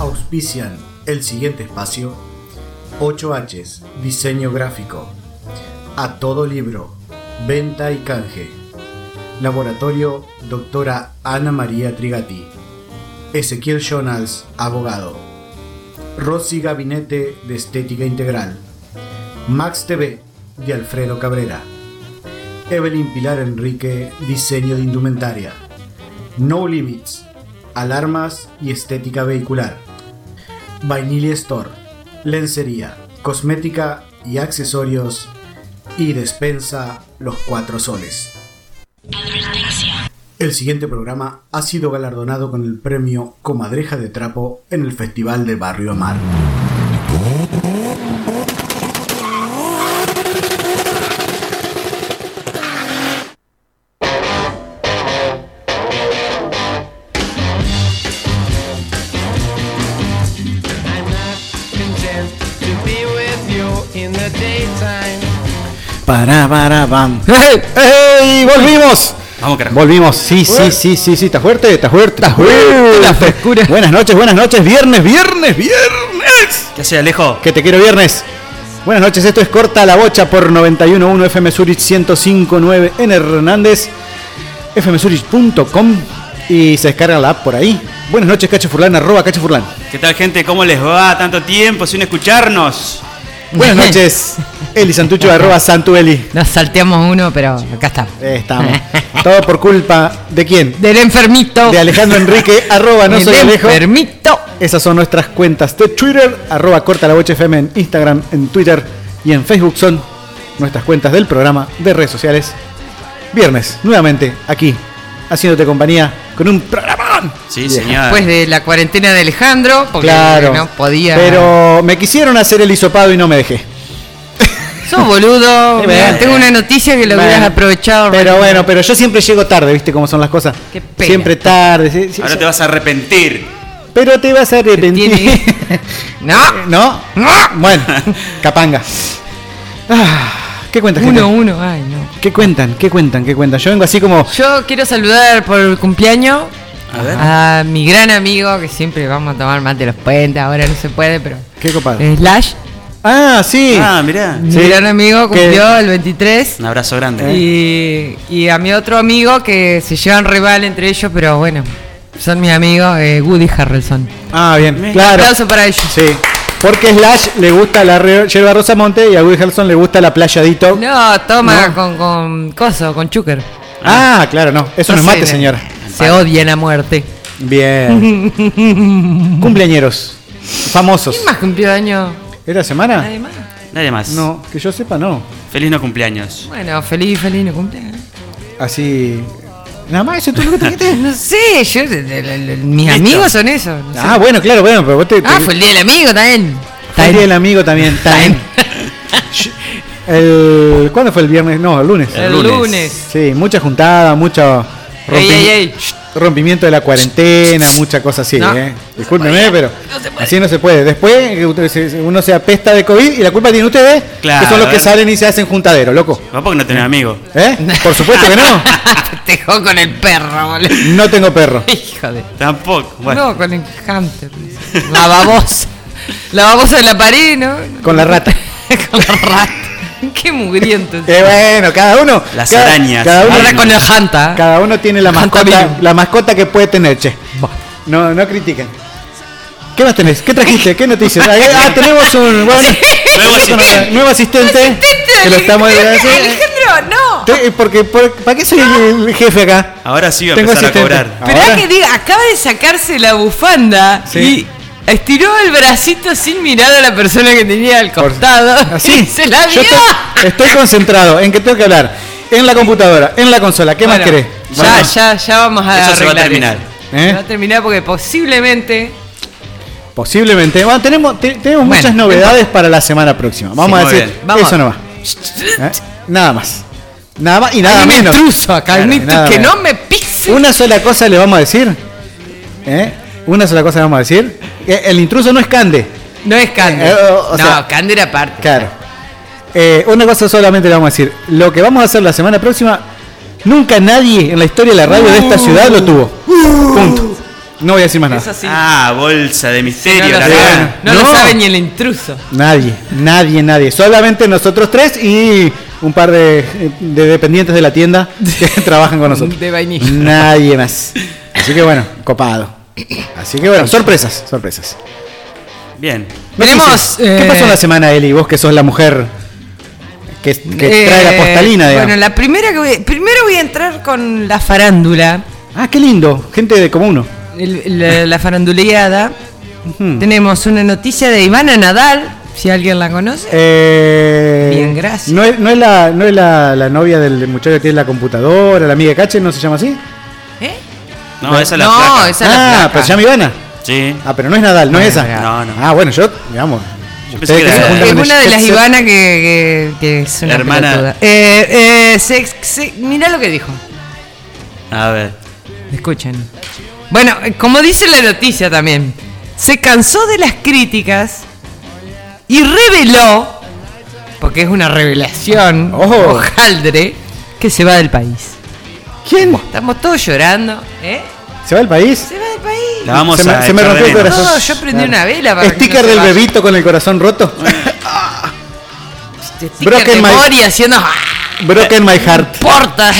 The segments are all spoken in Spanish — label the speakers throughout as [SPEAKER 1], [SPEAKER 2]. [SPEAKER 1] auspician el siguiente espacio. 8Hs, diseño gráfico. A todo libro, venta y canje. Laboratorio Doctora Ana María Trigati. Ezequiel Jonas, abogado. Rosy Gabinete de Estética Integral. Max TV, de Alfredo Cabrera. Evelyn Pilar Enrique, diseño de indumentaria. No Limits, alarmas y estética vehicular. Vainilla Store, lencería, cosmética y accesorios. Y despensa los cuatro soles.
[SPEAKER 2] Advertencia.
[SPEAKER 1] El siguiente programa ha sido galardonado con el premio Comadreja de Trapo en el Festival de Barrio Mar.
[SPEAKER 3] I'm not content to be with you in the daytime.
[SPEAKER 4] Para, para, bam.
[SPEAKER 5] ¡Ey! ¡Ey! ¡Volvimos!
[SPEAKER 6] Vamos, carajo.
[SPEAKER 5] Volvimos, sí, sí, sí, sí, sí, está fuerte, está fuerte, está
[SPEAKER 6] fuerte, la frescura.
[SPEAKER 5] Buenas noches, buenas noches, viernes, viernes, viernes.
[SPEAKER 6] ¿Qué hace Alejo?
[SPEAKER 5] Que te quiero viernes. Buenas noches, esto es Corta la Bocha por 91.1 FM Zurich 105.9 en Hernández, fmsurich.com y se descarga la app por ahí. Buenas noches, Cacho Furlan, arroba Cacho Furlan.
[SPEAKER 6] ¿Qué tal, gente? ¿Cómo les va? Tanto tiempo sin escucharnos.
[SPEAKER 5] Buenas noches, Eli Santucho, arroba Santueli.
[SPEAKER 7] Nos salteamos uno, pero acá está.
[SPEAKER 5] Eh, Estamos. Todo por culpa de quién?
[SPEAKER 7] Del enfermito. Eh,
[SPEAKER 5] de Alejandro Enrique, arroba no
[SPEAKER 7] Del
[SPEAKER 5] soy Alejo. Ah.
[SPEAKER 7] enfermito.
[SPEAKER 5] Esas son nuestras cuentas de Twitter, arroba corta la bocha FM en Instagram, en Twitter y en Facebook son nuestras cuentas del programa de redes sociales. Viernes, nuevamente, aquí, haciéndote compañía con un programa.
[SPEAKER 6] Sí, señor.
[SPEAKER 5] pues,
[SPEAKER 7] Después de la cuarentena de Alejandro, porque
[SPEAKER 5] Claro.
[SPEAKER 7] no podía.
[SPEAKER 5] Pero me quisieron hacer el hisopado y no me dejé.
[SPEAKER 7] Sos boludo.
[SPEAKER 5] Sí,
[SPEAKER 7] Mirá,
[SPEAKER 5] bueno.
[SPEAKER 7] tengo una noticia que lo
[SPEAKER 5] Bueno,
[SPEAKER 7] hubieras aprovechado.
[SPEAKER 5] Pero bueno, pero yo siempre llego tarde, ¿viste cómo son las cosas?
[SPEAKER 7] Qué pena.
[SPEAKER 5] Siempre tarde. sí, sí,
[SPEAKER 6] Ahora
[SPEAKER 5] sí.
[SPEAKER 6] te vas a arrepentir.
[SPEAKER 5] Pero te vas a arrepentir.
[SPEAKER 7] Tiene- No.
[SPEAKER 5] ¿No? Bueno, capanga. Ah, ¿Qué cuentas, gente?
[SPEAKER 7] Uno, uno. Ay, no.
[SPEAKER 5] ¿Qué cuentan? ¿Qué cuentan? ¿Qué cuentan? Yo vengo así como.
[SPEAKER 7] Yo quiero saludar por el cumpleaños
[SPEAKER 6] A ver.
[SPEAKER 7] a mi gran amigo, que siempre vamos a tomar mate los puentes, ahora no se puede, pero...
[SPEAKER 5] Qué copado.
[SPEAKER 7] Slash,
[SPEAKER 5] Ah, sí.
[SPEAKER 6] Ah, mirá.
[SPEAKER 7] mi
[SPEAKER 5] Sí.
[SPEAKER 7] gran amigo,
[SPEAKER 5] Que-
[SPEAKER 7] cumplió el 23.
[SPEAKER 6] Un abrazo grande.
[SPEAKER 5] Eh.
[SPEAKER 7] Y, y a mi otro amigo que se llevan rival entre ellos, pero bueno, son mis amigos, eh, Woody Harrelson.
[SPEAKER 5] Ah, bien.
[SPEAKER 6] Me-
[SPEAKER 5] Claro.
[SPEAKER 7] Aplauso para ellos.
[SPEAKER 5] Sí. Porque Slash le gusta la re- yerba rosamonte y a Will Harrelson le gusta la playadito.
[SPEAKER 7] No, toma
[SPEAKER 5] No.
[SPEAKER 7] con, con coso, con chucker.
[SPEAKER 5] Ah, claro, no. Eso no, es
[SPEAKER 7] sé,
[SPEAKER 5] mate,
[SPEAKER 7] no-
[SPEAKER 5] señora.
[SPEAKER 7] Se odian a muerte.
[SPEAKER 5] Bien. Cumpleañeros. Famosos.
[SPEAKER 7] ¿Quién más cumplió año?
[SPEAKER 5] ¿Era semana?
[SPEAKER 7] Nadie más.
[SPEAKER 6] ¿eh? Nadie más.
[SPEAKER 5] No, que yo sepa, no.
[SPEAKER 6] Feliz no cumpleaños.
[SPEAKER 7] Bueno, feliz, feliz no cumpleaños.
[SPEAKER 5] Así. Nada más, eso es todo lo que te quité.
[SPEAKER 7] No sé, yo, de- de- de- de- mis
[SPEAKER 6] Listo.
[SPEAKER 7] amigos son esos. no sé.
[SPEAKER 5] Ah, bueno, claro, bueno, pero vos te.
[SPEAKER 7] Ah,
[SPEAKER 5] te-
[SPEAKER 7] fue el día del amigo también.
[SPEAKER 5] Fue el día del amigo también. Time. El, ¿Cuándo fue el viernes? No, el lunes.
[SPEAKER 7] El
[SPEAKER 6] lunes.
[SPEAKER 7] lunes.
[SPEAKER 5] Sí, mucha juntada, mucho rompi-
[SPEAKER 7] Ey, ey, ey.
[SPEAKER 5] rompimiento de la cuarentena, mucha cosa así.
[SPEAKER 7] No.
[SPEAKER 5] ¿eh? Discúlpeme, pero así no se puede. Después eh, usted se- se- uno se apesta de COVID y la culpa tiene ustedes,
[SPEAKER 6] Claro,
[SPEAKER 5] que son los
[SPEAKER 6] a
[SPEAKER 5] que
[SPEAKER 6] ver.
[SPEAKER 5] salen y se hacen juntadero, loco.
[SPEAKER 6] Vos porque no tenés amigos.
[SPEAKER 5] ¿Eh? Por supuesto que no.
[SPEAKER 7] Festejó con el perro, boludo.
[SPEAKER 5] No tengo perro.
[SPEAKER 7] Hijo de.
[SPEAKER 6] Tampoco. Bueno.
[SPEAKER 7] No, con el hamster. dice. La babosa. La babosa de la pared, ¿no?
[SPEAKER 5] Con la rata.
[SPEAKER 7] con la rata. Qué mugriento.
[SPEAKER 5] Eh, bueno, cada uno.
[SPEAKER 6] Las
[SPEAKER 5] cada-
[SPEAKER 6] arañas.
[SPEAKER 5] Cada uno,
[SPEAKER 7] Ahora con la
[SPEAKER 6] ¿eh?
[SPEAKER 7] janta.
[SPEAKER 5] cada uno tiene la mascota,
[SPEAKER 7] Jantamino.
[SPEAKER 5] la mascota que puede tener, che. No, no critiquen. ¿Qué más tenés? ¿Qué trajiste? ¿Qué noticias? Ah, ah, tenemos un bueno,
[SPEAKER 6] Nuevo asistente.
[SPEAKER 5] nuevo asistente. Que lo estamos eh, agradeciendo.
[SPEAKER 7] eh, Alejandro, no.
[SPEAKER 5] Te- Porque, por- ¿Para qué soy el el jefe acá?
[SPEAKER 6] Ahora sí va a
[SPEAKER 5] Tengo
[SPEAKER 6] empezar a
[SPEAKER 5] asistente.
[SPEAKER 6] cobrar.
[SPEAKER 7] Esperá
[SPEAKER 5] Ahora-
[SPEAKER 7] que diga, acaba de sacarse la bufanda
[SPEAKER 5] Sí.
[SPEAKER 7] y estiró el bracito sin mirar a la persona que tenía al costado.
[SPEAKER 5] Así.
[SPEAKER 7] Y se la
[SPEAKER 5] Ah, Yo
[SPEAKER 7] dio.
[SPEAKER 5] estoy, estoy concentrado en que tengo que hablar. En la computadora, en la consola. ¿Qué más
[SPEAKER 7] Bueno,
[SPEAKER 5] querés?
[SPEAKER 7] Ya,
[SPEAKER 6] Bueno.
[SPEAKER 7] ya, ya vamos
[SPEAKER 5] Ah,
[SPEAKER 7] a
[SPEAKER 6] Eso se va a terminar.
[SPEAKER 7] arreglar eso.
[SPEAKER 5] ¿Eh?
[SPEAKER 7] Se va a terminar porque posiblemente
[SPEAKER 5] Posiblemente. Bueno, tenemos te- tenemos
[SPEAKER 7] Bueno,
[SPEAKER 5] muchas novedades para la semana próxima. Vamos
[SPEAKER 6] Sí,
[SPEAKER 5] a
[SPEAKER 6] muy
[SPEAKER 5] decir,
[SPEAKER 6] bien.
[SPEAKER 7] Vamos.
[SPEAKER 5] eso no va. ¿Eh? Nada más. Nada más y nada
[SPEAKER 7] Hay un
[SPEAKER 5] menos.
[SPEAKER 7] intruso acá,
[SPEAKER 5] Claro,
[SPEAKER 7] un
[SPEAKER 5] y
[SPEAKER 7] intruso
[SPEAKER 5] nada
[SPEAKER 7] que
[SPEAKER 5] menos.
[SPEAKER 7] no me pise.
[SPEAKER 5] Una sola cosa le vamos a decir. ¿eh? Una sola cosa le vamos a decir. Eh, El intruso no es Cande.
[SPEAKER 7] No es Cande.
[SPEAKER 5] Eh, o- o
[SPEAKER 7] no,
[SPEAKER 5] sea-
[SPEAKER 7] Cande era parte.
[SPEAKER 5] Claro. Eh, una cosa solamente le vamos a decir. Lo que vamos a hacer la semana próxima, nunca nadie en la historia de la radio de esta ciudad lo tuvo. Punto. No voy a decir más nada.
[SPEAKER 7] Es así.
[SPEAKER 6] Ah, bolsa de
[SPEAKER 7] no,
[SPEAKER 6] misterio,
[SPEAKER 7] lo
[SPEAKER 6] la
[SPEAKER 7] sabe,
[SPEAKER 6] gran.
[SPEAKER 7] no lo
[SPEAKER 5] No.
[SPEAKER 7] sabe ni el intruso.
[SPEAKER 5] Nadie, nadie, nadie. Solamente nosotros tres y un par de, de dependientes de la tienda que trabajan con nosotros.
[SPEAKER 7] De vainilla.
[SPEAKER 5] Nadie más. Así que bueno, copado. Así que bueno, sorpresas, sorpresas.
[SPEAKER 6] Bien.
[SPEAKER 7] Veremos,
[SPEAKER 5] Noticias. ¿Qué
[SPEAKER 7] eh,
[SPEAKER 5] pasó en la semana, Eli? Vos que sos la mujer que, que
[SPEAKER 7] Eh,
[SPEAKER 5] trae la postalina, digamos.
[SPEAKER 7] Bueno, la primera que voy, primero voy a entrar con la farándula,
[SPEAKER 5] Ah, qué lindo. Gente de como uno.
[SPEAKER 7] el- la, la faranduleada.
[SPEAKER 5] Ujú.
[SPEAKER 7] Tenemos una noticia de Ivana Nadal, si alguien la conoce.
[SPEAKER 5] Eh,
[SPEAKER 7] Bien, gracias.
[SPEAKER 5] ¿No es, no es la, no es la, la novia del muchacho que tiene la computadora, la amiga de Cache, no se llama así?
[SPEAKER 7] ¿Eh?
[SPEAKER 6] No, esa es la
[SPEAKER 7] No,
[SPEAKER 6] flaca.
[SPEAKER 7] esa es la
[SPEAKER 5] ah,
[SPEAKER 7] flaca.
[SPEAKER 5] pero se llama Ivana.
[SPEAKER 6] Sí.
[SPEAKER 5] Ah, pero no es Nadal, no, es esa.
[SPEAKER 6] No, no.
[SPEAKER 5] Ah, bueno, yo, digamos.
[SPEAKER 6] Yo
[SPEAKER 5] ustedes
[SPEAKER 6] pensé que
[SPEAKER 5] que se
[SPEAKER 6] era-
[SPEAKER 5] juntan
[SPEAKER 7] Es
[SPEAKER 5] con el
[SPEAKER 7] una de
[SPEAKER 5] jet
[SPEAKER 7] las
[SPEAKER 5] set-
[SPEAKER 7] Ivana que, que- que es una
[SPEAKER 6] Hermana.
[SPEAKER 7] pelotuda. Eh, eh, se- se- mirá lo que dijo.
[SPEAKER 6] A ver.
[SPEAKER 7] Escuchen. Bueno, eh, como dice la noticia también, se cansó de las críticas y reveló, porque es una revelación,
[SPEAKER 5] Ojo.
[SPEAKER 7] hojaldre, que se va del país.
[SPEAKER 5] ¿Quién?
[SPEAKER 7] Estamos todos llorando, ¿eh?
[SPEAKER 5] ¿Se va del país?
[SPEAKER 7] Se va del país.
[SPEAKER 6] La vamos
[SPEAKER 5] se me,
[SPEAKER 6] a
[SPEAKER 5] se me
[SPEAKER 6] echar
[SPEAKER 5] rompió
[SPEAKER 6] de
[SPEAKER 5] el
[SPEAKER 6] menos.
[SPEAKER 5] corazón.
[SPEAKER 7] No, yo prendí una vela para que
[SPEAKER 5] Sticker
[SPEAKER 7] no se
[SPEAKER 5] del
[SPEAKER 7] vaya.
[SPEAKER 5] bebito con el corazón roto.
[SPEAKER 7] Este sticker
[SPEAKER 5] Broken
[SPEAKER 7] de
[SPEAKER 5] my-
[SPEAKER 7] Mori haciendo ¡ah,
[SPEAKER 5] Broken my heart.
[SPEAKER 7] porta.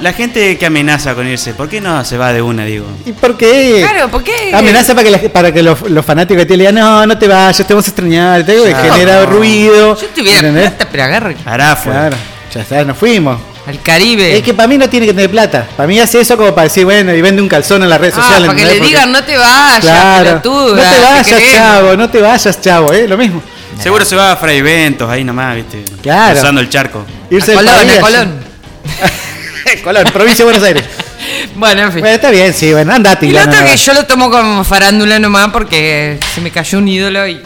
[SPEAKER 6] La gente que amenaza con irse, ¿por qué no se va de una, digo?
[SPEAKER 5] ¿Y por qué?
[SPEAKER 7] Claro, ¿por qué?
[SPEAKER 5] Amenaza para que, la- para que los, los fanáticos de ti le digan, no, no te vayas, te vamos a extrañar, te digo que
[SPEAKER 6] Claro.
[SPEAKER 5] genera ruido.
[SPEAKER 7] Yo tuviera
[SPEAKER 5] ¿Entendés?
[SPEAKER 7] plata, pero agarro
[SPEAKER 6] Hará fue.
[SPEAKER 5] Claro, ya está, nos fuimos.
[SPEAKER 7] al Caribe.
[SPEAKER 5] Es que para mí no tiene que tener plata. Para mí hace eso como para decir, bueno, y vende un calzón en las redes
[SPEAKER 7] Ah,
[SPEAKER 5] sociales.
[SPEAKER 7] para que le
[SPEAKER 5] ¿entendés?
[SPEAKER 7] digan,
[SPEAKER 5] Porque-
[SPEAKER 7] no te vayas,
[SPEAKER 5] Claro.
[SPEAKER 7] pelotuda,
[SPEAKER 5] no te vayas,
[SPEAKER 7] queremos".
[SPEAKER 5] chavo, no te vayas, chavo, ¿eh? Lo mismo.
[SPEAKER 6] Seguro se va a Fray Ventos ahí nomás, ¿viste?
[SPEAKER 5] Claro.
[SPEAKER 6] Usando el charco.
[SPEAKER 5] Irse
[SPEAKER 7] A
[SPEAKER 5] del
[SPEAKER 7] Colón,
[SPEAKER 5] país,
[SPEAKER 7] a Colón.
[SPEAKER 5] así. Colón, provincia de Buenos Aires.
[SPEAKER 7] Bueno, en fin.
[SPEAKER 5] Bueno, está bien, sí, bueno, andate.
[SPEAKER 7] Y lo
[SPEAKER 5] Ivana,
[SPEAKER 7] otro
[SPEAKER 5] nada.
[SPEAKER 7] que yo lo tomo como farándula nomás porque se me cayó un ídolo y.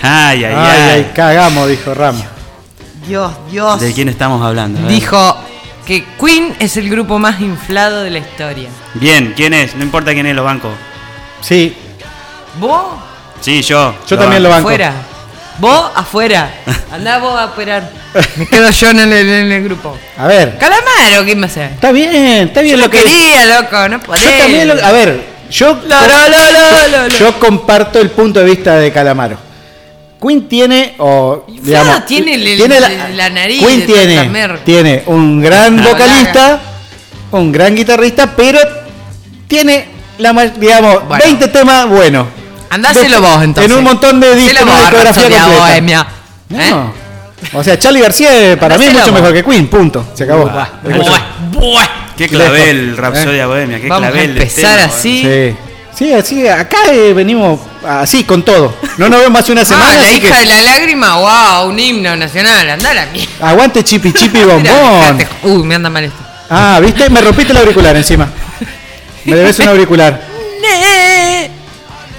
[SPEAKER 6] Ay, ay,
[SPEAKER 5] Ay,
[SPEAKER 6] ay.
[SPEAKER 5] ay, cagamos, dijo Ramos.
[SPEAKER 7] Dios, Dios.
[SPEAKER 6] ¿De quién estamos hablando? A ver.
[SPEAKER 7] Dijo que Queen es el grupo más inflado de la historia.
[SPEAKER 6] Bien, ¿quién es? No importa quién es, lo banco.
[SPEAKER 5] Sí,
[SPEAKER 7] ¿Vos?
[SPEAKER 6] Sí, yo.
[SPEAKER 5] Yo también lo banco.
[SPEAKER 7] Afuera. ¿Vos? Afuera. Andá vos a operar. Me quedo yo en el, en el grupo.
[SPEAKER 5] a ver.
[SPEAKER 7] Calamaro, ¿qué me hace?
[SPEAKER 5] Está bien, está bien
[SPEAKER 7] Yo
[SPEAKER 5] lo,
[SPEAKER 7] lo
[SPEAKER 5] que.
[SPEAKER 7] quería, loco, no podés.
[SPEAKER 5] Yo también lo- A ver, yo.
[SPEAKER 7] Lo, lo, lo, lo, lo, lo.
[SPEAKER 5] Yo comparto el punto de vista de Calamaro. Queen tiene, o digamos,
[SPEAKER 7] tiene el- el- la nariz
[SPEAKER 5] Queen
[SPEAKER 7] de tanta
[SPEAKER 5] tiene,
[SPEAKER 7] merca.
[SPEAKER 5] tiene un gran
[SPEAKER 7] La
[SPEAKER 5] vocalista, un gran guitarrista, pero tiene la, ma- digamos,
[SPEAKER 7] Bueno.
[SPEAKER 5] 20 temas buenos. De-
[SPEAKER 7] Andáselo vos entonces.
[SPEAKER 5] En un montón de
[SPEAKER 7] Hacelo
[SPEAKER 5] discos, una
[SPEAKER 7] vos,
[SPEAKER 5] discografía
[SPEAKER 7] Rhapsody
[SPEAKER 5] completa.
[SPEAKER 7] Bohemia. ¿Eh?
[SPEAKER 5] No. O sea, Charlie García eh, para mí es
[SPEAKER 7] Hacelo
[SPEAKER 5] mucho
[SPEAKER 7] vos.
[SPEAKER 5] mejor que Queen, punto. Se acabó. Escucha.
[SPEAKER 6] Qué clavel,
[SPEAKER 5] Lejos. Eh.
[SPEAKER 6] Rapsodia Bohemia, qué
[SPEAKER 7] Vamos a
[SPEAKER 6] clavel. de
[SPEAKER 7] empezar
[SPEAKER 6] tema,
[SPEAKER 7] así.
[SPEAKER 5] Sí. Sí, así, acá eh, venimos así con todo. No nos vemos hace una semana,
[SPEAKER 7] ah, la
[SPEAKER 5] así
[SPEAKER 7] hija
[SPEAKER 5] que
[SPEAKER 7] de la lágrima, wow, un himno nacional, andá a la mierda.
[SPEAKER 5] aguante chipi chipi
[SPEAKER 7] Mirá,
[SPEAKER 5] bombón.
[SPEAKER 7] dejate- Uy, me anda mal esto.
[SPEAKER 5] Ah, ¿viste? Me rompiste el auricular encima. Me debes un auricular.
[SPEAKER 7] Ne.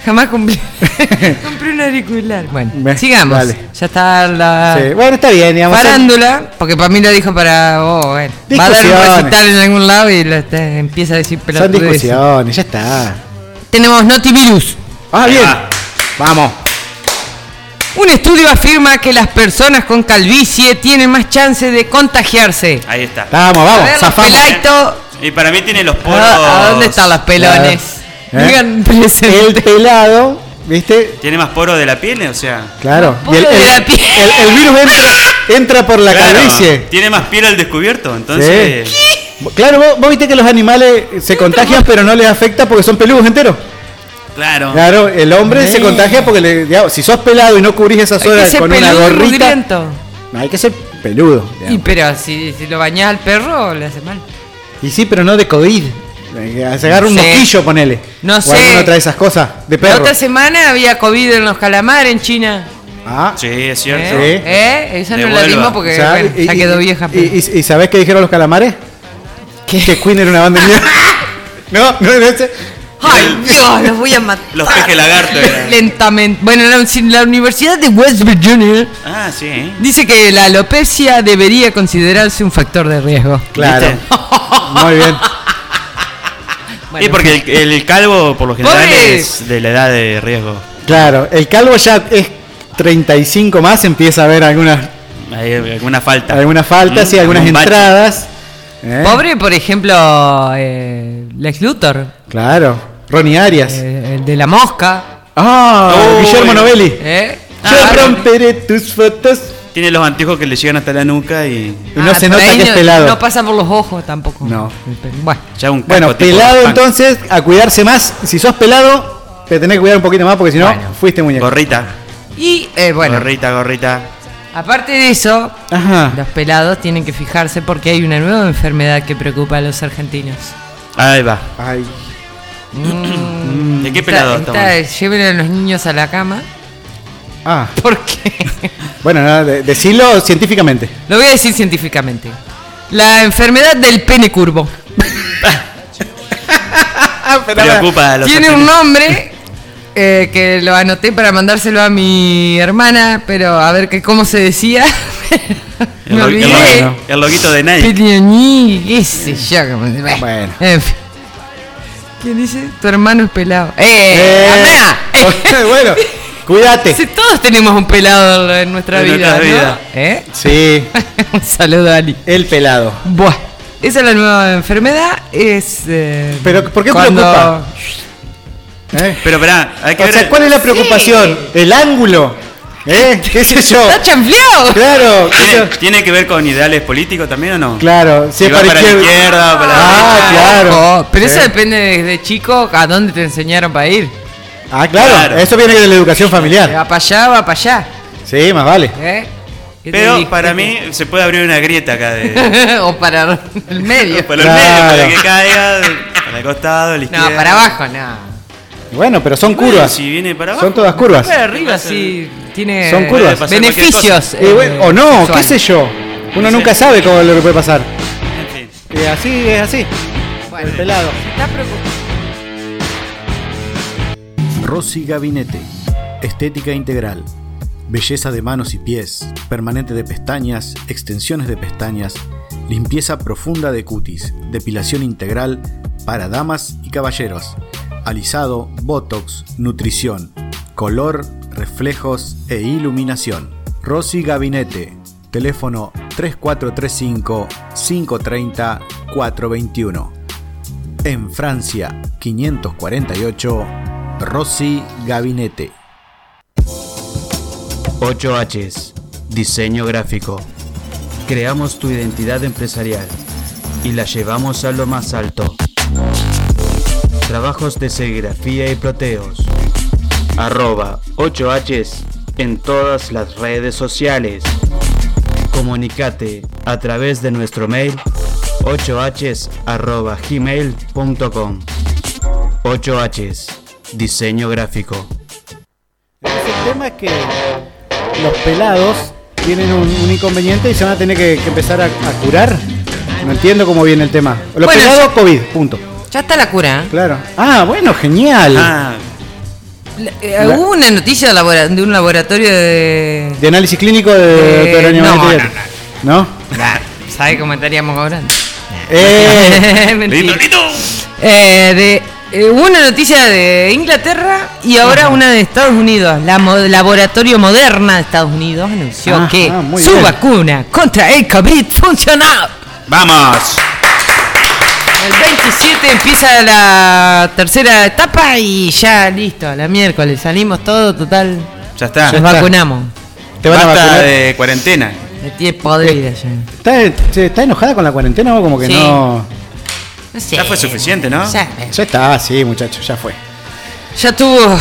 [SPEAKER 7] Jamás cumplí. compré un auricular. Bueno,
[SPEAKER 5] Ve,
[SPEAKER 7] sigamos.
[SPEAKER 5] dale.
[SPEAKER 7] Ya está la
[SPEAKER 5] Sí, Bueno, está bien, digamos.
[SPEAKER 7] farándula, porque para mí lo dijo para vos. bueno. Va a dar un
[SPEAKER 5] Discusiones.
[SPEAKER 7] recital en algún lado y lo está- empieza a decir
[SPEAKER 5] Son, son
[SPEAKER 7] pelotudeces.
[SPEAKER 5] discusiones, ya está.
[SPEAKER 7] Tenemos Notivirus.
[SPEAKER 5] Ah,
[SPEAKER 6] Ahí
[SPEAKER 5] bien.
[SPEAKER 6] va.
[SPEAKER 5] Vamos.
[SPEAKER 7] Un estudio afirma que las personas con calvicie tienen más chance de contagiarse.
[SPEAKER 6] Ahí está.
[SPEAKER 5] Vamos,
[SPEAKER 7] A
[SPEAKER 5] vamos.
[SPEAKER 7] ver, los
[SPEAKER 5] Zafamos.
[SPEAKER 7] pelaitos.
[SPEAKER 6] Y para mí tiene los poros.
[SPEAKER 7] Ah, ¿A dónde están los pelones?
[SPEAKER 5] Claro. ¿Eh?
[SPEAKER 7] Digan
[SPEAKER 5] El
[SPEAKER 7] presente.
[SPEAKER 5] pelado, ¿viste?
[SPEAKER 6] ¿Tiene más poros de la piel? O sea.
[SPEAKER 5] Claro.
[SPEAKER 7] Los poros de la piel.
[SPEAKER 5] el- el virus entra, entra por la
[SPEAKER 6] Claro,
[SPEAKER 5] calvicie.
[SPEAKER 6] Tiene más piel al descubierto, entonces.
[SPEAKER 5] Claro, vos, vos viste que los animales se contagian pero no les afecta porque son peludos enteros.
[SPEAKER 7] Ah.
[SPEAKER 6] Claro.
[SPEAKER 5] Claro, el hombre se contagia porque le, digamos, si sos pelado y no cubrís esas
[SPEAKER 7] Hay que
[SPEAKER 5] horas
[SPEAKER 7] ser
[SPEAKER 5] con una
[SPEAKER 7] peludo y
[SPEAKER 5] gorrita,
[SPEAKER 7] mugriento.
[SPEAKER 5] no, hay que ser peludo.
[SPEAKER 7] Y
[SPEAKER 5] digamos.
[SPEAKER 7] pero si, si lo bañás al perro, le hace mal.
[SPEAKER 5] Y, sí, pero no de COVID. Eh, Se agarra un
[SPEAKER 7] No sé.
[SPEAKER 5] mosquillo, ponele.
[SPEAKER 7] No
[SPEAKER 5] o
[SPEAKER 7] sé.
[SPEAKER 5] alguna otra de esas cosas de
[SPEAKER 7] La
[SPEAKER 5] perro.
[SPEAKER 7] otra semana había COVID en los calamares en China.
[SPEAKER 5] Ah,
[SPEAKER 6] Sí, es cierto.
[SPEAKER 7] ¿Eh? ¿Eh? Esa no la
[SPEAKER 6] Devuelva.
[SPEAKER 7] dimos porque
[SPEAKER 5] o sea,
[SPEAKER 7] bueno,
[SPEAKER 5] y-
[SPEAKER 7] ya
[SPEAKER 5] y-
[SPEAKER 7] quedó vieja.
[SPEAKER 5] Y,
[SPEAKER 7] pero-
[SPEAKER 5] y- y sabés qué dijeron los calamares? Que Queen era una banda de mierda. No, no, no sé.
[SPEAKER 7] ¡Ay, Dios! Los voy a matar.
[SPEAKER 6] Los peje lagarto eran.
[SPEAKER 7] Lentamente. Bueno, la, si la Universidad de West Virginia
[SPEAKER 6] Ah, sí. ¿eh?
[SPEAKER 7] dice que la alopecia debería considerarse un factor de riesgo.
[SPEAKER 5] Claro.
[SPEAKER 6] ¿Viste?
[SPEAKER 5] Muy bien.
[SPEAKER 7] Bueno,
[SPEAKER 6] y porque el, el calvo, por lo general,
[SPEAKER 7] Pobre.
[SPEAKER 6] es de la edad de riesgo.
[SPEAKER 5] Claro, el calvo ya es 35 más, empieza a haber algunas,
[SPEAKER 6] Hay alguna falta.
[SPEAKER 5] algunas faltas
[SPEAKER 6] Mm,
[SPEAKER 5] y algunas
[SPEAKER 6] algún bache.
[SPEAKER 5] entradas. ¿eh?
[SPEAKER 7] Pobre, por ejemplo, eh, Lex Luthor.
[SPEAKER 5] Claro. Ronnie Arias.
[SPEAKER 7] Eh, el de la mosca.
[SPEAKER 5] ah,
[SPEAKER 6] Oh,
[SPEAKER 5] Guillermo
[SPEAKER 6] bueno.
[SPEAKER 5] Novelli.
[SPEAKER 7] ¿eh?
[SPEAKER 5] Yo
[SPEAKER 7] Ah,
[SPEAKER 5] romperé tus fotos.
[SPEAKER 6] Tiene los anteojos que le llegan hasta la nuca y
[SPEAKER 5] Y no
[SPEAKER 7] ah,
[SPEAKER 5] se
[SPEAKER 7] pero
[SPEAKER 5] nota
[SPEAKER 7] ahí
[SPEAKER 5] que es
[SPEAKER 7] no-
[SPEAKER 5] pelado.
[SPEAKER 7] No pasa por los ojos tampoco.
[SPEAKER 5] No.
[SPEAKER 7] Bueno.
[SPEAKER 6] ya un
[SPEAKER 5] bueno,
[SPEAKER 6] casco tipo
[SPEAKER 5] pelado
[SPEAKER 6] punk.
[SPEAKER 5] entonces, a cuidarse más. Si sos pelado, te tenés que cuidar un poquito más porque si no,
[SPEAKER 7] Bueno.
[SPEAKER 5] fuiste muñeco.
[SPEAKER 6] Gorrita,
[SPEAKER 7] Y eh, bueno,
[SPEAKER 6] gorrita, gorrita.
[SPEAKER 7] aparte de eso,
[SPEAKER 5] Ajá.
[SPEAKER 7] los pelados tienen que fijarse porque hay una nueva enfermedad que preocupa a los argentinos.
[SPEAKER 6] Ahí va.
[SPEAKER 5] Ay. Mm.
[SPEAKER 6] ¿De qué
[SPEAKER 7] Está-
[SPEAKER 6] pelado
[SPEAKER 7] está-
[SPEAKER 6] estamos?
[SPEAKER 7] Lleven a los niños a la cama.
[SPEAKER 5] Ah,
[SPEAKER 7] Porque
[SPEAKER 5] bueno, no, de- decilo científicamente.
[SPEAKER 7] Lo voy a decir científicamente. La enfermedad del pene curvo.
[SPEAKER 6] Preocupa a Uh, los
[SPEAKER 7] Tiene
[SPEAKER 6] argentinos.
[SPEAKER 7] un nombre eh, que lo anoté para mandárselo a mi hermana, pero a ver que cómo se decía.
[SPEAKER 6] El,
[SPEAKER 7] Me
[SPEAKER 6] lo- el
[SPEAKER 7] olvidé.
[SPEAKER 6] logo- el loguito de Nike.
[SPEAKER 7] Peleoní, qué sé yo. cómo se-
[SPEAKER 5] Bueno.
[SPEAKER 7] En fin. ¿Quién dice? Tu hermano es pelado.
[SPEAKER 5] Eh,
[SPEAKER 7] ¡Eh! ¡Habla!
[SPEAKER 5] bueno,
[SPEAKER 7] Si
[SPEAKER 5] cuídate.
[SPEAKER 7] todos tenemos un pelado en nuestra
[SPEAKER 6] En
[SPEAKER 7] vida,
[SPEAKER 6] nuestra
[SPEAKER 7] ¿no?
[SPEAKER 6] vida.
[SPEAKER 7] ¿Eh?
[SPEAKER 5] Sí,
[SPEAKER 7] un saludo a Ali.
[SPEAKER 5] el pelado.
[SPEAKER 7] Buah, esa es la nueva enfermedad. Es. eh,
[SPEAKER 5] Pero, ¿por qué preocupa? ¿Eh?
[SPEAKER 6] Pero espera, hay que
[SPEAKER 5] O
[SPEAKER 6] ver.
[SPEAKER 5] sea, ¿cuál es la preocupación? El ángulo. ¿Eh? ¿Qué sé yo?
[SPEAKER 7] ¡Está chanfleado!
[SPEAKER 5] Claro, qué sé
[SPEAKER 6] ¿Tiene,
[SPEAKER 5] yo.
[SPEAKER 6] tiene que ver con ideales políticos también o no?
[SPEAKER 5] claro. Si
[SPEAKER 6] Si
[SPEAKER 5] es
[SPEAKER 6] va
[SPEAKER 5] para
[SPEAKER 6] para la
[SPEAKER 5] izquierda.
[SPEAKER 6] izquierda, para la
[SPEAKER 5] Ah,
[SPEAKER 6] derecha.
[SPEAKER 5] claro.
[SPEAKER 7] Ojo, pero eso
[SPEAKER 5] Eh.
[SPEAKER 7] depende desde chico a dónde te enseñaron para ir.
[SPEAKER 5] Ah, claro.
[SPEAKER 6] Claro.
[SPEAKER 5] Eso viene de la educación
[SPEAKER 7] Si
[SPEAKER 5] familiar.
[SPEAKER 7] Va para allá, va para allá.
[SPEAKER 5] Sí, más vale.
[SPEAKER 7] ¿eh? ¿Qué te
[SPEAKER 6] Pero
[SPEAKER 7] dije?
[SPEAKER 6] para mí se puede abrir una grieta acá de.
[SPEAKER 7] o para el medio.
[SPEAKER 6] Para el medio,
[SPEAKER 5] Claro.
[SPEAKER 6] para que caiga, de- para el costado, a la izquierda.
[SPEAKER 7] No, para abajo, no.
[SPEAKER 5] Bueno, pero son
[SPEAKER 6] Bueno,
[SPEAKER 5] curvas.
[SPEAKER 6] Si viene para abajo.
[SPEAKER 5] Son todas curvas.
[SPEAKER 7] Para arriba sí tiene
[SPEAKER 5] Son curvas.
[SPEAKER 6] Puede pasar
[SPEAKER 7] beneficios.
[SPEAKER 5] Eh, bueno, o no, qué sé yo. Uno
[SPEAKER 6] Sí.
[SPEAKER 5] nunca sabe cómo es lo que puede pasar.
[SPEAKER 6] En fin.
[SPEAKER 5] Eh, así es así. El pelado.
[SPEAKER 1] Rosy Gabinete. Estética integral. Belleza de manos y pies, permanente de pestañas, extensiones de pestañas, limpieza profunda de cutis, depilación integral para damas y caballeros, alisado, botox, nutrición, color, reflejos e iluminación. Rosy Gabinete. Teléfono 3435 530 421. En Francia, 548, Rossi Gabinete.
[SPEAKER 8] 8Hs, diseño gráfico. Creamos tu identidad empresarial y la llevamos a lo más alto. Trabajos de serigrafía y proteos. Arroba 8Hs en todas las redes sociales. Comunicate a través de nuestro mail 8Hs arroba gmail.com 8Hs, diseño gráfico.
[SPEAKER 5] El tema es que los pelados tienen un, un inconveniente y se van a tener que, que empezar a, a curar. No entiendo cómo viene el tema. Los
[SPEAKER 7] Bueno,
[SPEAKER 5] pelados, COVID, punto.
[SPEAKER 7] Ya está la cura. ¿eh?
[SPEAKER 5] Claro. Ah, bueno, genial.
[SPEAKER 6] Ah,
[SPEAKER 7] La- eh, Hubo una noticia de labora- de un laboratorio de.
[SPEAKER 5] De análisis clínico de
[SPEAKER 7] Eh,
[SPEAKER 5] Pedro
[SPEAKER 7] no,
[SPEAKER 5] Niemeyer. no,
[SPEAKER 7] ¿Sabe cómo estaríamos ahora?
[SPEAKER 5] Eh,
[SPEAKER 7] Mentira. Eh, de, eh, hubo una noticia de Inglaterra y ahora una de Estados Unidos. La mo- Laboratorio Moderna de Estados Unidos anunció
[SPEAKER 5] Ajá,
[SPEAKER 7] que
[SPEAKER 5] muy
[SPEAKER 7] su
[SPEAKER 5] bien.
[SPEAKER 7] vacuna contra el COVID funcionó.
[SPEAKER 6] vamos.
[SPEAKER 7] El 27 empieza la tercera etapa y ya listo, la miércoles salimos todo total.
[SPEAKER 6] Ah, Ya está.
[SPEAKER 7] Nos vacunamos.
[SPEAKER 5] te van a
[SPEAKER 6] Basta
[SPEAKER 5] vacunar.
[SPEAKER 6] de cuarentena.
[SPEAKER 7] Me tiene podrida ya.
[SPEAKER 5] ¿Está, se- está enojada con la cuarentena o como que
[SPEAKER 7] Sí.
[SPEAKER 5] no?
[SPEAKER 7] No sé.
[SPEAKER 6] Ya fue suficiente, ¿no?
[SPEAKER 7] Ya,
[SPEAKER 5] Ya está, sí, muchachos, ya fue.
[SPEAKER 7] ya tuvo.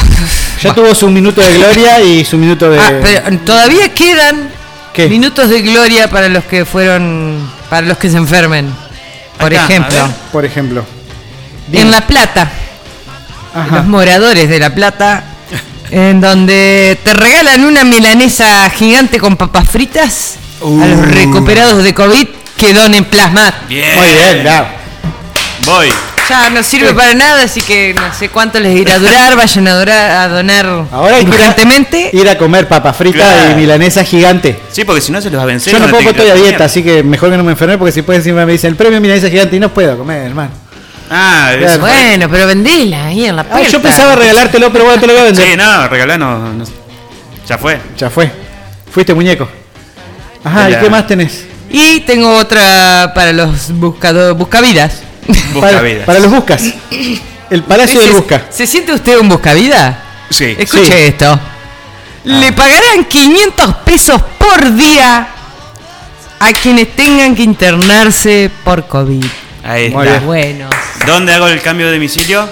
[SPEAKER 5] Ya tuvo su minuto de gloria y su minuto de.
[SPEAKER 7] Ah, pero todavía quedan
[SPEAKER 5] Eh, ¿Qué?
[SPEAKER 7] minutos de gloria para los que fueron, para los que se enfermen. Por
[SPEAKER 6] Acá, a
[SPEAKER 7] ejemplo,
[SPEAKER 6] ver.
[SPEAKER 5] Por ejemplo.
[SPEAKER 7] en La Plata, los
[SPEAKER 5] Ajá.
[SPEAKER 7] moradores de La Plata, en donde te regalan una milanesa gigante con papas fritas a
[SPEAKER 5] Uh.
[SPEAKER 7] los recuperados de COVID que donen plasma.
[SPEAKER 6] Bien.
[SPEAKER 5] Muy bien, ya.
[SPEAKER 6] Voy.
[SPEAKER 7] Ya no sirve para nada, así que no sé cuánto les irá a durar, vayan a, durar, a donar
[SPEAKER 5] Ahora hay que ir a-
[SPEAKER 7] urgentemente.
[SPEAKER 5] ir a comer papas fritas
[SPEAKER 6] Claro.
[SPEAKER 5] y milanesa gigante.
[SPEAKER 6] Sí, porque si no se los va a vencer.
[SPEAKER 5] Yo
[SPEAKER 6] y van
[SPEAKER 5] tampoco
[SPEAKER 6] tener que
[SPEAKER 5] estoy a
[SPEAKER 6] comer.
[SPEAKER 5] dieta, así que mejor que no me enferme porque si puede encima me dicen el premio milanesa gigante y no puedo comer, hermano.
[SPEAKER 6] Ah, eso
[SPEAKER 5] Claro.
[SPEAKER 6] fue.
[SPEAKER 7] Bueno, pero vendela ahí en la
[SPEAKER 5] Ah,
[SPEAKER 7] puerta.
[SPEAKER 5] yo pensaba regalártelo, pero bueno, te lo voy a vender.
[SPEAKER 6] Sí, no, regalanos. no sé. Ya fue.
[SPEAKER 5] Ya fue. Fuiste muñeco. Ajá, ¿y
[SPEAKER 6] Ya.
[SPEAKER 5] qué más tenés?
[SPEAKER 7] Y tengo otra para los buscadores, buscavidas.
[SPEAKER 6] Busca
[SPEAKER 5] para,
[SPEAKER 6] vida.
[SPEAKER 5] para los buscas. El Palacio del
[SPEAKER 7] ¿Se-
[SPEAKER 5] Busca.
[SPEAKER 7] ¿Se siente usted un buscavida?
[SPEAKER 6] Sí. Ah.
[SPEAKER 7] Escuche
[SPEAKER 5] Sí.
[SPEAKER 7] esto. Le pagarán 500 pesos por día a quienes tengan que internarse por COVID.
[SPEAKER 6] Ahí
[SPEAKER 5] Muy
[SPEAKER 6] está.
[SPEAKER 5] bien.
[SPEAKER 7] Bueno,
[SPEAKER 6] ¿Dónde hago el cambio de domicilio?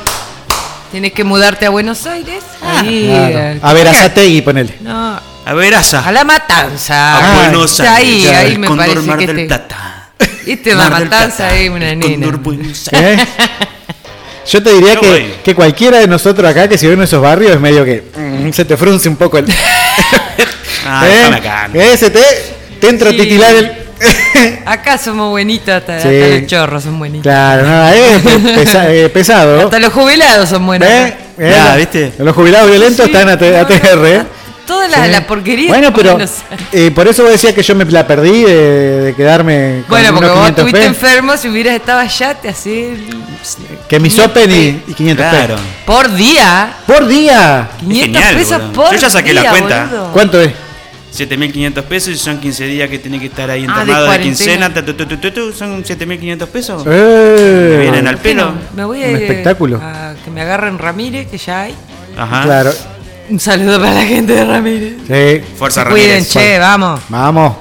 [SPEAKER 7] tienes que mudarte a Buenos Aires.
[SPEAKER 6] Ah.
[SPEAKER 7] Ahí,
[SPEAKER 5] Claro.
[SPEAKER 7] al-
[SPEAKER 5] A ver, Azategui, ponele.
[SPEAKER 7] No,
[SPEAKER 6] A Veraza.
[SPEAKER 7] a la matanza.
[SPEAKER 6] Ah. A
[SPEAKER 5] Ah,
[SPEAKER 6] Buenos
[SPEAKER 7] Está
[SPEAKER 6] Aires.
[SPEAKER 7] Ahí,
[SPEAKER 6] ya,
[SPEAKER 7] ahí
[SPEAKER 6] el
[SPEAKER 7] me
[SPEAKER 6] Cóndor
[SPEAKER 7] parece
[SPEAKER 6] Mar
[SPEAKER 7] que
[SPEAKER 6] del
[SPEAKER 7] este-
[SPEAKER 6] Plata.
[SPEAKER 7] Este
[SPEAKER 6] Mar
[SPEAKER 7] la
[SPEAKER 6] del
[SPEAKER 7] matanza
[SPEAKER 6] Plata,
[SPEAKER 7] ahí una
[SPEAKER 6] el
[SPEAKER 7] nena.
[SPEAKER 6] Cóndor pues. Buenos Aires.
[SPEAKER 5] ¿Eh? Yo te diría
[SPEAKER 6] Yo voy.
[SPEAKER 5] que, que cualquiera de nosotros acá que si vive en esos barrios es medio que mm, se te frunce un poco el.
[SPEAKER 6] Ah,
[SPEAKER 5] ¿Eh?
[SPEAKER 6] déjame acá.
[SPEAKER 5] ¿Eh? Se te, te entra a
[SPEAKER 7] Sí.
[SPEAKER 5] titilar el.
[SPEAKER 7] Acá somos buenitos, hasta,
[SPEAKER 5] Sí.
[SPEAKER 7] hasta los chorros son buenitos.
[SPEAKER 5] claro, no, es pesa- eh, pesado.
[SPEAKER 7] Hasta los jubilados son buenos.
[SPEAKER 5] ¿Eh? ¿Eh?
[SPEAKER 6] Ya, ¿viste?
[SPEAKER 5] Los jubilados violentos
[SPEAKER 7] Sí,
[SPEAKER 5] están a
[SPEAKER 7] no, no,
[SPEAKER 5] ATR. ¿eh?
[SPEAKER 7] Toda la,
[SPEAKER 5] Sí.
[SPEAKER 7] la porquería.
[SPEAKER 5] Bueno,
[SPEAKER 7] de
[SPEAKER 5] pero
[SPEAKER 7] Buenos Aires.
[SPEAKER 5] eh, por eso vos decías que yo me la perdí de, de quedarme con
[SPEAKER 7] Bueno,
[SPEAKER 5] unos
[SPEAKER 7] porque vos
[SPEAKER 5] 500
[SPEAKER 7] estuviste
[SPEAKER 5] pesos.
[SPEAKER 7] enfermo, si hubieras estado allá, te hacés el-
[SPEAKER 5] Que mi sopen y, y 500
[SPEAKER 6] Claro.
[SPEAKER 5] pesos.
[SPEAKER 7] por día.
[SPEAKER 5] ¡Por día!
[SPEAKER 7] 500
[SPEAKER 6] genial,
[SPEAKER 7] pesos
[SPEAKER 6] boludo.
[SPEAKER 7] por
[SPEAKER 6] Yo ya saqué la
[SPEAKER 7] día,
[SPEAKER 6] cuenta.
[SPEAKER 7] boludo.
[SPEAKER 5] ¿Cuánto es?
[SPEAKER 6] 7.500 pesos y son 15 días que tiene que estar ahí
[SPEAKER 7] Ah, de
[SPEAKER 6] internado de,
[SPEAKER 7] cuarentena.
[SPEAKER 6] quincena. ta, tu, tu, tu, tu, tu, son 7.500 pesos.
[SPEAKER 5] Eh,
[SPEAKER 6] Me vienen al
[SPEAKER 7] ¿Por qué
[SPEAKER 6] pelo.
[SPEAKER 7] no? Me voy a,
[SPEAKER 5] Un espectáculo.
[SPEAKER 7] a que me agarren Ramírez, que ya hay.
[SPEAKER 6] Ajá.
[SPEAKER 5] Claro.
[SPEAKER 7] Un saludo para la gente de Ramírez.
[SPEAKER 5] Sí.
[SPEAKER 6] Fuerza
[SPEAKER 7] Se cuiden,
[SPEAKER 6] Ramírez.
[SPEAKER 7] che, vamos.
[SPEAKER 5] Vamos.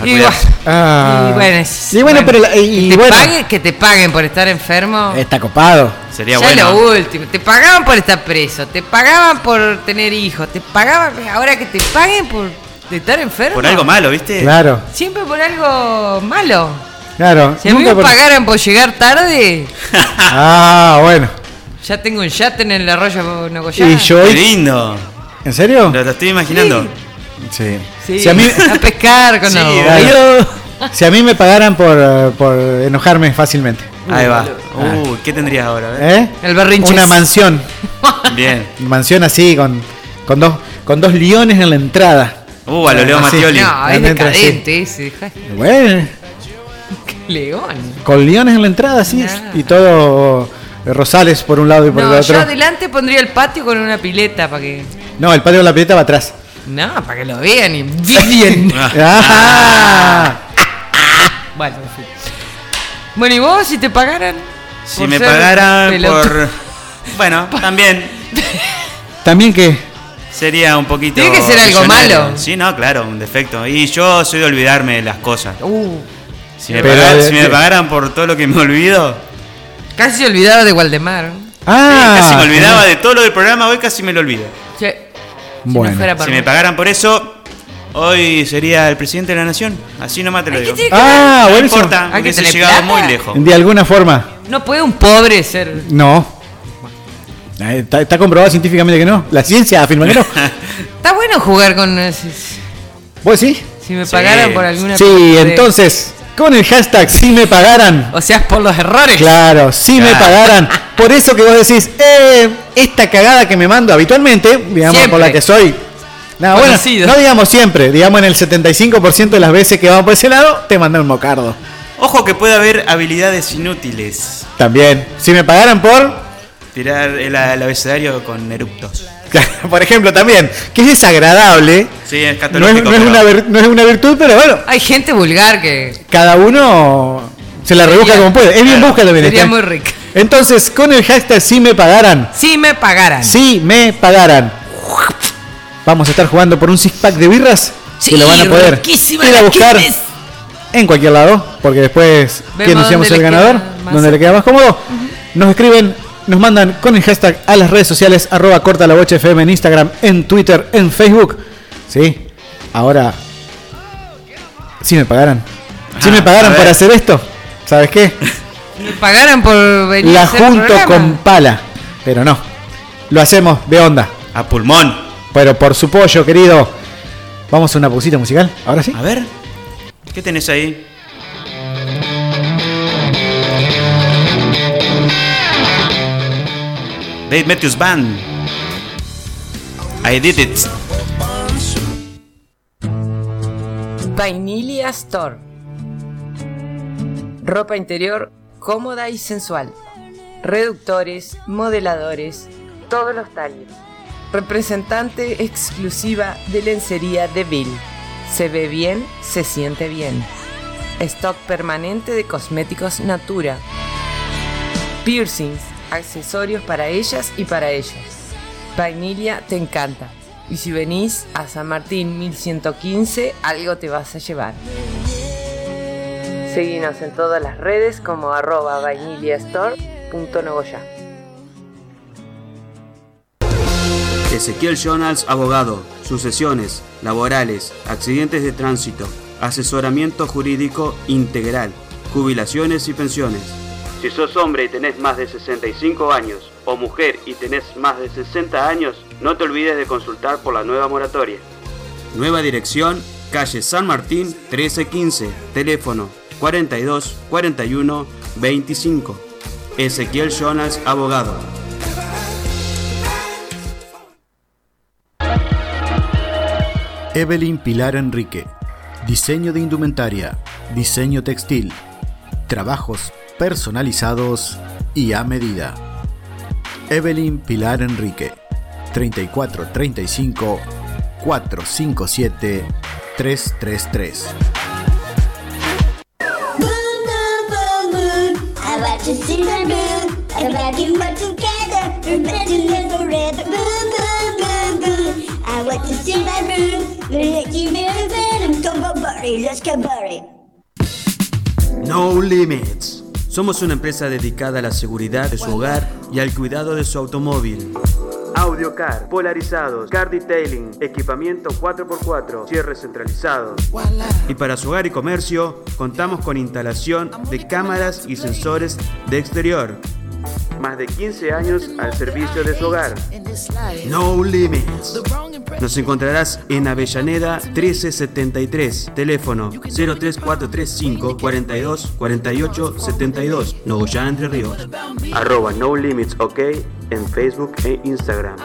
[SPEAKER 6] A
[SPEAKER 7] Y
[SPEAKER 6] cuidar.
[SPEAKER 7] bueno,
[SPEAKER 5] Ah.
[SPEAKER 7] y bueno,
[SPEAKER 5] Y bueno, pero la- y- y
[SPEAKER 7] que, te
[SPEAKER 5] bueno.
[SPEAKER 7] paguen- que te paguen por estar enfermo.
[SPEAKER 5] Está copado.
[SPEAKER 6] Sería
[SPEAKER 7] ya
[SPEAKER 6] bueno. ¿eh?
[SPEAKER 7] lo último. Te pagaban por estar preso, te pagaban por tener hijos, te pagaban. Ahora que te paguen por estar enfermo.
[SPEAKER 6] Por algo malo, ¿viste?
[SPEAKER 5] Claro,
[SPEAKER 7] Siempre por algo malo.
[SPEAKER 5] claro.
[SPEAKER 7] Si a mí
[SPEAKER 5] Nunca
[SPEAKER 7] me
[SPEAKER 5] por-
[SPEAKER 7] pagaran por llegar tarde,
[SPEAKER 5] Ah, bueno.
[SPEAKER 7] ya tengo un yate en el arroyo Nogoyá.
[SPEAKER 5] Y yo
[SPEAKER 6] Qué
[SPEAKER 5] hoy-
[SPEAKER 6] lindo.
[SPEAKER 5] ¿En serio?
[SPEAKER 6] Lo, lo estoy imaginando.
[SPEAKER 5] Sí.
[SPEAKER 7] Sí,
[SPEAKER 5] Si a mí.
[SPEAKER 7] a pescar con
[SPEAKER 6] Sí,
[SPEAKER 7] algo.
[SPEAKER 5] Claro. Si a mí me pagaran por, eh, por enojarme fácilmente.
[SPEAKER 6] Ahí va. Uh, ¿qué tendrías ahora? eh?
[SPEAKER 5] ¿Eh?
[SPEAKER 7] El berrinche.
[SPEAKER 5] Una mansión.
[SPEAKER 7] ¿Eh?
[SPEAKER 6] Bien.
[SPEAKER 5] Mansión así, con, con, dos, con dos leones en la entrada.
[SPEAKER 6] Uh, a lo Leo
[SPEAKER 5] Así.
[SPEAKER 6] Mattioli.
[SPEAKER 7] No, es
[SPEAKER 5] Realmente así.
[SPEAKER 7] decadente ese. dejá-
[SPEAKER 5] Bueno,
[SPEAKER 7] León.
[SPEAKER 5] con leones en la entrada, sí.
[SPEAKER 7] Nah.
[SPEAKER 5] Y todo eh, rosales por un lado y por
[SPEAKER 7] No,
[SPEAKER 5] el
[SPEAKER 7] yo
[SPEAKER 5] otro.
[SPEAKER 7] adelante pondría el patio con una pileta para que.
[SPEAKER 5] No, el patio de la pileta va atrás.
[SPEAKER 7] No, para que lo vean y envidien.
[SPEAKER 5] Ah.
[SPEAKER 7] bueno, en fin. Bueno, ¿y vos si te pagaran?
[SPEAKER 6] Si
[SPEAKER 7] por
[SPEAKER 6] me
[SPEAKER 7] ser
[SPEAKER 6] pagaran
[SPEAKER 7] pelotudo?
[SPEAKER 6] por. Bueno, también
[SPEAKER 5] También que.
[SPEAKER 6] sería un poquito.
[SPEAKER 7] Tiene que ser algo
[SPEAKER 6] millonario.
[SPEAKER 7] malo.
[SPEAKER 6] Sí, no, claro, un defecto. Y yo soy de olvidarme de las cosas.
[SPEAKER 7] Uh,
[SPEAKER 6] Si me,
[SPEAKER 5] Pero
[SPEAKER 6] pagaran,
[SPEAKER 5] de-
[SPEAKER 6] si me
[SPEAKER 7] eh,
[SPEAKER 5] de-
[SPEAKER 6] pagaran por todo lo que me olvido.
[SPEAKER 7] casi se olvidaba de Waldemar.
[SPEAKER 5] Ah.
[SPEAKER 6] eh, casi me olvidaba de todo lo del programa, hoy casi me lo olvido.
[SPEAKER 7] Che, si no
[SPEAKER 5] Bueno.
[SPEAKER 7] fuera por
[SPEAKER 6] Si
[SPEAKER 7] mí.
[SPEAKER 6] me pagaran por eso, hoy sería el presidente de la nación. Así nomás te lo
[SPEAKER 7] Ay,
[SPEAKER 6] digo.
[SPEAKER 7] ¿qué tiene que
[SPEAKER 5] Ah,
[SPEAKER 6] no
[SPEAKER 5] bueno.
[SPEAKER 6] importa,
[SPEAKER 7] Hay que
[SPEAKER 6] hubiese
[SPEAKER 7] tener
[SPEAKER 6] llegado
[SPEAKER 7] plata.
[SPEAKER 6] muy lejos.
[SPEAKER 5] De alguna forma.
[SPEAKER 7] No puede un pobre ser.
[SPEAKER 5] No. Eh, Está, está comprobado científicamente que no. La ciencia afirma que no.
[SPEAKER 7] Está bueno jugar con. eh, Si, si
[SPEAKER 5] ¿Vos sí?
[SPEAKER 7] me
[SPEAKER 6] Sí.
[SPEAKER 7] pagaran por alguna.
[SPEAKER 5] Sí,
[SPEAKER 7] cosa de-
[SPEAKER 5] entonces, con el hashtag si me pagaran.
[SPEAKER 7] O sea, es por los errores.
[SPEAKER 5] Claro, si me
[SPEAKER 6] Claro.
[SPEAKER 5] pagaran. Por eso que vos decís, eh, esta cagada que me mando habitualmente, digamos, por
[SPEAKER 7] Siempre.
[SPEAKER 5] la que soy. No, bueno,
[SPEAKER 7] Conocido.
[SPEAKER 5] no digamos siempre, digamos en el 75% de las veces que vamos por ese lado, te mandan un mocardo.
[SPEAKER 6] Ojo que puede haber habilidades inútiles.
[SPEAKER 5] También. Si me pagaran por.
[SPEAKER 6] Tirar el, el abecedario con eruptos.
[SPEAKER 5] Por ejemplo, también, que es desagradable.
[SPEAKER 6] Sí,
[SPEAKER 5] No es,
[SPEAKER 6] es católico.
[SPEAKER 5] no es una, vir- no es una virtud, pero bueno,
[SPEAKER 7] Hay gente vulgar que.
[SPEAKER 5] cada uno se la rebusca
[SPEAKER 7] Sería-
[SPEAKER 5] como puede. Es bien busca también.
[SPEAKER 7] Sería
[SPEAKER 5] este.
[SPEAKER 7] muy rica.
[SPEAKER 5] Entonces, con el hashtag si me pagaran,
[SPEAKER 7] Si me pagaran.
[SPEAKER 5] si me pagaran, vamos a estar jugando por un six pack de birras
[SPEAKER 7] Sí,
[SPEAKER 5] que lo van a poder
[SPEAKER 7] riquísima,
[SPEAKER 5] ir a buscar
[SPEAKER 7] riquísima.
[SPEAKER 5] en cualquier lado, porque después que
[SPEAKER 7] Vemos
[SPEAKER 5] anunciamos
[SPEAKER 7] dónde
[SPEAKER 5] el
[SPEAKER 7] le
[SPEAKER 5] ganador,
[SPEAKER 7] queda más
[SPEAKER 5] donde le
[SPEAKER 7] cerca.
[SPEAKER 5] queda más cómodo, nos escriben, nos mandan con el hashtag a las redes sociales, arroba corta la bocha FM en Instagram, en Twitter, en Facebook. Sí, ahora, si me pagaran, si
[SPEAKER 6] Ah,
[SPEAKER 5] me pagaran
[SPEAKER 6] a
[SPEAKER 5] para
[SPEAKER 6] ver.
[SPEAKER 5] hacer esto, ¿sabes qué?
[SPEAKER 7] Si me pagaran por venir a
[SPEAKER 5] la
[SPEAKER 7] hacer el
[SPEAKER 5] junto
[SPEAKER 7] programa.
[SPEAKER 5] con pala, pero no, lo hacemos de onda.
[SPEAKER 6] A pulmón.
[SPEAKER 5] Pero por su pollo, querido. Vamos a una pausita musical, ahora sí.
[SPEAKER 6] A ver, ¿qué tenés ahí? Dave Matthews Band. I did it.
[SPEAKER 7] Vainilia Store. Ropa interior cómoda y sensual. Reductores, modeladores, todos los talles. Representante exclusiva de lencería de Bill. Se ve bien, se siente bien. Stock permanente de cosméticos Natura. Piercings, accesorios para ellas y para ellos. Vainilla te encanta. Y si venís a San Martín 1115, algo te vas a llevar. Seguinos en todas las redes como arroba vainillastore.nogoya.
[SPEAKER 6] Ezequiel Jonas, abogado, sucesiones, laborales, accidentes de tránsito, asesoramiento jurídico integral, jubilaciones y pensiones. Si sos hombre y tenés más de 65 años, o mujer y tenés más de 60 años, no te olvides de consultar por la nueva moratoria. Nueva dirección, calle San Martín 1315, teléfono 42 41 25. Ezequiel Jonas, abogado.
[SPEAKER 1] Evelyn Pilar Enrique. Diseño de indumentaria, diseño textil, trabajos personalizados y a medida. Evelyn Pilar Enrique. 3435 457 333.
[SPEAKER 9] about to see the moon, about to work together, about to live forever. Boom, boom, boom, boom. I want to see my moon, let's see my moon. Come on, buddy, let's get buddy.
[SPEAKER 6] No Limits. Somos una empresa dedicada a la seguridad de su hogar y al cuidado de su automóvil. Audiocar, polarizados, car detailing, equipamiento 4x4, cierre centralizado. Y para su hogar y comercio, contamos con instalación de cámaras y sensores de exterior. Más de 15 años al servicio de su hogar. No Limits. Nos encontrarás en Avellaneda 1373, teléfono 03435 42 48 72, Nogoyá Entre Ríos. Arroba No Limits OK en Facebook e Instagram.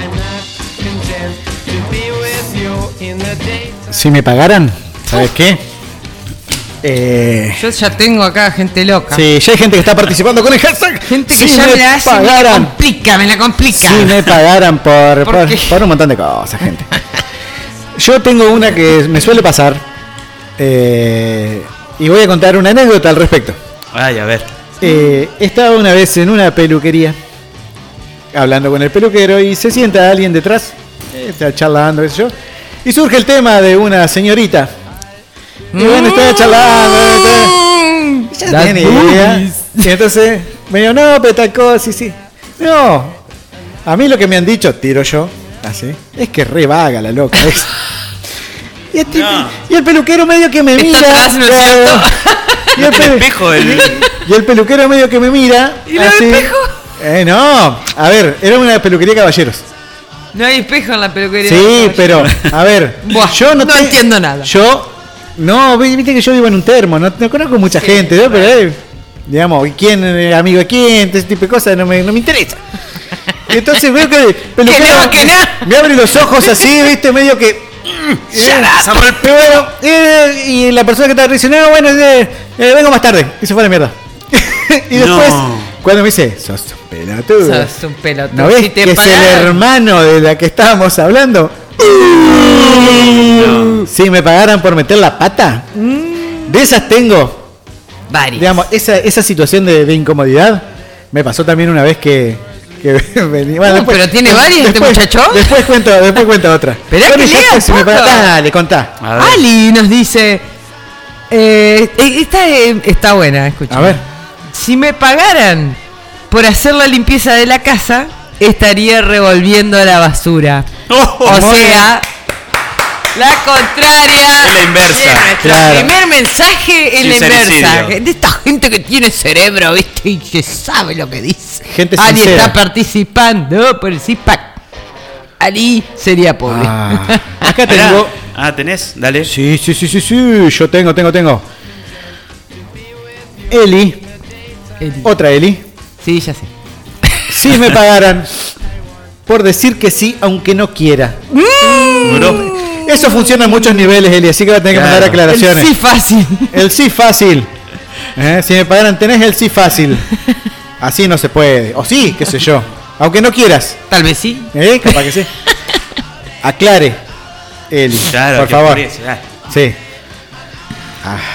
[SPEAKER 10] Content to be with you in the daytime.
[SPEAKER 5] Si me pagaran, ¿sabes qué? Eh,
[SPEAKER 7] Yo ya tengo acá gente loca.
[SPEAKER 5] sí, ya hay gente que está participando con el hashtag.
[SPEAKER 7] Gente
[SPEAKER 5] si
[SPEAKER 7] que ya
[SPEAKER 5] me
[SPEAKER 7] me la hace, me la
[SPEAKER 5] pagaran,
[SPEAKER 7] complica, me la complica.
[SPEAKER 5] si me pagaran por,
[SPEAKER 7] ¿Por
[SPEAKER 5] por-
[SPEAKER 7] qué?
[SPEAKER 5] por un montón de cosas, gente. Yo tengo una que me suele pasar eh, y voy a contar una anécdota al respecto.
[SPEAKER 11] Ay, a ver.
[SPEAKER 5] Eh, estaba una vez en una peluquería hablando con el peluquero y se sienta alguien detrás, eh, está charlando, qué sé yo, y surge el tema de una señorita. Y bueno, está charlando, eh, está- ya tiene idea. Y entonces me dijo, no, pero tal cosa, sí, sí. No, a mí lo que me han dicho, tiro yo, así, es que re vaga la loca es. Y, este-
[SPEAKER 11] No.
[SPEAKER 5] y el peluquero medio que me
[SPEAKER 7] Está
[SPEAKER 5] mira.
[SPEAKER 7] atrás, ¿no es cierto?
[SPEAKER 5] Y
[SPEAKER 11] El
[SPEAKER 5] el pelu-
[SPEAKER 11] espejo, el-
[SPEAKER 5] y el peluquero medio que me mira.
[SPEAKER 7] ¿Y lo del espejo?
[SPEAKER 5] Eh, no. A ver, era una peluquería de caballeros.
[SPEAKER 7] No hay espejo en la peluquería.
[SPEAKER 5] Sí, pero, a ver.
[SPEAKER 7] Buah,
[SPEAKER 5] yo no,
[SPEAKER 7] no
[SPEAKER 5] te-
[SPEAKER 7] entiendo nada.
[SPEAKER 5] Yo, no, vi- viste que yo vivo en un termo, no, no conozco mucha gente, ¿no? pero, eh, digamos, ¿quién, eh, amigo de quién? Ese tipo de cosas no me, no me interesa. Y entonces veo que el peluquero
[SPEAKER 7] no, que no.
[SPEAKER 5] me abre los ojos así, viste, medio que... Eh, pero bueno, eh, y la persona que estaba dice, no, bueno, eh, eh, vengo más tarde. Y se fue a la mierda. y
[SPEAKER 11] No.
[SPEAKER 5] después, cuando me dice, sos un pelotudo.
[SPEAKER 7] Sos un pelotudo.
[SPEAKER 5] ¿No ves
[SPEAKER 7] Si te
[SPEAKER 5] que es el
[SPEAKER 7] pagaran-
[SPEAKER 5] hermano de la que estábamos hablando? Si me pagaran por meter la pata.
[SPEAKER 7] Mm.
[SPEAKER 5] De esas tengo.
[SPEAKER 7] Varias.
[SPEAKER 5] Digamos, esa, esa situación de, de incomodidad me pasó también una vez que... que venía- bueno,
[SPEAKER 7] Uh, pero tiene varias este
[SPEAKER 5] después-
[SPEAKER 7] muchacho.
[SPEAKER 5] Después cuento, después cuento otra.
[SPEAKER 7] Pero es
[SPEAKER 5] Bueno,
[SPEAKER 7] que
[SPEAKER 5] ya
[SPEAKER 7] lea
[SPEAKER 5] está,
[SPEAKER 7] un
[SPEAKER 5] si me
[SPEAKER 7] poco.
[SPEAKER 5] pagara- Dale, contá.
[SPEAKER 11] A ver.
[SPEAKER 7] Ali nos dice. eh, esta eh, está buena, escucha.
[SPEAKER 5] A ver.
[SPEAKER 7] Si me pagaran por hacer la limpieza de la casa, estaría revolviendo la basura.
[SPEAKER 6] Ah,
[SPEAKER 11] Oh,
[SPEAKER 7] o
[SPEAKER 5] muy
[SPEAKER 7] sea, la contraria.
[SPEAKER 11] Es la inversa.
[SPEAKER 7] de nuestro
[SPEAKER 5] Claro.
[SPEAKER 7] primer mensaje es la
[SPEAKER 11] Sincericidio.
[SPEAKER 7] inversa. De esta gente que tiene cerebro, ¿viste? Y que sabe lo que dice.
[SPEAKER 5] Gente
[SPEAKER 7] Ali
[SPEAKER 5] sincera.
[SPEAKER 7] está participando por el CIPAC. Ali sería pobre.
[SPEAKER 5] Ah, acá
[SPEAKER 11] Pará.
[SPEAKER 5] tengo.
[SPEAKER 11] Ah, tenés, dale.
[SPEAKER 5] Sí, sí, sí, sí, sí. Yo tengo, tengo, tengo. Eli,
[SPEAKER 7] Eli.
[SPEAKER 5] otra Eli.
[SPEAKER 7] Sí, ya sé.
[SPEAKER 5] Si me pagaran por decir que sí, aunque no quiera.
[SPEAKER 11] Bro.
[SPEAKER 5] Eso funciona en muchos niveles, Eli, así que va a tener que
[SPEAKER 11] Claro.
[SPEAKER 5] mandar aclaraciones.
[SPEAKER 7] Sí, fácil.
[SPEAKER 5] El sí fácil. Eh, Si me pagaran, tenés el sí fácil. Así no se puede. O sí, qué sé yo. Aunque no quieras.
[SPEAKER 7] Tal vez sí.
[SPEAKER 5] ¿Eh? Capaz que sí. Aclare, Eli.
[SPEAKER 11] Claro,
[SPEAKER 5] por
[SPEAKER 11] que
[SPEAKER 5] favor.
[SPEAKER 11] por eso, ah.
[SPEAKER 5] Sí.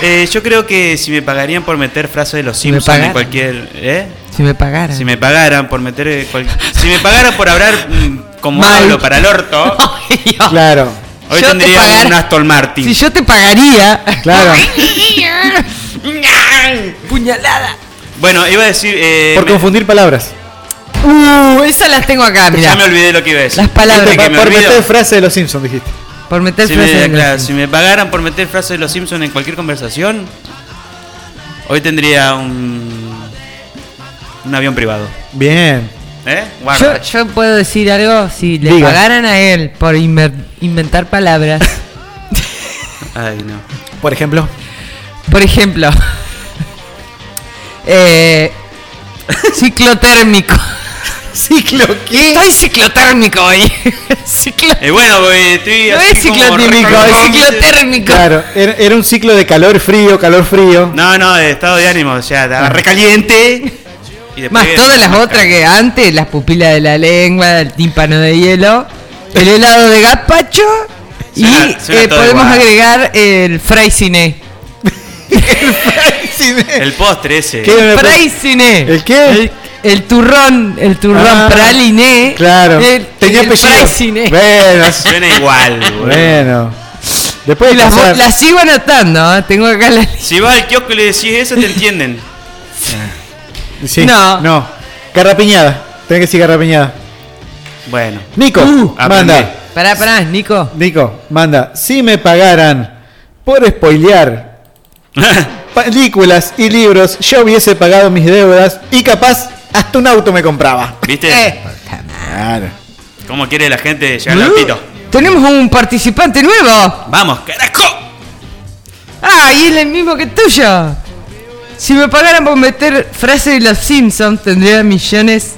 [SPEAKER 6] Eh, yo creo que si me pagarían por meter frases de los Simpsons en
[SPEAKER 7] pagaran.
[SPEAKER 6] cualquier. ¿eh?
[SPEAKER 7] Si me
[SPEAKER 5] Ah.
[SPEAKER 7] pagaran.
[SPEAKER 6] Si me pagaran por meter. eh, cual- Si me pagaran por hablar mm, como
[SPEAKER 7] Mal.
[SPEAKER 6] hablo para el orto,
[SPEAKER 5] Claro,
[SPEAKER 6] hoy
[SPEAKER 7] Yo te
[SPEAKER 6] tendría
[SPEAKER 7] pagara-
[SPEAKER 6] un Aston Martin.
[SPEAKER 7] Si yo te pagaría.
[SPEAKER 5] claro.
[SPEAKER 7] Puñalada.
[SPEAKER 6] Bueno, iba a decir. eh,
[SPEAKER 5] Por
[SPEAKER 6] me-
[SPEAKER 5] confundir palabras.
[SPEAKER 7] Uh, esas las tengo acá,
[SPEAKER 6] ya me
[SPEAKER 7] mira.
[SPEAKER 6] olvidé lo que iba a decir.
[SPEAKER 7] Las palabras.
[SPEAKER 6] Viste que me
[SPEAKER 5] Por
[SPEAKER 6] olvido.
[SPEAKER 5] meter frase de los Simpsons, dijiste.
[SPEAKER 7] Por meter
[SPEAKER 6] Si
[SPEAKER 7] frases
[SPEAKER 6] me,
[SPEAKER 7] en
[SPEAKER 6] claro,
[SPEAKER 7] los-
[SPEAKER 6] si me pagaran por meter frases de los Simpsons en cualquier conversación, hoy tendría un. Un avión privado.
[SPEAKER 5] Bien.
[SPEAKER 6] ¿Eh?
[SPEAKER 7] Yo,
[SPEAKER 6] Guarda.
[SPEAKER 7] yo puedo decir algo, si le
[SPEAKER 5] Diga.
[SPEAKER 7] pagaran a él por inver- inventar palabras,
[SPEAKER 6] Ay, no.
[SPEAKER 5] Por ejemplo.
[SPEAKER 7] por ejemplo, eh, ciclotérmico.
[SPEAKER 5] ¿Ciclo qué?
[SPEAKER 7] Estoy ciclotérmico hoy. Ciclo-
[SPEAKER 6] Eh, bueno, eh, estoy
[SPEAKER 7] no
[SPEAKER 6] así
[SPEAKER 7] es
[SPEAKER 6] como
[SPEAKER 7] ciclotímico, es
[SPEAKER 6] recontra-
[SPEAKER 7] ciclotérmico.
[SPEAKER 5] Claro, era, era un ciclo de calor frío, calor frío.
[SPEAKER 6] No, no, de estado de ánimo, o sea, estaba recaliente. Y después-
[SPEAKER 7] Ah. Más todas las otras que antes, las pupilas de la lengua, el tímpano de hielo, el helado de gazpacho y
[SPEAKER 6] Suena- suena
[SPEAKER 7] eh,
[SPEAKER 6] todo
[SPEAKER 7] podemos
[SPEAKER 6] igual.
[SPEAKER 7] agregar el fraisiné.
[SPEAKER 6] El postre ese.
[SPEAKER 5] ¿Qué era una-
[SPEAKER 7] Fraisiné.
[SPEAKER 5] ¿El qué?
[SPEAKER 7] El, el turrón, el turrón
[SPEAKER 5] Ah,
[SPEAKER 7] praliné.
[SPEAKER 5] Claro.
[SPEAKER 7] El,
[SPEAKER 5] Tenía
[SPEAKER 7] el eh.
[SPEAKER 5] apellido.
[SPEAKER 7] fraisiné.
[SPEAKER 5] Bueno,
[SPEAKER 6] Suena igual, boludo.
[SPEAKER 5] bueno. Después
[SPEAKER 7] Y
[SPEAKER 5] de
[SPEAKER 7] las, vo-
[SPEAKER 5] pasar-
[SPEAKER 7] las sigo anotando, ¿eh? tengo acá la lista.
[SPEAKER 6] Si vas al kiosco y le decís eso, te entienden.
[SPEAKER 5] Sí,
[SPEAKER 7] No.
[SPEAKER 5] No. Carrapiñada. Tenés que decir carrapiñada.
[SPEAKER 6] Bueno.
[SPEAKER 5] Nico,
[SPEAKER 7] Uh,
[SPEAKER 6] aprendí.
[SPEAKER 5] manda.
[SPEAKER 7] Pará, pará, Nico.
[SPEAKER 5] Nico, manda. Si me pagaran por spoilear películas y libros, yo hubiese pagado mis deudas y capaz hasta un auto me compraba.
[SPEAKER 6] ¿Viste?
[SPEAKER 7] Eh, ¿Mm?
[SPEAKER 5] Claro.
[SPEAKER 6] ¿Cómo quiere la gente llegar
[SPEAKER 5] ¿Mm?
[SPEAKER 6] al pito?
[SPEAKER 7] tenemos un participante nuevo.
[SPEAKER 6] Vamos, carajo.
[SPEAKER 7] Ah, y es el mismo que tuyo. Si me pagaran por meter frases de los Simpsons, tendría millones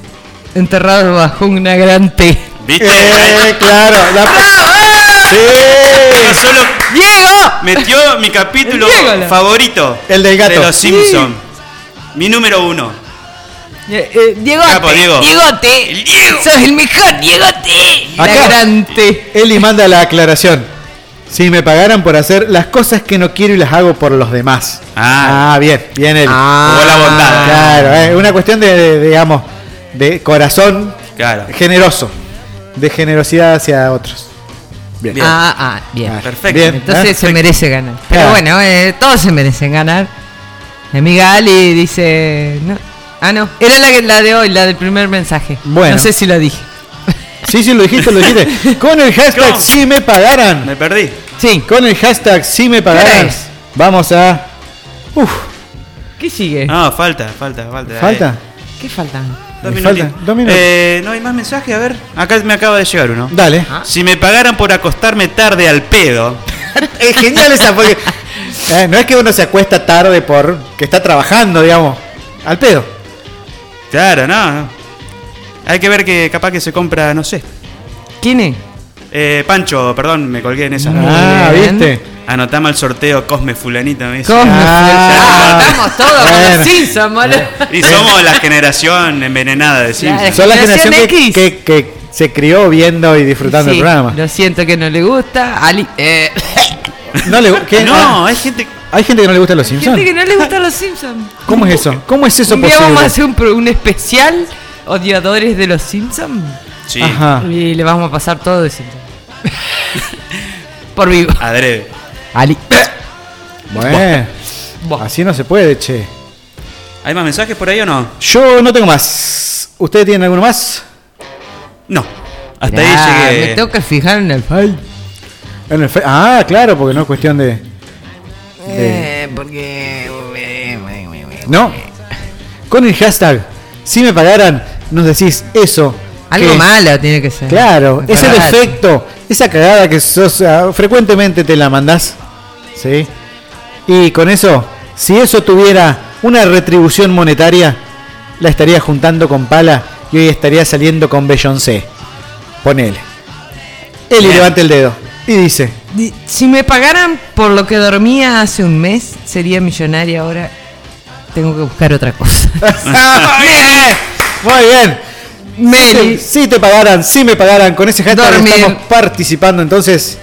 [SPEAKER 7] enterrados bajo una gran T.
[SPEAKER 6] ¿Viste?
[SPEAKER 5] Eh, claro. la-
[SPEAKER 7] ¡Ah, eh!
[SPEAKER 6] Yo
[SPEAKER 5] Sí.
[SPEAKER 6] solo
[SPEAKER 7] ¡Diego!
[SPEAKER 6] metió mi capítulo
[SPEAKER 7] Entiéndolo.
[SPEAKER 6] favorito.
[SPEAKER 5] El del gato.
[SPEAKER 6] De los Simpsons. Mi número uno.
[SPEAKER 7] Eh, eh, Diegote,
[SPEAKER 6] Capo, pues, Diego.
[SPEAKER 7] Diegote.
[SPEAKER 6] El Diego.
[SPEAKER 7] ¡Sos el mejor, Diegote! La
[SPEAKER 5] Acá.
[SPEAKER 7] gran T.
[SPEAKER 5] Eli manda la aclaración. Si me pagaran por hacer las cosas que no quiero y las hago por los demás.
[SPEAKER 6] Ah.
[SPEAKER 5] bien, bien Eli.
[SPEAKER 6] Jugó la bondad.
[SPEAKER 5] Claro, es una cuestión de, de- digamos, de corazón
[SPEAKER 6] Claro.
[SPEAKER 5] generoso, de generosidad hacia otros.
[SPEAKER 6] Bien.
[SPEAKER 7] Ah, ah, bien.
[SPEAKER 6] Perfecto.
[SPEAKER 5] Bien.
[SPEAKER 7] Entonces
[SPEAKER 5] Ah,
[SPEAKER 7] se merece ganar. Pero
[SPEAKER 5] Claro.
[SPEAKER 7] bueno, eh, todos se merecen ganar. Mi amiga Ali dice. No. Ah, no. Era la, que- la de hoy, la del primer mensaje.
[SPEAKER 5] Bueno.
[SPEAKER 7] No sé si lo dije.
[SPEAKER 5] Sí, sí, lo dijiste, lo dijiste. Con el hashtag
[SPEAKER 6] ¿Cómo?
[SPEAKER 5] si me pagaran.
[SPEAKER 6] Me perdí.
[SPEAKER 7] Sí.
[SPEAKER 5] Con el hashtag si me
[SPEAKER 7] ¿Qué
[SPEAKER 5] pagaran.
[SPEAKER 7] hora es?
[SPEAKER 5] Vamos a... Uf,
[SPEAKER 7] ¿Qué sigue?
[SPEAKER 6] No, falta, falta, falta.
[SPEAKER 5] Eh. falta.
[SPEAKER 7] ¿Qué falta?
[SPEAKER 6] Eh,
[SPEAKER 5] Me
[SPEAKER 6] dos minutos.
[SPEAKER 5] faltan dos minutos.
[SPEAKER 6] Eh, no hay más mensajes, a ver. Acá me acaba de llegar uno.
[SPEAKER 5] Dale.
[SPEAKER 6] Si me pagaran por acostarme tarde al pedo.
[SPEAKER 5] Es genial esa porque... eh, no es que uno se acuesta tarde por que está trabajando, digamos. Al pedo.
[SPEAKER 6] Claro, no. no. Hay que ver que capaz que se compra, no sé.
[SPEAKER 7] ¿Quién es?
[SPEAKER 6] Eh, Pancho, perdón, me colgué en esa.
[SPEAKER 5] Ah,
[SPEAKER 7] bien.
[SPEAKER 5] ¿viste?
[SPEAKER 6] Anotame al sorteo Cosme Fulanita, me dice.
[SPEAKER 7] Cosme.
[SPEAKER 5] Ah.
[SPEAKER 7] Estamos todos con
[SPEAKER 5] Bueno.
[SPEAKER 7] los Simpsons, boludo.
[SPEAKER 6] Y somos la generación envenenada de Simpsons.
[SPEAKER 5] Son la
[SPEAKER 7] Generación
[SPEAKER 5] generación que, que-
[SPEAKER 7] X.
[SPEAKER 5] que se crió viendo y disfrutando
[SPEAKER 7] Sí,
[SPEAKER 5] el programa.
[SPEAKER 7] Lo siento que no le gusta. Ali. Eh,
[SPEAKER 5] No le, ¿qué? Ah,
[SPEAKER 6] No, hay gente.
[SPEAKER 5] Hay gente que no le gustan los Simpsons.
[SPEAKER 7] gente que no le gustan los Simpsons.
[SPEAKER 5] ¿Cómo es eso? ¿Cómo es eso
[SPEAKER 7] Un día
[SPEAKER 5] posible?
[SPEAKER 7] vamos a hacer un, pro- un especial odiadores de los Simpsons
[SPEAKER 6] Sí,
[SPEAKER 5] Ajá.
[SPEAKER 7] y le vamos a pasar todo de Simpsons. Por vivo.
[SPEAKER 6] adrede.
[SPEAKER 7] Ali.
[SPEAKER 5] Bueno,
[SPEAKER 7] Buah.
[SPEAKER 5] así no se puede, che.
[SPEAKER 6] ¿Hay más mensajes por ahí o no?
[SPEAKER 5] Yo no tengo más. ¿Ustedes tienen alguno más?
[SPEAKER 6] No. Hasta
[SPEAKER 7] Ya,
[SPEAKER 6] ahí llegué.
[SPEAKER 7] Me tengo que fijar en el.
[SPEAKER 5] En el fe- ah, claro, porque no es cuestión de.
[SPEAKER 7] Eh, porque. eh,
[SPEAKER 5] No. Con el hashtag, si me pagaran, nos decís eso.
[SPEAKER 7] Algo
[SPEAKER 5] que-
[SPEAKER 7] malo tiene que ser.
[SPEAKER 5] Claro,
[SPEAKER 7] Me
[SPEAKER 5] ese
[SPEAKER 7] parece.
[SPEAKER 5] defecto, esa cagada que sos, ah, frecuentemente te la mandás. ¿Sí? Y con eso, si eso tuviera una retribución monetaria, la estaría juntando con pala y hoy estaría saliendo con Beyoncé. Ponele. Él y levanta el dedo y dice:
[SPEAKER 7] Di- Si me pagaran por lo que dormía hace un mes, sería millonaria ahora. Tengo que buscar otra cosa.
[SPEAKER 5] eh. Muy bien. Si
[SPEAKER 7] Meli.
[SPEAKER 5] te, si te pagaran, si me pagaran, con ese hashtag
[SPEAKER 7] Dormir.
[SPEAKER 5] estamos participando entonces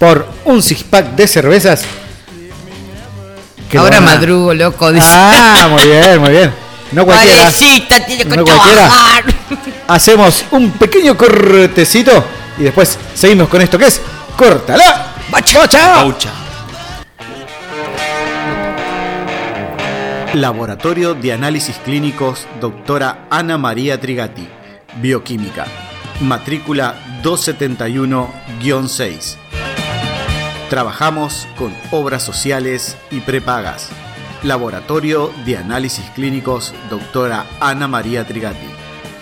[SPEAKER 5] por un six pack de cervezas. que lo
[SPEAKER 7] Ahora
[SPEAKER 5] van a-
[SPEAKER 7] madrugo, loco. Dice.
[SPEAKER 5] Ah, muy bien, muy bien. No cualquiera.
[SPEAKER 7] Pobrecita, tiene que
[SPEAKER 5] No cualquiera.
[SPEAKER 7] trabajar.
[SPEAKER 5] Hacemos un pequeño cortecito y después seguimos con esto que es Córtala Bacha.
[SPEAKER 6] Paucha.
[SPEAKER 1] Laboratorio de Análisis Clínicos, doctora Ana María Trigati, Bioquímica, matrícula 271-6. Trabajamos con obras sociales y prepagas. Laboratorio de Análisis Clínicos, doctora Ana María Trigati,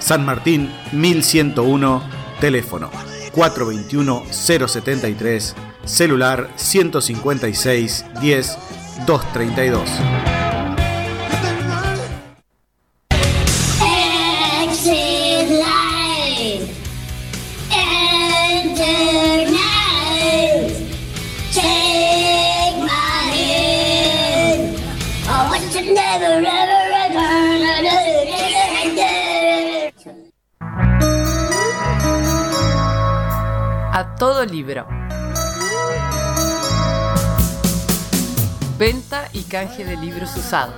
[SPEAKER 1] San Martín 1101, teléfono 421-073, celular 156 10 232.
[SPEAKER 9] Exit live. Enter night. Take my hand. I want to never, ever return. Another day.
[SPEAKER 7] A todo libro. Venta y canje de libros usados.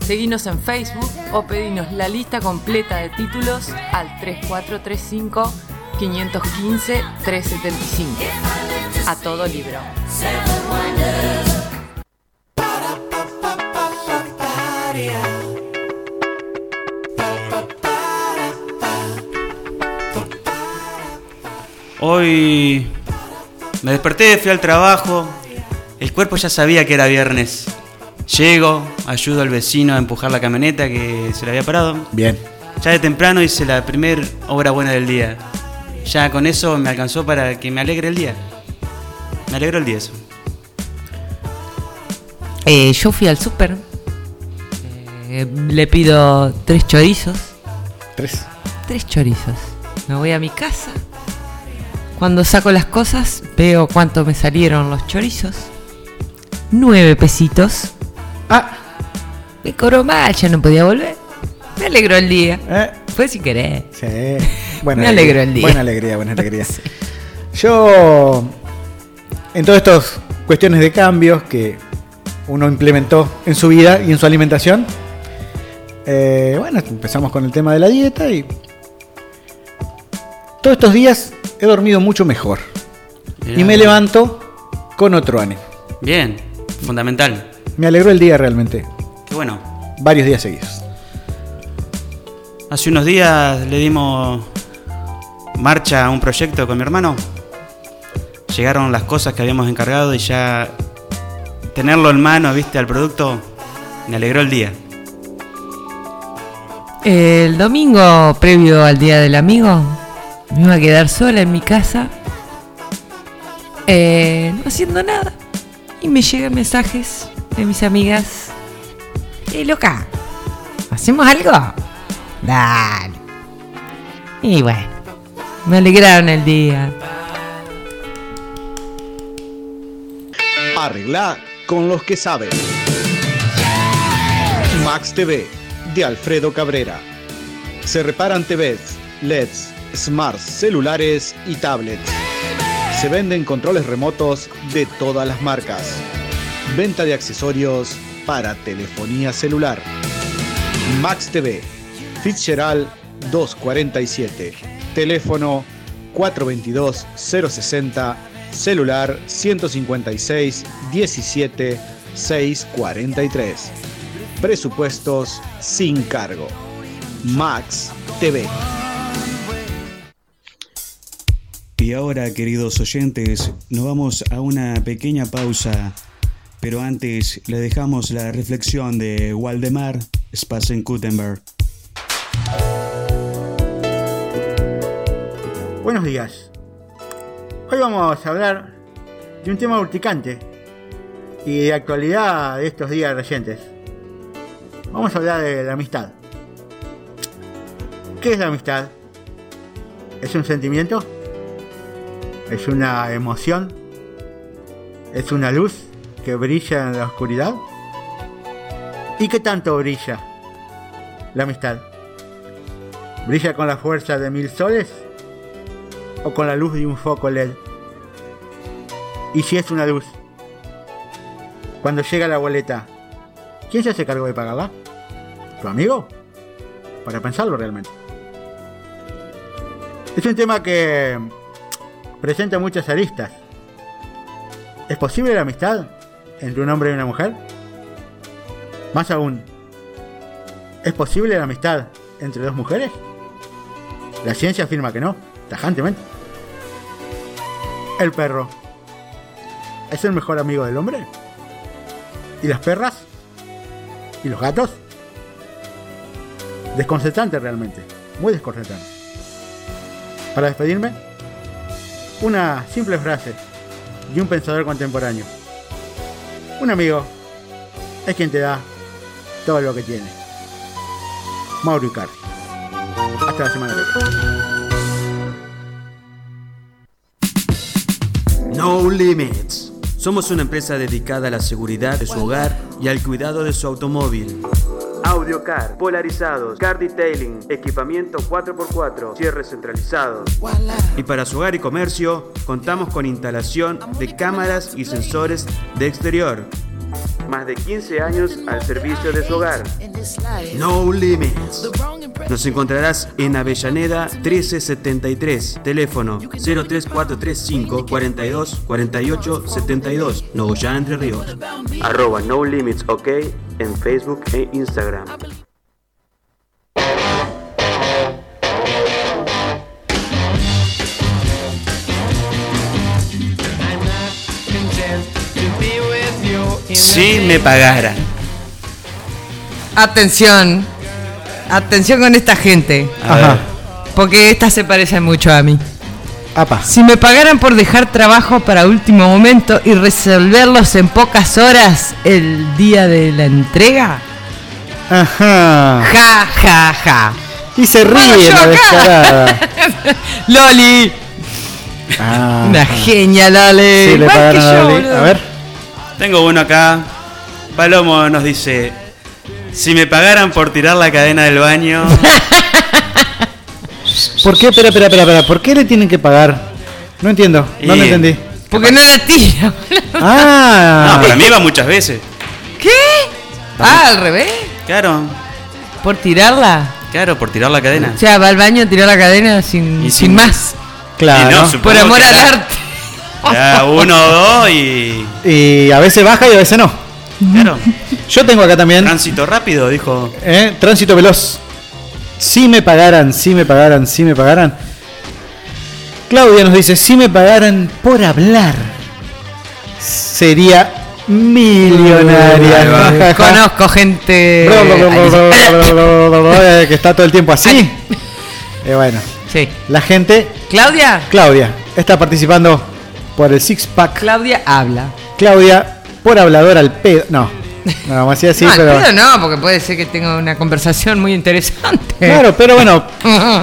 [SPEAKER 7] Seguinos en Facebook o pedinos la lista completa de títulos al 3435 515 375. A todo libro.
[SPEAKER 6] Hoy me desperté, fui al trabajo. El cuerpo ya sabía que era viernes. Llego, ayudo al vecino a empujar la camioneta que se le había parado.
[SPEAKER 1] Bien.
[SPEAKER 6] Ya de temprano hice la primer obra buena del día. Ya con eso me alcanzó para que me alegre el día. Me alegro el día eso.
[SPEAKER 12] Eh, yo fui al súper. Eh, le pido tres chorizos.
[SPEAKER 5] Tres.
[SPEAKER 12] Tres chorizos. Me voy a mi casa. Cuando saco las cosas, veo cuánto me salieron los chorizos. Nueve pesitos.
[SPEAKER 5] Ah.
[SPEAKER 12] Me cobró mal, ya no podía volver. Me alegró el día.
[SPEAKER 5] eh.
[SPEAKER 12] Fue sin querer.
[SPEAKER 5] Sí. Buena
[SPEAKER 12] Me
[SPEAKER 5] alegría,
[SPEAKER 12] alegró el día.
[SPEAKER 5] Buena alegría, buena alegría. Yo, en todas estas cuestiones de cambios que uno implementó en su vida y en su alimentación, eh, bueno, empezamos con el tema de la dieta y todos estos días he dormido mucho mejor. Y
[SPEAKER 6] Mirá.
[SPEAKER 5] me levanto con otro ánimo.
[SPEAKER 6] Bien, fundamental.
[SPEAKER 5] Me alegró el día realmente,
[SPEAKER 6] Qué bueno.
[SPEAKER 5] varios días seguidos.
[SPEAKER 6] Hace unos días le dimos marcha a un proyecto con mi hermano. Llegaron las cosas que habíamos encargado y ya tenerlo en mano, viste, al producto, me alegró el día.
[SPEAKER 12] El domingo previo al Día del Amigo, me iba a quedar sola en mi casa, eh, no haciendo nada. Y me llegan mensajes de mis amigas. ¡Eh, loca! ¿Hacemos algo? Dale. Y bueno, me alegraron el día.
[SPEAKER 1] Arregla con los que saben. Max TV de Alfredo Cabrera. Se reparan TVs, LEDs, E smarts, celulares y tablets. Se venden controles remotos de todas las marcas. Venta de accesorios para telefonía celular. Max TV, Fitzgerald 247. Teléfono 422-060, celular 156 17 643. Presupuestos sin cargo. Max TV.
[SPEAKER 13] Y ahora, queridos oyentes, nos vamos a una pequeña pausa, pero antes le dejamos la reflexión de Waldemar Spassen-Gutenberg.
[SPEAKER 14] Buenos días. Hoy vamos a hablar de un tema urticante y de actualidad de estos días recientes. Vamos a hablar de la amistad. ¿Qué es la amistad? ¿Es un sentimiento? ¿Es una emoción? ¿Es una luz que brilla en la oscuridad? ¿Y qué tanto brilla la amistad? ¿Brilla con la fuerza de mil soles? o con la luz de un foco LED. E Y si es una luz. Cuando llega la boleta, ¿quién se hace cargo de pagarla? ¿Tu amigo? Para pensarlo realmente. Es un tema que presenta muchas aristas. ¿Es posible la amistad entre un hombre y una mujer? Más aún, ¿es posible la amistad entre dos mujeres? La ciencia afirma que no, tajantemente. El perro. ¿Es el mejor amigo del hombre? ¿Y las perras? ¿Y los gatos? Desconcertante realmente, muy desconcertante. Para despedirme, una simple frase de un pensador contemporáneo. Un amigo es quien te da todo lo que tiene. Mauro Icardi. Hasta la semana que viene.
[SPEAKER 6] No Limits. Somos una empresa dedicada a la seguridad de su hogar y al cuidado de su automóvil. Audiocar, polarizados, car detailing, equipamiento 4x4, cierre centralizado. Y para su hogar y comercio, contamos con instalación de cámaras y sensores de exterior. Más de 15 años al servicio de su hogar. No Limits. Nos encontrarás en Avellaneda 1373, teléfono 03435 42 48 72, Nogoyá Entre Ríos. Arroba No Limits OK en Facebook e Instagram.
[SPEAKER 15] Si me pagaran.
[SPEAKER 7] Atención. Atención con esta gente.
[SPEAKER 15] Ajá.
[SPEAKER 7] Porque estas se parecen mucho a mí.
[SPEAKER 5] Apa.
[SPEAKER 7] Si me pagaran por dejar trabajo para último momento y resolverlos en pocas horas el día de la entrega.
[SPEAKER 5] Ajá.
[SPEAKER 7] Ja, ja, ja.
[SPEAKER 5] Y se ríe
[SPEAKER 7] yo
[SPEAKER 5] la
[SPEAKER 7] acá.
[SPEAKER 5] descarada.
[SPEAKER 7] Loli.
[SPEAKER 5] Ah.
[SPEAKER 7] Una genia, Loli.
[SPEAKER 5] Sí, le
[SPEAKER 7] Igual
[SPEAKER 5] pagan
[SPEAKER 7] que
[SPEAKER 5] a
[SPEAKER 7] yo,
[SPEAKER 5] Loli.
[SPEAKER 7] boludo.
[SPEAKER 5] A ver.
[SPEAKER 15] Tengo uno acá. Palomo nos dice: Si me pagaran por tirar la cadena del baño.
[SPEAKER 5] ¿Por qué? Espera, espera, espera, espera. ¿Por qué le tienen que pagar? No entiendo. No lo
[SPEAKER 15] Y-
[SPEAKER 5] entendí.
[SPEAKER 7] Porque no la tira.
[SPEAKER 5] Ah.
[SPEAKER 15] No, para mí va muchas veces.
[SPEAKER 7] ¿Qué? Ah, al revés.
[SPEAKER 15] Claro.
[SPEAKER 7] ¿Por tirarla?
[SPEAKER 15] Claro, por tirar la cadena.
[SPEAKER 7] O sea, va al baño a tirar la cadena sin, sin, más.
[SPEAKER 15] Y no,
[SPEAKER 5] Claro.
[SPEAKER 15] supongo
[SPEAKER 7] Por amor
[SPEAKER 15] que
[SPEAKER 7] al
[SPEAKER 15] hará-
[SPEAKER 7] arte.
[SPEAKER 15] hará uno o dos y.
[SPEAKER 5] Y a veces baja y a veces no.
[SPEAKER 15] Claro.
[SPEAKER 5] Yo tengo acá también.
[SPEAKER 15] Tránsito rápido, dijo.
[SPEAKER 5] ¿eh? Tránsito veloz. Si me pagaran, si me pagaran, si me pagaran. Claudia nos dice, si me pagaran por hablar, sería millonaria. Ja, ja, ja.
[SPEAKER 7] Conozco gente.
[SPEAKER 5] Bla, bla, bla, bla, bla, bla, bla, bla, bla, eh, que está todo el tiempo así. Eh, bueno,
[SPEAKER 7] Sí.
[SPEAKER 5] la gente,
[SPEAKER 7] Claudia.
[SPEAKER 5] Claudia, está participando por el Six Pack.
[SPEAKER 7] Claudia habla.
[SPEAKER 5] Claudia, por hablador al pedo. No, no, vamos a decir así,
[SPEAKER 7] no, al
[SPEAKER 5] pero.
[SPEAKER 7] pedo no, porque puede ser que tenga una conversación muy interesante.
[SPEAKER 5] Claro, pero bueno,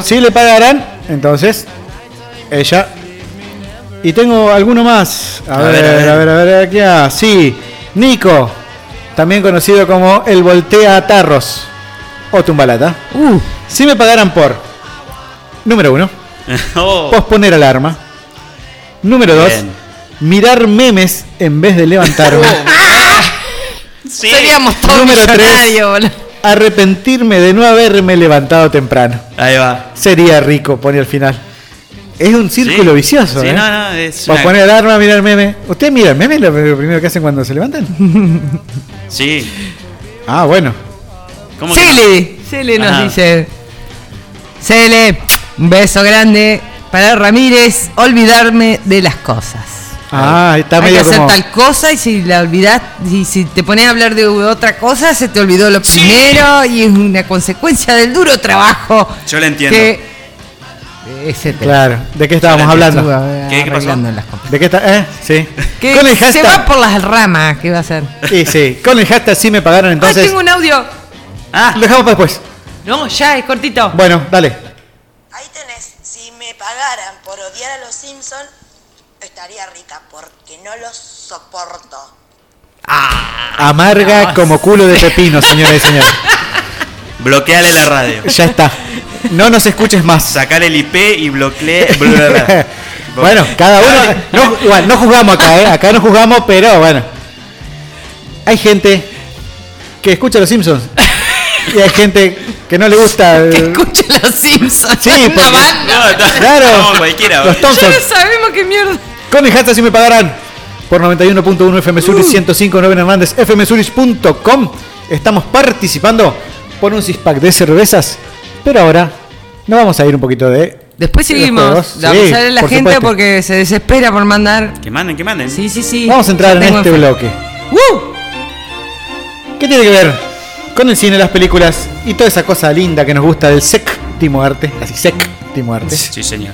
[SPEAKER 5] si le pagarán, entonces ella. Y tengo alguno más. A,
[SPEAKER 15] A
[SPEAKER 5] ver,
[SPEAKER 15] ver, a ver.
[SPEAKER 5] a ver, a ver, aquí. ah, sí, Nico, también conocido como el voltea a tarros o tumbalata.
[SPEAKER 7] Uh.
[SPEAKER 5] Si me pagaran por número uno,
[SPEAKER 15] Oh,
[SPEAKER 5] posponer alarma. Número dos,
[SPEAKER 15] Bien.
[SPEAKER 5] mirar memes en vez de levantarme.
[SPEAKER 15] Oh. sí.
[SPEAKER 7] Seríamos todos
[SPEAKER 5] Número tres.
[SPEAKER 7] millonarios, boludo.
[SPEAKER 5] Arrepentirme de no haberme levantado temprano.
[SPEAKER 15] Ahí va.
[SPEAKER 5] Sería rico, pone al final. Es un círculo
[SPEAKER 15] Sí.
[SPEAKER 5] vicioso,
[SPEAKER 15] Sí,
[SPEAKER 5] ¿eh?
[SPEAKER 15] no, no, es
[SPEAKER 5] Vos
[SPEAKER 15] una-
[SPEAKER 5] poner alarma, mirar el meme. ¿Ustedes miran meme lo lo primero que hacen cuando se levantan?
[SPEAKER 15] Sí.
[SPEAKER 5] ah, bueno.
[SPEAKER 15] ¿Cómo que no?
[SPEAKER 7] Cele, Cele nos
[SPEAKER 15] Ajá.
[SPEAKER 7] dice. Cele, un beso grande para Ramírez, olvidarme de las cosas.
[SPEAKER 5] Ah, está
[SPEAKER 7] Hay que
[SPEAKER 5] medio
[SPEAKER 7] hacer
[SPEAKER 5] como...
[SPEAKER 7] tal cosa y si la olvidas, y si te pones a hablar de otra cosa, se te olvidó lo primero y es una consecuencia del duro trabajo
[SPEAKER 15] Yo la entiendo.
[SPEAKER 7] que etcétera. eh,
[SPEAKER 5] Claro. ¿De qué estábamos hablando?
[SPEAKER 15] ¿Qué- qué pasó?
[SPEAKER 7] Arreglando las cosas.
[SPEAKER 5] ¿De qué está? ¿Eh? Sí.
[SPEAKER 7] Que
[SPEAKER 5] Con el
[SPEAKER 7] se va
[SPEAKER 5] hashtag...
[SPEAKER 7] por las ramas, ¿qué va a hacer?
[SPEAKER 5] Sí, sí. Con el hashtag sí me pagaron,
[SPEAKER 7] Ay,
[SPEAKER 5] entonces...
[SPEAKER 7] tengo un audio.
[SPEAKER 15] Ah,
[SPEAKER 5] Lo dejamos para después.
[SPEAKER 7] No, ya es cortito.
[SPEAKER 5] Bueno, dale.
[SPEAKER 9] Ahí tenés, si me pagaran por odiar a los Simpson, estaría rica porque no los soporto.
[SPEAKER 15] Ah,
[SPEAKER 5] Amarga como culo de pepino, señores y señores.
[SPEAKER 15] bloqueale la radio.
[SPEAKER 5] Ya está. No nos escuches más.
[SPEAKER 15] Sacar el IP y bloqueé.
[SPEAKER 5] Bueno, cada uno. No, igual, no juzgamos acá, ¿eh? Acá no juzgamos, pero bueno. Hay gente que escucha Los Simpsons. Y hay gente que no le gusta. el-
[SPEAKER 12] Escucha los Simpsons.
[SPEAKER 5] eh, Sí,
[SPEAKER 12] una
[SPEAKER 5] porque-
[SPEAKER 12] banda.
[SPEAKER 5] Claro. Los
[SPEAKER 12] Ya
[SPEAKER 5] Thompson.
[SPEAKER 12] no sabemos qué mierda.
[SPEAKER 5] Con mi hashtag si me pagarán. Por 91.1 FM Zurich, 105.9 en Hernández, fmzurich.com. Estamos participando por un six pack de cervezas. Pero ahora nos vamos a ir un poquito de.
[SPEAKER 12] Después
[SPEAKER 5] de los
[SPEAKER 12] seguimos.
[SPEAKER 5] juegos.
[SPEAKER 12] Vamos a
[SPEAKER 5] Sí,
[SPEAKER 12] ver a la
[SPEAKER 5] por
[SPEAKER 12] gente
[SPEAKER 5] supuesto.
[SPEAKER 12] porque se desespera por mandar.
[SPEAKER 6] Que manden, que manden.
[SPEAKER 12] Sí, sí, sí.
[SPEAKER 5] Vamos a entrar en este bloque.
[SPEAKER 12] ¡Uh!
[SPEAKER 5] ¿Qué tiene que ver con el cine, las películas y toda esa cosa linda que nos gusta del séptimo arte? Así, séptimo arte.
[SPEAKER 6] Sí, señor.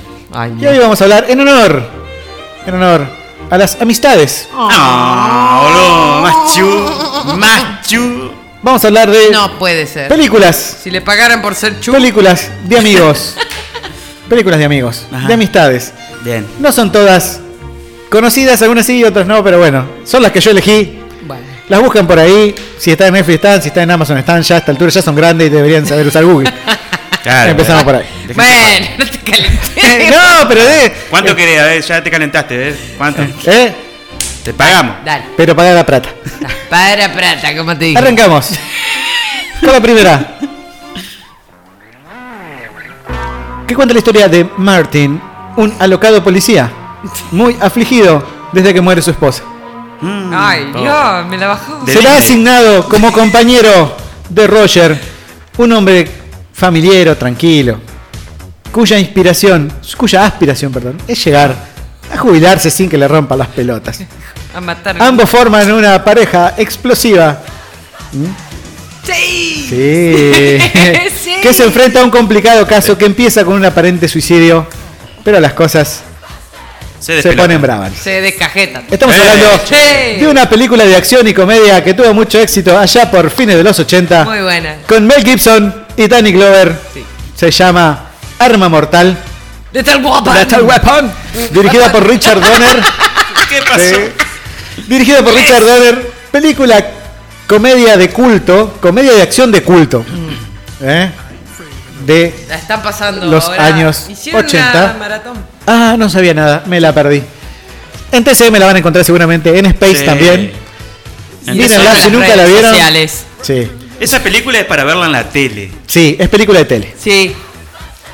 [SPEAKER 5] Y hoy vamos a hablar en honor, en honor a las amistades.
[SPEAKER 12] Ah,
[SPEAKER 6] No, boludo, machu. Machu.
[SPEAKER 5] Vamos a hablar de
[SPEAKER 12] No puede ser.
[SPEAKER 5] películas.
[SPEAKER 12] Si le pagaran por ser chu.
[SPEAKER 5] Películas de amigos. películas de amigos, de amistades.
[SPEAKER 6] Bien.
[SPEAKER 5] No son todas conocidas, algunas sí, otras no, pero bueno, son las que yo elegí. Las buscan por ahí, si está en Netflix están, si está en Amazon están, ya a esta altura ya son grandes y deberían saber usar Google. Empezamos por ahí.
[SPEAKER 12] Bueno, no te calentes.
[SPEAKER 5] No, pero de,
[SPEAKER 6] ¿Cuánto querés? A ver, ya te calentaste, ¿eh? ¿Cuánto?
[SPEAKER 5] ¿Eh?
[SPEAKER 6] Te pagamos.
[SPEAKER 12] Dale,
[SPEAKER 5] Pero paga la plata.
[SPEAKER 12] para plata, como te dije.
[SPEAKER 5] Arrancamos. Con la primera. Que cuenta la historia de Martin, un alocado policía, muy afligido desde que muere su esposa.
[SPEAKER 6] Mm,
[SPEAKER 12] Ay, Dios, me la bajó.
[SPEAKER 5] Será asignado como compañero de Roger, un hombre familiero, tranquilo, cuya inspiración, cuya aspiración, perdón, es llegar a jubilarse sin que le rompan las pelotas.
[SPEAKER 12] A matar.
[SPEAKER 5] Ambos forman una pareja explosiva. ¿Mm?
[SPEAKER 12] Sí.
[SPEAKER 5] Sí.
[SPEAKER 12] Sí.
[SPEAKER 5] Que se enfrenta a un complicado caso que empieza con un aparente suicidio, pero las cosas se, ponen bravas.
[SPEAKER 12] Se descajeta.
[SPEAKER 5] Estamos hablando de una película de acción y comedia que tuvo mucho éxito allá por fines de los 80
[SPEAKER 12] Muy buena.
[SPEAKER 5] con Mel Gibson y Danny Glover. Se llama Arma Mortal.
[SPEAKER 12] Lethal Weapon.
[SPEAKER 5] Lethal Weapon. Dirigida por Richard Donner.
[SPEAKER 6] ¿Qué
[SPEAKER 5] Sí. Dirigida por Richard Donner. Película comedia de culto. Comedia de acción de culto. ¿eh? De
[SPEAKER 12] La están pasando
[SPEAKER 5] Los
[SPEAKER 12] ahora.
[SPEAKER 5] años
[SPEAKER 12] Hicieron
[SPEAKER 5] 80.
[SPEAKER 12] una maratón.
[SPEAKER 5] Ah, no sabía nada, me la perdí. En TC me la van a encontrar seguramente, en Space
[SPEAKER 6] Sí.
[SPEAKER 5] también.
[SPEAKER 6] En
[SPEAKER 5] Mírenla
[SPEAKER 6] todas
[SPEAKER 5] si
[SPEAKER 6] las
[SPEAKER 5] nunca
[SPEAKER 6] redes
[SPEAKER 5] la vieron.
[SPEAKER 12] sociales.
[SPEAKER 5] Sí,
[SPEAKER 6] Esa película es para verla en la tele.
[SPEAKER 5] sí, es película de tele.
[SPEAKER 12] Sí.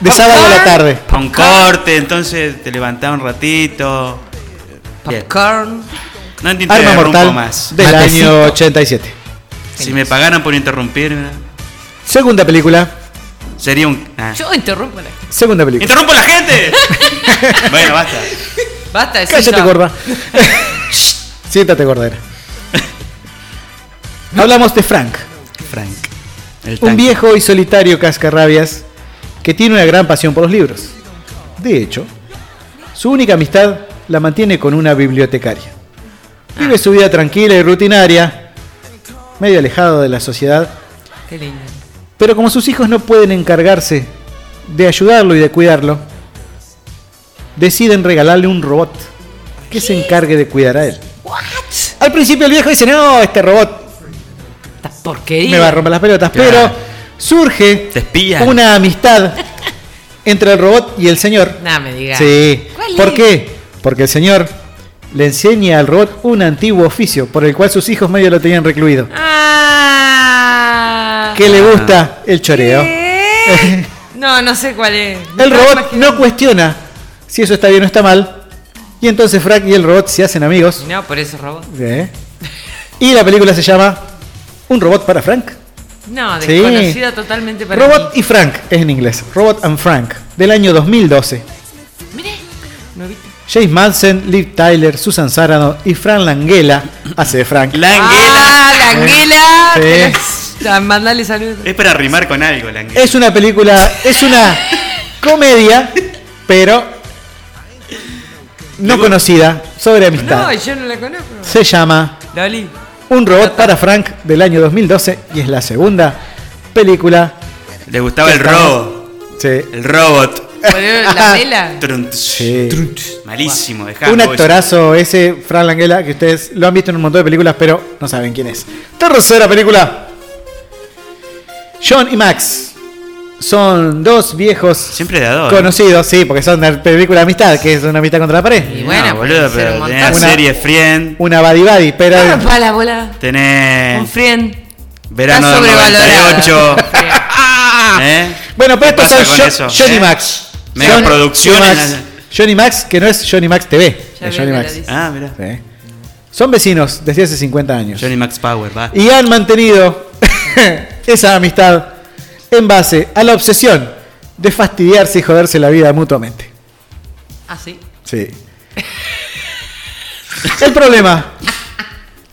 [SPEAKER 5] De sábado a la tarde.
[SPEAKER 6] Con corte, entonces te levantás un ratito.
[SPEAKER 12] Popcorn.
[SPEAKER 6] No te
[SPEAKER 5] Arma
[SPEAKER 6] interrumpo
[SPEAKER 5] Mortal
[SPEAKER 6] más.
[SPEAKER 5] del año 87.
[SPEAKER 6] Si me pagaran por interrumpirme,
[SPEAKER 5] Segunda película.
[SPEAKER 6] sería un. ah.
[SPEAKER 12] Yo interrumpo la
[SPEAKER 5] Segunda película.
[SPEAKER 6] ¡Interrumpo a la gente! bueno, basta.
[SPEAKER 12] Basta de
[SPEAKER 5] Cállate,
[SPEAKER 12] cinta.
[SPEAKER 5] gorda. Siéntate, gordera. Hablamos de Frank.
[SPEAKER 6] Frank. El
[SPEAKER 5] Un
[SPEAKER 6] tanque.
[SPEAKER 5] viejo y solitario cascarrabias que tiene una gran pasión por los libros. De hecho, su única amistad la mantiene con una bibliotecaria. Vive su vida tranquila y rutinaria, medio alejado de la sociedad,
[SPEAKER 12] Qué lindo.
[SPEAKER 5] pero como sus hijos no pueden encargarse de ayudarlo y de cuidarlo, deciden regalarle un robot que se encargue de cuidar a él. Al principio el viejo dice, no, este robot
[SPEAKER 12] Porquería.
[SPEAKER 5] me va a romper las pelotas, pero surge
[SPEAKER 6] espía.
[SPEAKER 5] una amistad entre el robot y el señor.
[SPEAKER 12] Nah, me digas.
[SPEAKER 5] Sí.
[SPEAKER 12] ¿Cuál
[SPEAKER 5] ¿Por
[SPEAKER 12] es?
[SPEAKER 5] qué? Porque el señor le enseña al robot un antiguo oficio por el cual sus hijos medio lo tenían recluido.
[SPEAKER 12] Ah.
[SPEAKER 5] Que le gusta el choreo.
[SPEAKER 12] No, no sé cuál es.
[SPEAKER 5] El robot no cuestiona si eso está bien o está mal. Y entonces Frank y el robot se hacen amigos.
[SPEAKER 12] No, por eso robot.
[SPEAKER 5] ¿Eh? Y la película se llama Un robot para Frank.
[SPEAKER 12] No,
[SPEAKER 5] Sí.
[SPEAKER 12] desconocida totalmente para
[SPEAKER 5] Robot y Frank es en inglés. Robot and Frank, del año 2012.
[SPEAKER 12] mí.
[SPEAKER 5] James Madsen, Liv Tyler, Susan Sarandon y Fran Langela hace de Frank.
[SPEAKER 12] Ah, la anguila.
[SPEAKER 5] Sí.
[SPEAKER 12] que la- Mandale saludos.
[SPEAKER 6] Es para rimar con algo, la anguila.
[SPEAKER 5] Es una película, es una comedia, pero no conocida, sobre amistad.
[SPEAKER 12] No, yo no la conozco.
[SPEAKER 5] Se llama
[SPEAKER 12] Loli.
[SPEAKER 5] Un robot para Frank del año 2012 y es la segunda película.
[SPEAKER 6] Le gustaba el robo.
[SPEAKER 5] Sí.
[SPEAKER 6] El robot.
[SPEAKER 12] Poner la vela.
[SPEAKER 6] Trunt.
[SPEAKER 5] Sí.
[SPEAKER 6] Malísimo, dejá.
[SPEAKER 5] Un
[SPEAKER 6] vos.
[SPEAKER 5] actorazo ese, Fran Langela, que ustedes lo han visto en un montón de películas, pero no saben quién es. Tercera película. John y Max Son dos viejos conocidos, sí, porque son de película de amistad, que es una amistad contra la pared.
[SPEAKER 6] Y bueno, boludo, pero
[SPEAKER 5] un
[SPEAKER 6] tenés la
[SPEAKER 5] montón.
[SPEAKER 6] serie Friend,
[SPEAKER 5] Una buddy buddy, pero
[SPEAKER 12] Ah, pala, bola. Un
[SPEAKER 6] tenés
[SPEAKER 12] friend.
[SPEAKER 6] Verano
[SPEAKER 12] Está
[SPEAKER 6] del
[SPEAKER 12] sobrevalorada.
[SPEAKER 6] 98. ¿eh?
[SPEAKER 5] Bueno, pero estos
[SPEAKER 6] ¿Qué pasa
[SPEAKER 5] son
[SPEAKER 6] con
[SPEAKER 5] Jo-
[SPEAKER 6] eso,
[SPEAKER 5] Johnny
[SPEAKER 6] eh?
[SPEAKER 5] Max.
[SPEAKER 6] Mega
[SPEAKER 5] Son
[SPEAKER 6] producciones.
[SPEAKER 5] Johnny Max, Johnny Max, que no es Johnny Max TV.
[SPEAKER 6] Ya
[SPEAKER 5] es Johnny
[SPEAKER 6] veo que lo
[SPEAKER 5] Max.
[SPEAKER 6] dice. Ah, mira.
[SPEAKER 5] Son vecinos desde hace 50 años.
[SPEAKER 6] Johnny Max Power, va.
[SPEAKER 5] Y han mantenido esa amistad en base a la obsesión de fastidiarse y joderse la vida mutuamente.
[SPEAKER 12] Ah, sí.
[SPEAKER 5] Sí. El problema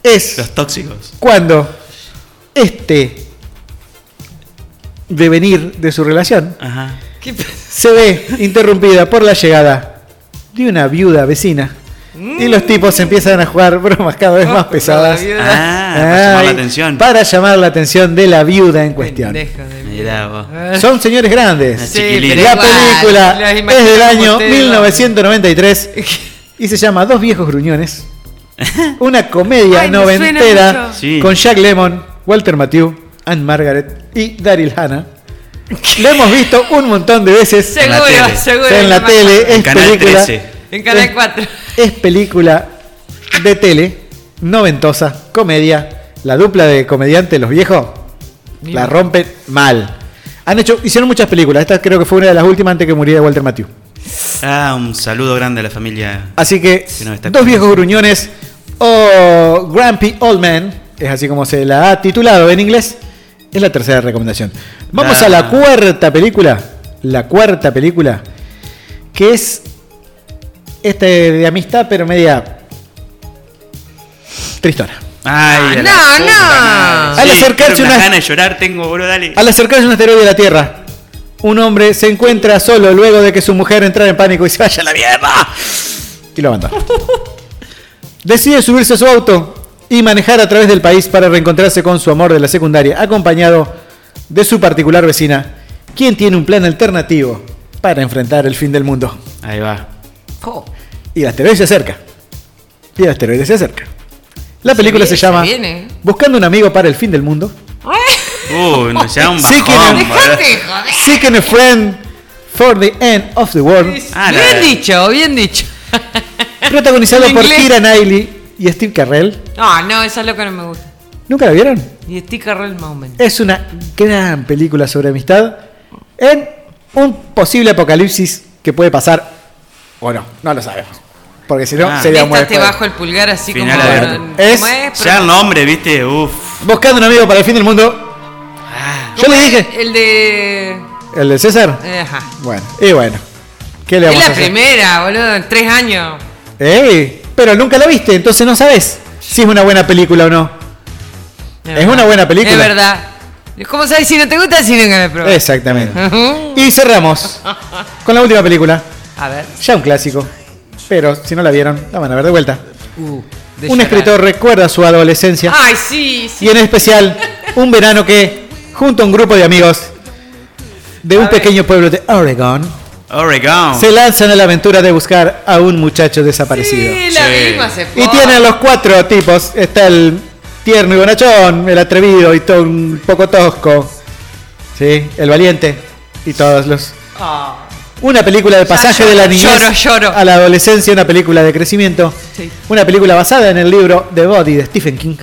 [SPEAKER 5] es
[SPEAKER 6] Los tóxicos.
[SPEAKER 5] cuando este devenir de su relación se ve interrumpida por la llegada de una viuda vecina y los tipos empiezan a jugar bromas cada vez más pesadas
[SPEAKER 6] Ah, para llamar la
[SPEAKER 5] Ay,
[SPEAKER 6] atención.
[SPEAKER 5] Eh, para llamar la atención de la viuda en cuestión.
[SPEAKER 6] Mirá vos.
[SPEAKER 5] Son señores grandes.
[SPEAKER 6] Ah, chiquilín.
[SPEAKER 5] la
[SPEAKER 6] pero igual,
[SPEAKER 5] película
[SPEAKER 6] las
[SPEAKER 5] es del
[SPEAKER 6] imaginamos
[SPEAKER 5] año
[SPEAKER 6] ustedes,
[SPEAKER 5] 1993 y se llama Dos viejos gruñones. Una comedia
[SPEAKER 12] Ay, me suena
[SPEAKER 5] noventera
[SPEAKER 12] mucho. Sí.
[SPEAKER 5] con Jack Lemon, Walter Matthew, Anne Margaret y Daryl Hannah. La hemos visto un montón de veces
[SPEAKER 12] Seguro, En la tele. seguro,
[SPEAKER 5] Está en la
[SPEAKER 12] me
[SPEAKER 5] tele.
[SPEAKER 12] imagino.
[SPEAKER 5] Es
[SPEAKER 12] En Canal
[SPEAKER 5] película,
[SPEAKER 12] 13. En Canal
[SPEAKER 5] es-
[SPEAKER 12] 4.
[SPEAKER 5] Es película de tele, noventosa, comedia. La dupla de comediantes, los viejos, la rompen mal. Han hecho, hicieron muchas películas. Esta creo que fue una de las últimas antes que muriera Walter Matthew.
[SPEAKER 6] Ah, un saludo grande a la familia.
[SPEAKER 5] Así que,
[SPEAKER 6] Que no está
[SPEAKER 5] dos viejos gruñones o Grumpy Old Man, es así como se la ha titulado en inglés, es la tercera recomendación. Vamos
[SPEAKER 6] Ah.
[SPEAKER 5] a la cuarta película, la cuarta película, que es este de amistad, pero media tristona.
[SPEAKER 12] Ah,
[SPEAKER 6] Ay, de la
[SPEAKER 5] Ah, No,
[SPEAKER 6] puta
[SPEAKER 5] no.
[SPEAKER 6] madre.
[SPEAKER 5] Al
[SPEAKER 6] Sí,
[SPEAKER 5] acercarse
[SPEAKER 6] pero unas
[SPEAKER 5] una-
[SPEAKER 6] ganas de llorar tengo, boludo, dale.
[SPEAKER 5] Al acercarse un asteroide a la Tierra, un hombre se encuentra solo luego de que su mujer entrara en pánico y se vaya a la mierda. Y lo abandona. Decide subirse a su auto y manejar a través del país para reencontrarse con su amor de la secundaria, acompañado de su particular vecina, quien tiene un plan alternativo para enfrentar el fin del mundo.
[SPEAKER 6] Ahí va.
[SPEAKER 5] Y el asteroide se acerca. Y el asteroide se acerca. La película se,
[SPEAKER 12] viene,
[SPEAKER 5] llama
[SPEAKER 12] se viene.
[SPEAKER 5] Buscando un amigo para el fin del mundo.
[SPEAKER 6] Uh, no sea un
[SPEAKER 5] Sí que no-
[SPEAKER 6] bajón, boludo. Ah,
[SPEAKER 5] Seeking a friend for the end of the world.
[SPEAKER 6] Ah, la- Bien
[SPEAKER 12] dicho, bien dicho.
[SPEAKER 5] Protagonizado
[SPEAKER 12] En
[SPEAKER 5] por
[SPEAKER 12] inglés.
[SPEAKER 5] Kira Knightley y Steve Carrell.
[SPEAKER 12] No, no, esa loca no me gusta.
[SPEAKER 5] ¿Nunca la vieron?
[SPEAKER 12] Y Sticker Roll Moment.
[SPEAKER 5] Es una gran película sobre amistad en un posible apocalipsis que puede pasar o no, no lo sabemos. Porque si no,
[SPEAKER 6] Ah.
[SPEAKER 5] sería un buen
[SPEAKER 12] Esta te
[SPEAKER 5] spoiler.
[SPEAKER 12] bajo el pulgar así
[SPEAKER 6] Final
[SPEAKER 12] como.
[SPEAKER 6] abierto.
[SPEAKER 12] ¿Cómo
[SPEAKER 5] Es-
[SPEAKER 6] Ya el nombre, viste, uff.
[SPEAKER 5] Buscando un amigo para el fin del mundo. Yo le dije,
[SPEAKER 12] El de.
[SPEAKER 5] ¿el de César?
[SPEAKER 12] eh, Ajá.
[SPEAKER 5] Bueno, y bueno. ¿Qué le
[SPEAKER 12] Es
[SPEAKER 5] vamos a
[SPEAKER 12] la
[SPEAKER 5] hacer?
[SPEAKER 12] primera, boludo, en tres años.
[SPEAKER 5] ¡Ey! Pero nunca la viste, entonces no sabes si es una buena película o no. Es, una buena película.
[SPEAKER 12] Es verdad. ¿Cómo sabes si no te gusta si nunca la probas?
[SPEAKER 5] Exactamente. Y cerramos con la última película.
[SPEAKER 12] A ver.
[SPEAKER 5] Ya un clásico. Pero si no la vieron, la van a ver de vuelta.
[SPEAKER 12] Uh, de
[SPEAKER 5] Un
[SPEAKER 12] llorar.
[SPEAKER 5] escritor recuerda su adolescencia.
[SPEAKER 12] Ay, sí, sí.
[SPEAKER 5] Y en especial, un verano que, junto a un grupo de amigos de un pequeño pueblo de Oregon,
[SPEAKER 12] Oh.
[SPEAKER 6] Oregon.
[SPEAKER 5] se lanzan a la aventura de buscar a un muchacho desaparecido.
[SPEAKER 12] Sí, la
[SPEAKER 6] Sí.
[SPEAKER 12] misma se fue.
[SPEAKER 5] Y tiene a los cuatro tipos. Está el tierno y bonachón, el atrevido y todo un poco tosco. Sí, el valiente y todos los.
[SPEAKER 12] Ah,
[SPEAKER 5] Una película de
[SPEAKER 12] Ya
[SPEAKER 5] pasaje
[SPEAKER 12] lloro,
[SPEAKER 5] de la niñez
[SPEAKER 12] lloro, lloro.
[SPEAKER 5] a la adolescencia, una película de crecimiento.
[SPEAKER 12] Sí.
[SPEAKER 5] Una película basada en el libro The Body de Stephen King,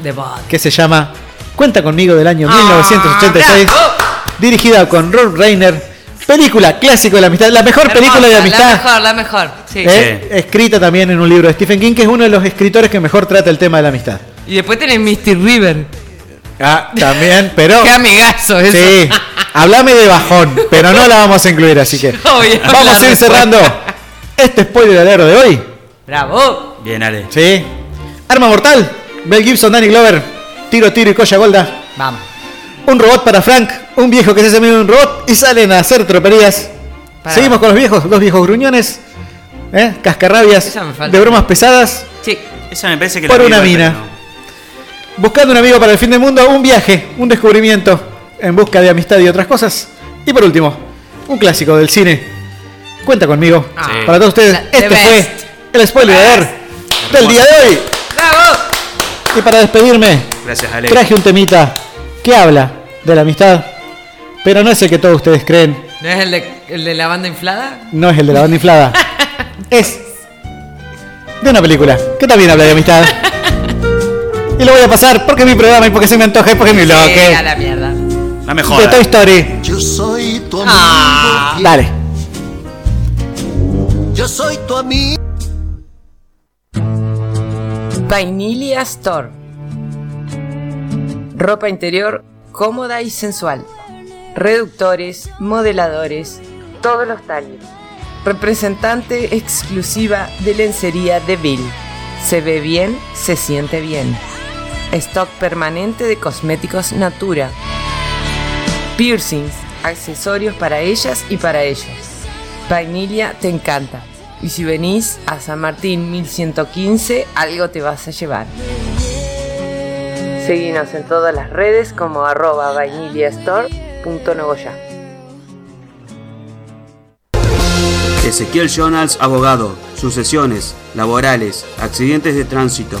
[SPEAKER 12] de bad.
[SPEAKER 5] que se llama Cuenta conmigo del año
[SPEAKER 12] Ah,
[SPEAKER 5] 1986,
[SPEAKER 12] bravo.
[SPEAKER 5] dirigida con Ron Reiner. Película clásico de la amistad, la mejor película de amistad.
[SPEAKER 12] La mejor, la mejor. Sí.
[SPEAKER 5] ¿eh? Escrita también en un libro de Stephen King, que es uno de los escritores que mejor trata el tema de la amistad.
[SPEAKER 12] Y después tenés Misty River.
[SPEAKER 5] Ah, también, pero.
[SPEAKER 12] Qué amigazo eso.
[SPEAKER 5] Sí, hablame de bajón, pero no la vamos a incluir, así que.
[SPEAKER 12] Obvio.
[SPEAKER 5] Vamos a ir
[SPEAKER 12] Después.
[SPEAKER 5] cerrando este spoiler alero de hoy.
[SPEAKER 12] Bravo.
[SPEAKER 6] Bien, Ale.
[SPEAKER 5] Sí. Arma mortal. Mel Gibson, Danny Glover. Tiro, tiro y colla golda.
[SPEAKER 12] Vamos.
[SPEAKER 5] Un robot para Frank. Un viejo que se hace amigo de un robot y salen a hacer troperías.
[SPEAKER 12] Pará.
[SPEAKER 5] Seguimos con los viejos, dos viejos gruñones. ¿eh? Cascarrabias.
[SPEAKER 6] Esa me falta.
[SPEAKER 5] De bromas pesadas.
[SPEAKER 12] Sí.
[SPEAKER 6] Esa me parece que
[SPEAKER 5] Por
[SPEAKER 6] la vi
[SPEAKER 5] una
[SPEAKER 6] igual,
[SPEAKER 5] mina.
[SPEAKER 6] pero no.
[SPEAKER 5] Buscando un amigo para el fin del mundo. Un viaje, un descubrimiento. En busca de amistad y otras cosas. Y por último, un clásico del cine. Cuenta conmigo.
[SPEAKER 6] Sí.
[SPEAKER 5] Para todos ustedes,
[SPEAKER 12] Ah. La- the
[SPEAKER 5] este fue
[SPEAKER 12] best.
[SPEAKER 5] el spoiler del día de hoy.
[SPEAKER 12] Bravo.
[SPEAKER 5] Y para despedirme,
[SPEAKER 6] Gracias, Ale.
[SPEAKER 5] traje un temita que habla de la amistad, Pero no es el que todos ustedes creen.
[SPEAKER 10] ¿No es el de, el de la banda inflada?
[SPEAKER 5] No es el de la banda inflada. es de una película que también habla de amistad. y lo voy a pasar porque es mi programa y porque se me antoja y porque es mi bloque.
[SPEAKER 10] Sí, a la mierda.
[SPEAKER 6] La
[SPEAKER 5] De Toy Story.
[SPEAKER 16] Yo soy tu amigo.
[SPEAKER 10] Ah.
[SPEAKER 5] Dale.
[SPEAKER 16] Yo soy tu amigo.
[SPEAKER 7] Vainilia Store. Ropa interior cómoda y sensual. Reductores, modeladores, todos los talles. Representante exclusiva de lencería de Bill. Se ve bien, se siente bien. Stock permanente de cosméticos Natura. Piercings, accesorios para ellas y para ellos. Vainilia te encanta. Y si venís a San Martín 1115, algo te vas a llevar. Seguinos en todas las redes como arroba vainiliastore.nogoya.
[SPEAKER 17] Ezequiel Jonas, abogado, sucesiones, laborales, accidentes de tránsito,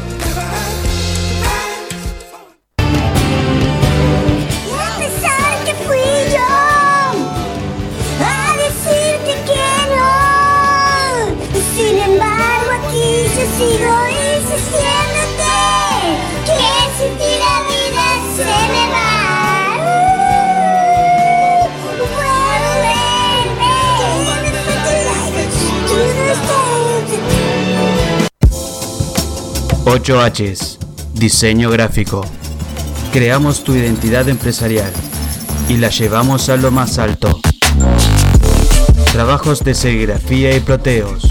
[SPEAKER 9] a pesar que fui yo a decirte que no. Sin embargo, aquí yo sigo insistiéndote que sin ti la vida se me va. Vuelve,
[SPEAKER 8] 8Hs, diseño gráfico. Creamos tu identidad empresarial y la llevamos a lo más alto. Trabajos de serigrafía y proteos.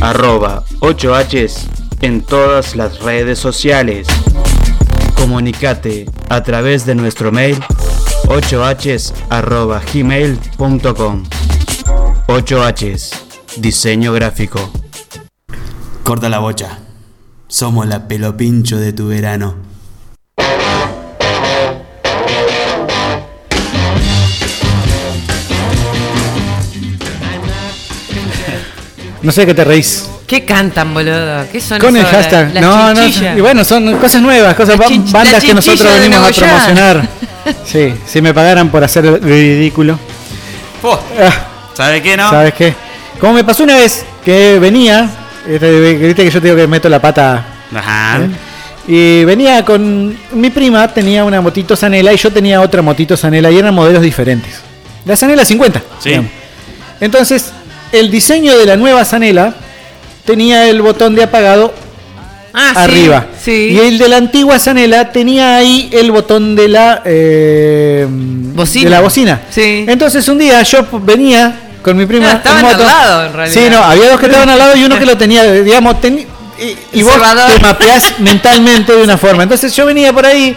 [SPEAKER 8] Arroba 8Hs en todas las redes sociales. Comunicate a través de nuestro mail 8Hs arroba gmail.com. 8Hs, diseño gráfico.
[SPEAKER 17] Corta la bocha. Somos la pelopincho de tu verano.
[SPEAKER 5] No sé de qué te reís.
[SPEAKER 10] ¿Qué cantan, boludo? ¿Qué son
[SPEAKER 5] Con el
[SPEAKER 10] esos-
[SPEAKER 5] hashtag.
[SPEAKER 10] las
[SPEAKER 5] no, no.
[SPEAKER 10] chinchillas?
[SPEAKER 5] Y bueno, son cosas nuevas, cosas,
[SPEAKER 10] La
[SPEAKER 5] ba-
[SPEAKER 10] chinch- la
[SPEAKER 5] bandas que nosotros
[SPEAKER 10] chinchilla de
[SPEAKER 5] venimos
[SPEAKER 10] Nuevo
[SPEAKER 5] a
[SPEAKER 10] Llano.
[SPEAKER 5] promocionar. Sí, si me pagaran por hacer el ridículo.
[SPEAKER 6] ¿Sabe qué
[SPEAKER 10] Ah.
[SPEAKER 6] no?
[SPEAKER 5] ¿Sabes qué? Como me pasó una vez que venía, este, viste que yo te digo que meto la pata.
[SPEAKER 6] Ajá.
[SPEAKER 5] ¿eh? Y venía con mi prima, tenía una motito Sanela y yo tenía otra motito Sanela y eran modelos diferentes. La Sanela 50.
[SPEAKER 6] Sí.
[SPEAKER 5] digamos. Entonces, el diseño de la nueva Sanela tenía el botón de apagado
[SPEAKER 10] Ah, sí,
[SPEAKER 5] arriba.
[SPEAKER 10] sí.
[SPEAKER 5] Y el de la antigua Sanela tenía ahí el botón de la eh,
[SPEAKER 10] Bocina.
[SPEAKER 5] de la bocina. Entonces un día yo p- venía con mi prima.
[SPEAKER 10] Ah,
[SPEAKER 5] en
[SPEAKER 10] estaban
[SPEAKER 5] moto.
[SPEAKER 10] al lado, en realidad.
[SPEAKER 5] Sí, no, había dos que estaban al lado y uno que lo tenía, digamos, teni- y, y vos
[SPEAKER 10] Observador.
[SPEAKER 5] te mapeás mentalmente de una forma. Entonces yo venía por ahí,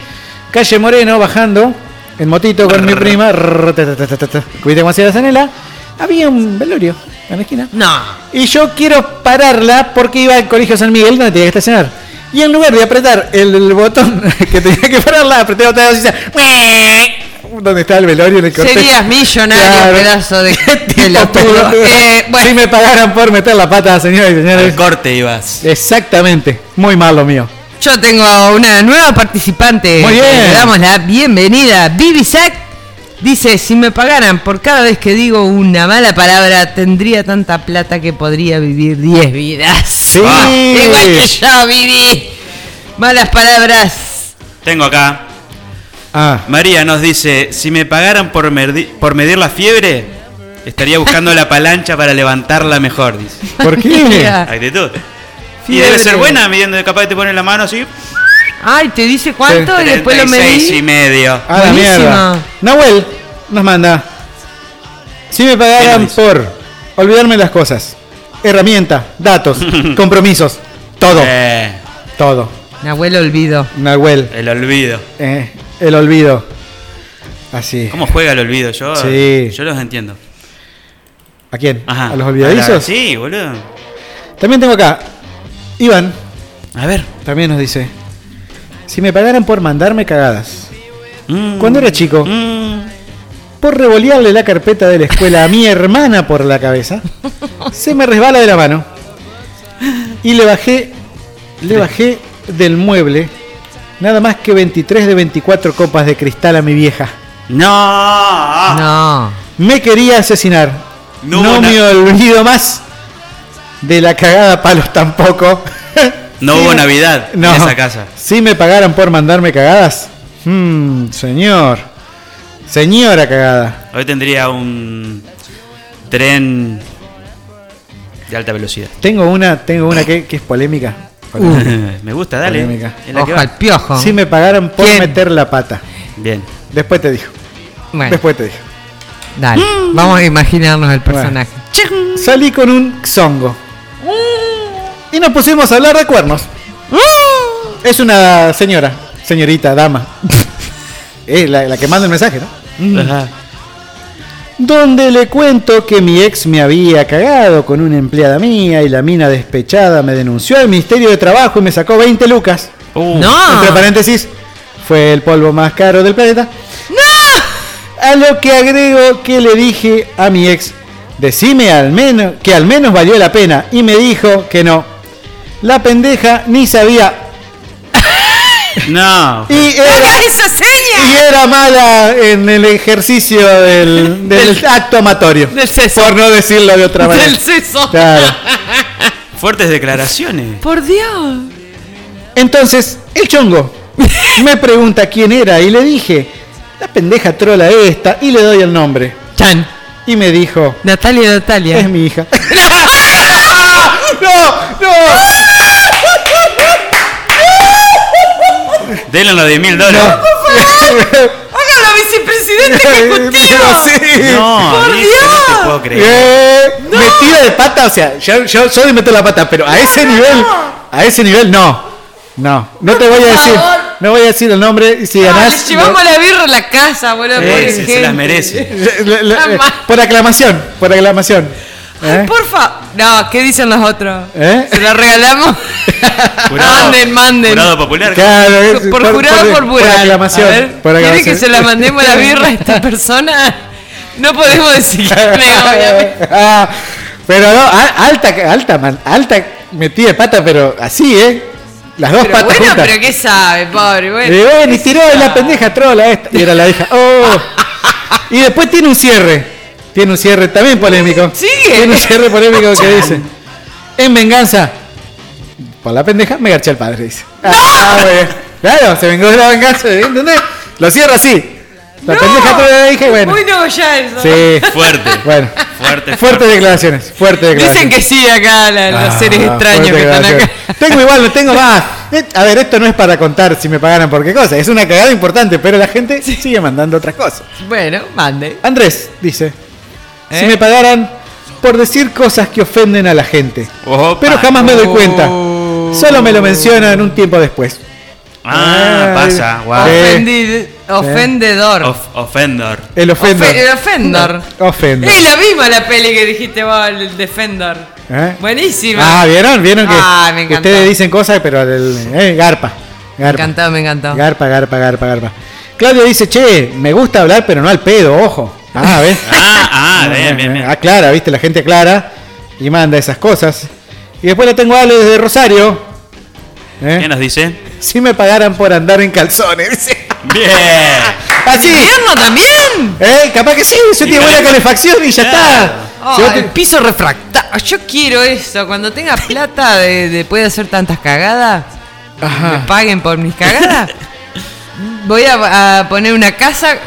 [SPEAKER 5] calle Moreno, bajando en motito con mi prima. rrr, ta, ta, ta, ta, ta, ta. ¿Viste cómo hacía la Sanela? Había un velorio en la esquina.
[SPEAKER 10] No.
[SPEAKER 5] Y yo quiero pararla porque iba al colegio San Miguel donde tenía que estacionar. Y en lugar de apretar el, el botón que tenía que pararla, apreté otra vez y decía, "Mueh", donde estaba el velorio en el cortejo.
[SPEAKER 10] Serías millonario,
[SPEAKER 5] Claro.
[SPEAKER 10] pedazo de, de
[SPEAKER 5] Pelotudo.
[SPEAKER 10] pelotudo. Eh, bueno,
[SPEAKER 5] Si me pagaran por meter la pata, señores y señores.
[SPEAKER 6] corte ibas.
[SPEAKER 5] Exactamente. Muy mal lo mío.
[SPEAKER 10] yo tengo una nueva participante.
[SPEAKER 5] Muy bien.
[SPEAKER 10] Le damos la bienvenida. Vivi Sack dice, si me pagaran por cada vez que digo una mala palabra, tendría tanta plata que podría vivir 10 vidas. Ah,
[SPEAKER 6] Sí.
[SPEAKER 10] Igual que yo, Vivi. Malas palabras.
[SPEAKER 6] Tengo acá.
[SPEAKER 5] Ah,
[SPEAKER 6] María nos dice, si me pagaran por, merdi- por medir la fiebre, estaría buscando la palancha para levantarla mejor, dice.
[SPEAKER 5] ¿Por qué?
[SPEAKER 7] Ah.
[SPEAKER 6] Actitud. Y debe ser
[SPEAKER 10] Fiebre.
[SPEAKER 6] buena midiendo, capaz que te ponen la mano así.
[SPEAKER 10] Ay, te dice cuánto y después lo medís.
[SPEAKER 6] 36 y medio.
[SPEAKER 5] A Ah, la mierda. Nahuel nos manda. Si me pagaran por olvidarme las cosas, herramienta, datos, compromisos, todo.
[SPEAKER 6] Eh.
[SPEAKER 5] Todo.
[SPEAKER 10] Nahuel olvido.
[SPEAKER 5] Nahuel.
[SPEAKER 6] El olvido.
[SPEAKER 5] Eh, el olvido. Así.
[SPEAKER 6] ¿Cómo juega el olvido? Yo,
[SPEAKER 5] Sí.
[SPEAKER 6] yo los entiendo.
[SPEAKER 5] ¿A quién?
[SPEAKER 6] Ajá.
[SPEAKER 5] ¿A los olvidadizos?
[SPEAKER 6] Sí, boludo.
[SPEAKER 5] También tengo acá. Iván.
[SPEAKER 6] A ver.
[SPEAKER 5] También nos dice. Si me pagaran por mandarme cagadas.
[SPEAKER 6] Mm.
[SPEAKER 5] Cuando era
[SPEAKER 10] Mm.
[SPEAKER 5] chico. Por revolearle la carpeta de la escuela a mi hermana por la cabeza. Se me resbala de la mano. Y le bajé. Le bajé del mueble. Nada más que 23 de 24 copas de cristal a mi vieja.
[SPEAKER 6] No.
[SPEAKER 7] No.
[SPEAKER 5] Me quería asesinar. No,
[SPEAKER 6] No hubo
[SPEAKER 5] me
[SPEAKER 6] na-
[SPEAKER 5] olvido más de la cagada a palos tampoco.
[SPEAKER 6] No
[SPEAKER 5] Sí,
[SPEAKER 6] hubo
[SPEAKER 5] me-
[SPEAKER 6] Navidad
[SPEAKER 5] No.
[SPEAKER 6] en esa casa.
[SPEAKER 5] Si me pagaran por mandarme cagadas. Mm, señor. Señora cagada.
[SPEAKER 6] Hoy tendría un tren de alta velocidad.
[SPEAKER 5] Tengo una, tengo una que, que es polémica.
[SPEAKER 6] Me gusta, dale. Es la que va.
[SPEAKER 5] Si me pagaran por meter la pata.
[SPEAKER 6] Bien.
[SPEAKER 5] Después te dijo.
[SPEAKER 7] Bueno.
[SPEAKER 5] Después Mm. te dijo.
[SPEAKER 7] Dale. Vamos a imaginarnos el personaje.
[SPEAKER 5] Salí con un xongo. Y nos pusimos a hablar de cuernos. Es una señora, señorita, dama. es la, la que manda el mensaje, ¿no? Mm. Donde le cuento que mi ex me había cagado con una empleada mía y la mina despechada me denunció al Ministerio de Trabajo y me sacó 20 lucas.
[SPEAKER 6] Uh,
[SPEAKER 7] No.
[SPEAKER 5] Entre paréntesis, fue el polvo más caro del planeta. A lo que agrego que le dije a mi ex, decime al menos que al menos valió la pena y me dijo que no. La pendeja ni sabía
[SPEAKER 6] No.
[SPEAKER 5] y era, y era mala en el ejercicio del, del acto amatorio. por no decirlo de otra manera.
[SPEAKER 7] Del seso.
[SPEAKER 5] Claro.
[SPEAKER 6] Fuertes declaraciones.
[SPEAKER 7] Por Dios.
[SPEAKER 5] Entonces, el chongo me pregunta quién era y le dije, la pendeja trola esta y le doy el nombre.
[SPEAKER 7] Chan.
[SPEAKER 5] Y me dijo,
[SPEAKER 7] Natalia, Natalia.
[SPEAKER 5] Es mi hija. ¡No!
[SPEAKER 6] Denle los 10 mil dólares.
[SPEAKER 7] ¡Hágalo, vicepresidente ejecutivo!
[SPEAKER 6] No,
[SPEAKER 7] ¡Por
[SPEAKER 6] Nick,
[SPEAKER 7] Dios!
[SPEAKER 6] no te puedo creer.
[SPEAKER 5] Eh, Metida de pata, o sea, yo, yo soy de meter la pata, pero a ese nivel, a ese nivel no. No, no te voy a decir,
[SPEAKER 7] favor.
[SPEAKER 5] no voy a decir el nombre y si
[SPEAKER 7] Ah,
[SPEAKER 5] ganás.
[SPEAKER 7] les llevamos la birra a la casa, boludo.
[SPEAKER 5] Sí,
[SPEAKER 7] pobre
[SPEAKER 5] sí, se
[SPEAKER 7] gente.
[SPEAKER 6] las merece.
[SPEAKER 5] le- le- le-
[SPEAKER 7] Jamás.
[SPEAKER 5] por aclamación, por aclamación. ¿Eh?
[SPEAKER 7] Porfa. No, ¿qué dicen los otros?
[SPEAKER 5] ¿Eh?
[SPEAKER 7] ¿Se la regalamos?
[SPEAKER 6] Jurado-
[SPEAKER 7] manden, manden.
[SPEAKER 6] Jurado popular.
[SPEAKER 5] Claro, es-
[SPEAKER 7] por, jurado por,
[SPEAKER 5] Por
[SPEAKER 7] jurado.
[SPEAKER 5] aclamación.
[SPEAKER 7] A ver,
[SPEAKER 5] por
[SPEAKER 7] ¿Quiere que
[SPEAKER 5] aclamación.
[SPEAKER 7] se la mandemos la birra a esta persona? No podemos decir que obviamente.
[SPEAKER 5] Ah, pero no, a- alta, alta, man, alta metida de pata, pero así, ¿eh? Las dos
[SPEAKER 7] Pero
[SPEAKER 5] patas
[SPEAKER 7] bueno,
[SPEAKER 5] juntas.
[SPEAKER 7] pero ¿qué sabe, pobre? Bueno.
[SPEAKER 5] Le ven y tiró de la pendeja trola esta. Y era la hija. ¡Oh! Y después tiene un cierre. Tiene un cierre también polémico.
[SPEAKER 7] Sigue.
[SPEAKER 5] Tiene un cierre polémico que dice. En venganza. Por la pendeja me garché al padre, dice. Ah, muy bien. Claro, se vengó de la venganza, ¿eh? ¿entendés? Lo cierra así. La
[SPEAKER 7] No.
[SPEAKER 5] pendeja trola de la hija y bueno.
[SPEAKER 7] Muy no, ya eso.
[SPEAKER 5] Sí.
[SPEAKER 6] Fuerte.
[SPEAKER 5] Bueno.
[SPEAKER 6] Fuerte,
[SPEAKER 5] Fuertes declaraciones. Fuertes declaraciones.
[SPEAKER 7] Dicen que sí acá la- los
[SPEAKER 5] Ah,
[SPEAKER 7] seres extraños
[SPEAKER 5] fuerte
[SPEAKER 7] que están acá.
[SPEAKER 5] grabación. Tengo igual, no tengo más. Eh, A ver, esto no es para contar si me pagaran por qué cosa. Es una cagada importante, pero la gente sigue mandando otras cosas.
[SPEAKER 7] Bueno, mande.
[SPEAKER 5] Andrés dice:
[SPEAKER 7] ¿Eh?
[SPEAKER 5] Si me pagaran por decir cosas que ofenden a la gente. Pero jamás me doy cuenta.
[SPEAKER 7] Uh.
[SPEAKER 5] Solo me lo mencionan un tiempo después.
[SPEAKER 6] Ah,
[SPEAKER 5] Ay,
[SPEAKER 6] pasa. Wow.
[SPEAKER 7] Ofendi- ofendedor.
[SPEAKER 6] Of- ofendor.
[SPEAKER 5] El ofendor.
[SPEAKER 7] Ofe- el ofendor.
[SPEAKER 5] Ofendor.
[SPEAKER 7] Es la misma la peli que dijiste vos, el Defender.
[SPEAKER 5] ¿Eh?
[SPEAKER 7] Buenísima.
[SPEAKER 5] Ah, ¿vieron? ¿Vieron que
[SPEAKER 7] Ah, me
[SPEAKER 5] que
[SPEAKER 7] encantó.
[SPEAKER 5] ustedes dicen cosas, pero el, eh, garpa.
[SPEAKER 7] Me
[SPEAKER 5] garpa.
[SPEAKER 7] encantó, me encantó.
[SPEAKER 5] Garpa, garpa, garpa, garpa. Claudio dice, che, me gusta hablar, pero no al pedo, ojo. Ah, ¿ves?
[SPEAKER 6] Ah, ah, bien, bien, bien.
[SPEAKER 5] Aclara, ¿viste? La gente aclara y manda esas cosas. Y después la tengo a Ale desde Rosario. ¿eh?
[SPEAKER 6] ¿Qué nos dice?
[SPEAKER 5] Si me pagaran por andar en calzones. dice.
[SPEAKER 6] Bien.
[SPEAKER 5] Así.
[SPEAKER 7] ¿Invierno también?
[SPEAKER 5] ¿Eh? Capaz que sí, eso
[SPEAKER 7] Y
[SPEAKER 5] tiene buena
[SPEAKER 7] calef-
[SPEAKER 5] calefacción y ya está.
[SPEAKER 7] Oh,
[SPEAKER 5] Si vos te-
[SPEAKER 7] el piso refractario. Ah, Yo quiero eso. Cuando tenga plata de, de poder hacer tantas cagadas, me paguen por mis cagadas. Voy a, a poner una casa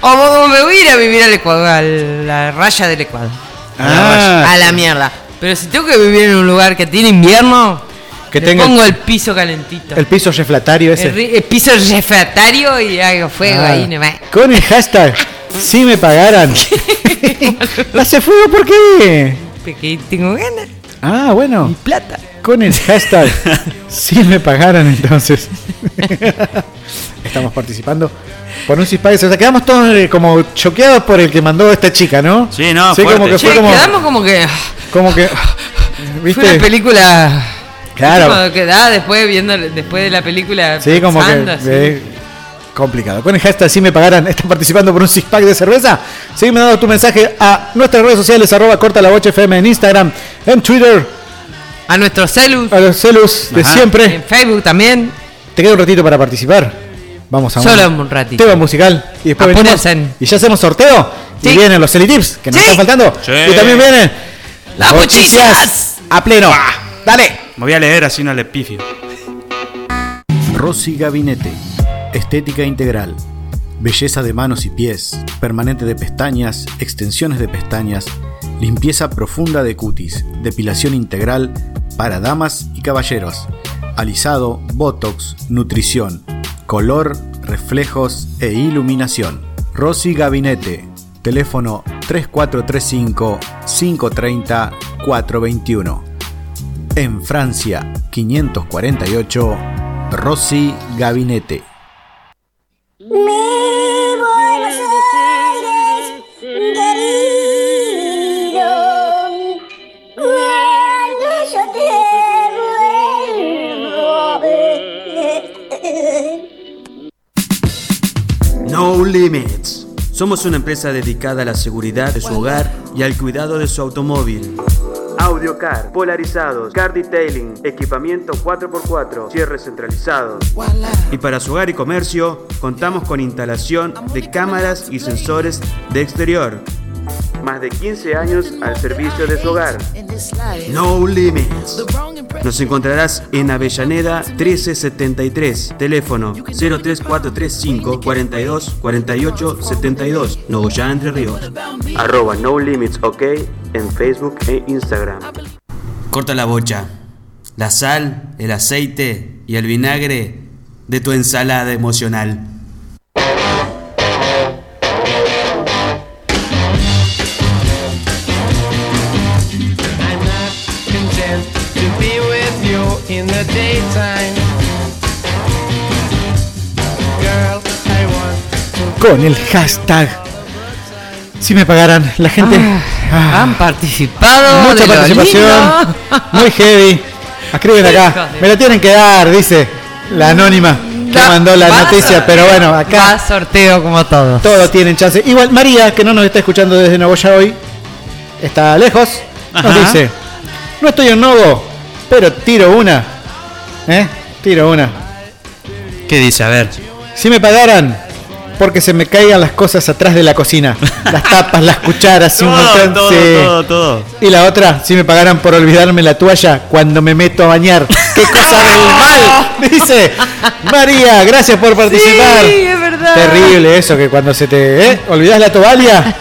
[SPEAKER 7] o, o me voy a ir a vivir al Ecuador, a la raya del Ecuador.
[SPEAKER 5] Ah,
[SPEAKER 7] a la mierda. Pero si tengo que vivir en un lugar que tiene invierno,
[SPEAKER 5] Que
[SPEAKER 7] le
[SPEAKER 5] tenga el-
[SPEAKER 7] pongo el piso calentito.
[SPEAKER 5] El piso reflatario ese.
[SPEAKER 7] El ri- el piso refractario y hago fuego
[SPEAKER 5] Ah,
[SPEAKER 7] ahí nomás.
[SPEAKER 5] Con el hashtag, si me pagaran. ¿Hace fuego por qué?
[SPEAKER 7] Porque tengo ganas.
[SPEAKER 5] Ah, bueno.
[SPEAKER 7] plata.
[SPEAKER 5] Con el hashtag, si me pagaran entonces. Estamos participando por un Spice. O sea, quedamos todos eh, como choqueados por el que mandó esta chica, ¿no?
[SPEAKER 6] Sí, no,
[SPEAKER 5] Sí, como
[SPEAKER 6] fuerte.
[SPEAKER 5] que fue
[SPEAKER 7] Che,
[SPEAKER 5] como,
[SPEAKER 7] quedamos como que.
[SPEAKER 5] como que... ¿Viste?
[SPEAKER 7] Fue una película
[SPEAKER 14] Claro.
[SPEAKER 7] Como que da después viendo después de la película.
[SPEAKER 14] Sí, como que
[SPEAKER 7] pensando, así.
[SPEAKER 14] eh, complicado. Con el hashtag si me pagaran, están participando por un six pack de cerveza. Sigue mandando tu mensaje a nuestras redes sociales, arroba corta la bocha FM en Instagram, en Twitter.
[SPEAKER 7] A nuestros celus.
[SPEAKER 14] A los celus de
[SPEAKER 7] Ajá.
[SPEAKER 14] siempre.
[SPEAKER 7] En Facebook también.
[SPEAKER 14] Te queda un ratito para participar. Vamos a
[SPEAKER 7] Solo un ratito.
[SPEAKER 14] tema musical. Y después venimos,
[SPEAKER 7] Apúrense.
[SPEAKER 14] Y ya hacemos sorteo. Y vienen los Celitips, que nos están faltando.
[SPEAKER 5] Sí.
[SPEAKER 14] Y también vienen
[SPEAKER 5] Las bochicias.
[SPEAKER 14] a pleno. Dale.
[SPEAKER 5] Me voy a leer así no le pifio.
[SPEAKER 14] Rosy Gabinete. Estética integral. Belleza de manos y pies, permanente de pestañas, extensiones de pestañas, limpieza profunda de cutis, depilación integral para damas y caballeros, alisado, botox, nutrición, color, reflejos e iluminación. Rosy Gabinete. Teléfono 3435 530 421. En Francia 548 Rosy Gabinete.
[SPEAKER 9] querido, cuando yo te vuelvo a ver.
[SPEAKER 6] No Limits. Somos una empresa dedicada a la seguridad de su hogar y al cuidado de su automóvil. Audiocar, polarizados, car detailing, equipamiento 4x4, cierre centralizado. Y para su hogar y comercio, contamos con instalación de cámaras y sensores de exterior. Más de 15 años al servicio de su hogar. No Limits. Nos encontrarás en Avellaneda 1373, teléfono 03435 42 48 72, Nogoyá Entre Ríos. Arroba No Limits OK en Facebook e Instagram. Corta la bocha. La sal, el aceite y el vinagre de tu ensalada emocional.
[SPEAKER 10] content to be with you in the daytime. Girl, I want
[SPEAKER 14] Con el hashtag. Si me pagaran, la gente.
[SPEAKER 6] Ah.
[SPEAKER 7] Han participado.
[SPEAKER 14] Ah. mucha
[SPEAKER 7] de lo
[SPEAKER 14] participación.
[SPEAKER 7] lindo.
[SPEAKER 14] Muy heavy. Escriben acá. Me la tienen que dar, dice la anónima que mandó la
[SPEAKER 7] va
[SPEAKER 14] noticia.
[SPEAKER 7] sorteo,
[SPEAKER 14] Pero bueno, acá.
[SPEAKER 7] sorteo como todo.
[SPEAKER 14] Todos tienen chance. Igual María, que no nos está escuchando desde Nagoya hoy, está lejos. Nos
[SPEAKER 5] Ajá.
[SPEAKER 14] dice: No estoy en Nogo, pero tiro una. ¿Eh? Tiro una.
[SPEAKER 5] ¿Qué dice? A ver.
[SPEAKER 14] Si me pagaran, porque se me caigan las cosas atrás de la cocina. Las tapas, las cucharas, y un montón,
[SPEAKER 5] todo,
[SPEAKER 14] sí.
[SPEAKER 5] todo, todo.
[SPEAKER 14] Y la otra, si me pagaran por olvidarme la toalla cuando me meto a bañar. ¡Qué cosa del mal! Dice María, gracias por participar.
[SPEAKER 7] Sí, es verdad.
[SPEAKER 14] Terrible eso, que cuando se te... ¿eh? ¿Olvidas la toalla?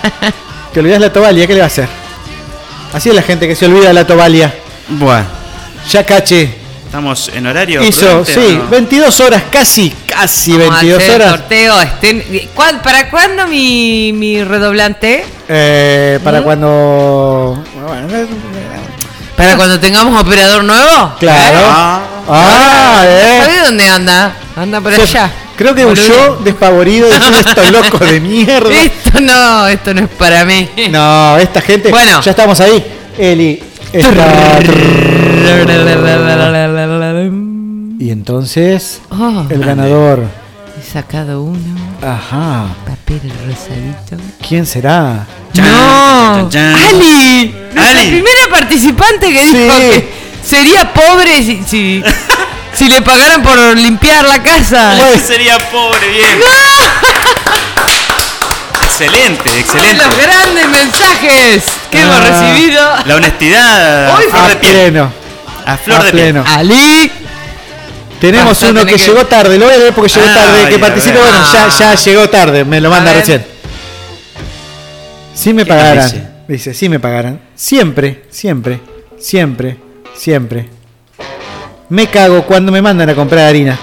[SPEAKER 14] ¿Te olvidas la toalla? ¿Qué le va a hacer? Así es la gente que se olvida la toalla.
[SPEAKER 5] Bueno.
[SPEAKER 14] Ya caché.
[SPEAKER 5] Estamos en horario.
[SPEAKER 14] Hizo,
[SPEAKER 5] prudente,
[SPEAKER 14] sí,
[SPEAKER 5] ¿o no?
[SPEAKER 14] 22 horas, casi, casi 22
[SPEAKER 7] Hacer
[SPEAKER 14] horas.
[SPEAKER 7] sorteo. Estén, ¿cuál- ¿Para cuándo mi, mi redoblante?
[SPEAKER 14] Eh,
[SPEAKER 7] ¿Mm?
[SPEAKER 14] para cuando.
[SPEAKER 7] ¿Para cuando tengamos operador nuevo?
[SPEAKER 14] Claro.
[SPEAKER 7] Ah,
[SPEAKER 14] Ah, eh.
[SPEAKER 7] ¿Sabe dónde anda? Anda por
[SPEAKER 14] Se-
[SPEAKER 7] allá.
[SPEAKER 14] Creo que
[SPEAKER 7] Boludo.
[SPEAKER 14] huyó despavorido diciendo estos locos de mierda.
[SPEAKER 7] Esto no, esto no es para mí.
[SPEAKER 14] No, esta gente.
[SPEAKER 7] Bueno.
[SPEAKER 14] Ya estamos ahí. Eli. está- Y entonces.
[SPEAKER 7] Oh,
[SPEAKER 14] el ganador.
[SPEAKER 7] He sacado uno.
[SPEAKER 14] Ajá.
[SPEAKER 7] Papel rosadito.
[SPEAKER 14] ¿Quién será?
[SPEAKER 7] ¡No!
[SPEAKER 14] Chan, chan, chan.
[SPEAKER 7] ¡Ali! Nuestra
[SPEAKER 14] Ali.
[SPEAKER 7] primera participante que dijo
[SPEAKER 14] Sí.
[SPEAKER 7] que sería pobre si, si, si le pagaran por limpiar la casa.
[SPEAKER 5] Sería pobre, bien. Excelente, excelente.
[SPEAKER 7] Los grandes mensajes que hemos
[SPEAKER 5] Ah.
[SPEAKER 7] recibido.
[SPEAKER 5] La honestidad. a
[SPEAKER 7] Hoy
[SPEAKER 5] flor
[SPEAKER 7] fue-
[SPEAKER 5] de
[SPEAKER 14] A
[SPEAKER 5] piel.
[SPEAKER 14] pleno.
[SPEAKER 5] A flor
[SPEAKER 14] A
[SPEAKER 5] de piel.
[SPEAKER 14] pleno.
[SPEAKER 7] Ali.
[SPEAKER 14] Tenemos
[SPEAKER 7] Basta,
[SPEAKER 14] uno que,
[SPEAKER 7] tenés que-
[SPEAKER 14] llegó tarde. Lo voy a leer porque llegó
[SPEAKER 5] Ay,
[SPEAKER 14] tarde.
[SPEAKER 5] a
[SPEAKER 14] Que participa.
[SPEAKER 5] ver.
[SPEAKER 14] Bueno, ya, ya llegó tarde. Me lo manda
[SPEAKER 7] ver.
[SPEAKER 14] recién. Si me
[SPEAKER 5] ¿Qué nos
[SPEAKER 14] pagaran.
[SPEAKER 5] dice?
[SPEAKER 14] Dice? si me pagaran. Siempre, siempre, siempre, siempre. Me cago cuando me mandan a comprar harina.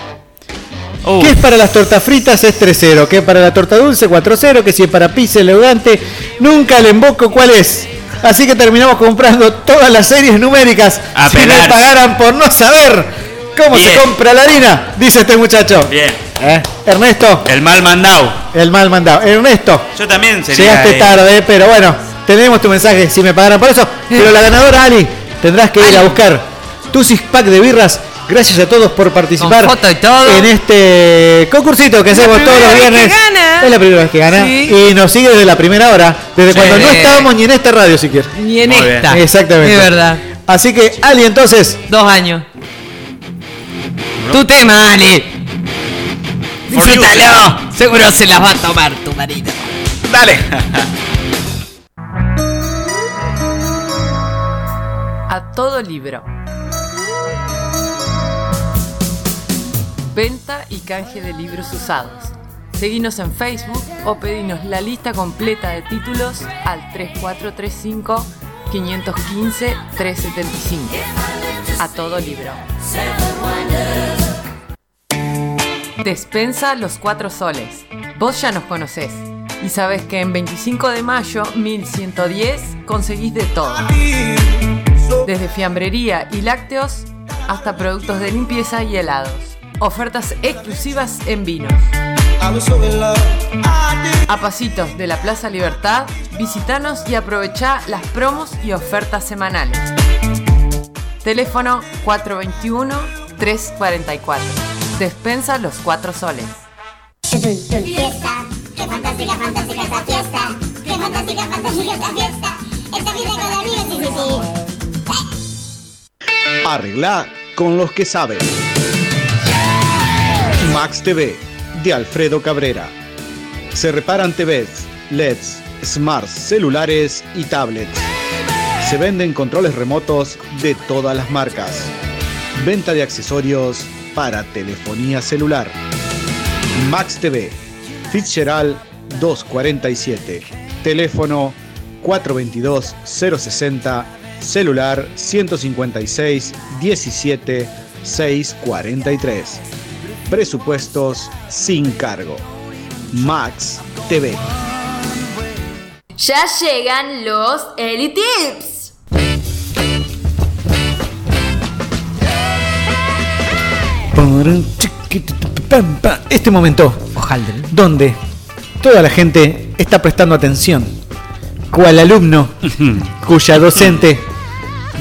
[SPEAKER 6] Uh,
[SPEAKER 5] Oh.
[SPEAKER 14] Que es para las tortas fritas es 3-0, que es para la torta dulce 4-0, que si es para pizza elegante, nunca le emboco cuál es. Así que terminamos comprando todas las series numéricas.
[SPEAKER 5] A
[SPEAKER 14] si me
[SPEAKER 5] pelar.
[SPEAKER 14] pagaran por no saber cómo se
[SPEAKER 5] Bien.
[SPEAKER 14] compra la harina, dice este muchacho.
[SPEAKER 5] Bien.
[SPEAKER 14] ¿Eh? Ernesto,
[SPEAKER 5] El mal mandado.
[SPEAKER 14] el mal mandado. Ernesto,
[SPEAKER 5] Yo también sería.
[SPEAKER 14] llegaste
[SPEAKER 5] eh,
[SPEAKER 14] tarde, pero
[SPEAKER 7] Eh.
[SPEAKER 14] bueno, tenemos tu mensaje si me pagaran por eso. Pero la ganadora Ali, tendrás que ir a buscar tu six pack de birras. Gracias a todos por participar
[SPEAKER 7] Con foto y todo.
[SPEAKER 14] en este concursito que hacemos todos los
[SPEAKER 7] primera vez
[SPEAKER 14] viernes.
[SPEAKER 7] que gana.
[SPEAKER 14] Es la primera vez que gana.
[SPEAKER 7] Sí.
[SPEAKER 14] Y nos sigue desde la primera hora, desde
[SPEAKER 7] Sí.
[SPEAKER 14] cuando no estábamos ni en esta radio siquiera.
[SPEAKER 7] Ni en esta.
[SPEAKER 14] Exactamente.
[SPEAKER 7] Es verdad.
[SPEAKER 14] Así que, Ali, entonces.
[SPEAKER 7] Dos años. Tu tema, Ale. Disfrútalo. Seguro se las va a tomar tu marido.
[SPEAKER 18] Dale.
[SPEAKER 19] A todo libro. Venta y canje de libros usados. Seguinos en Facebook o pedinos la lista completa de títulos al 3435 515 375. A todo libro. Despensa Los Cuatro Soles. Vos ya nos conocés. Y sabés que en 25 de mayo 1110 conseguís de todo. Desde fiambrería y lácteos hasta productos de limpieza y helados. Ofertas exclusivas en vinos. A pasitos de la Plaza Libertad, visitanos y aprovechá las promos y ofertas semanales. Teléfono 421-344. Despensa los 4 soles.
[SPEAKER 9] Fiesta, qué fantástica, fantástica esta fiesta. Qué fantástica, fantástica esta fiesta. Esta fiesta con amigos, sí, sí, sí.
[SPEAKER 5] Arregla con los que saben. Max TV de Alfredo Cabrera. Se reparan TVs, LEDs, smarts, E celulares y tablets. Se venden controles remotos de todas las marcas. Venta de accesorios para telefonía celular. Max TV, Fitzgerald 247. Teléfono 422-060, celular 156-17-643. Presupuestos sin cargo. Max TV.
[SPEAKER 20] Ya llegan los Eli Tips.
[SPEAKER 14] Este momento, donde toda la gente está prestando atención, cual alumno cuya docente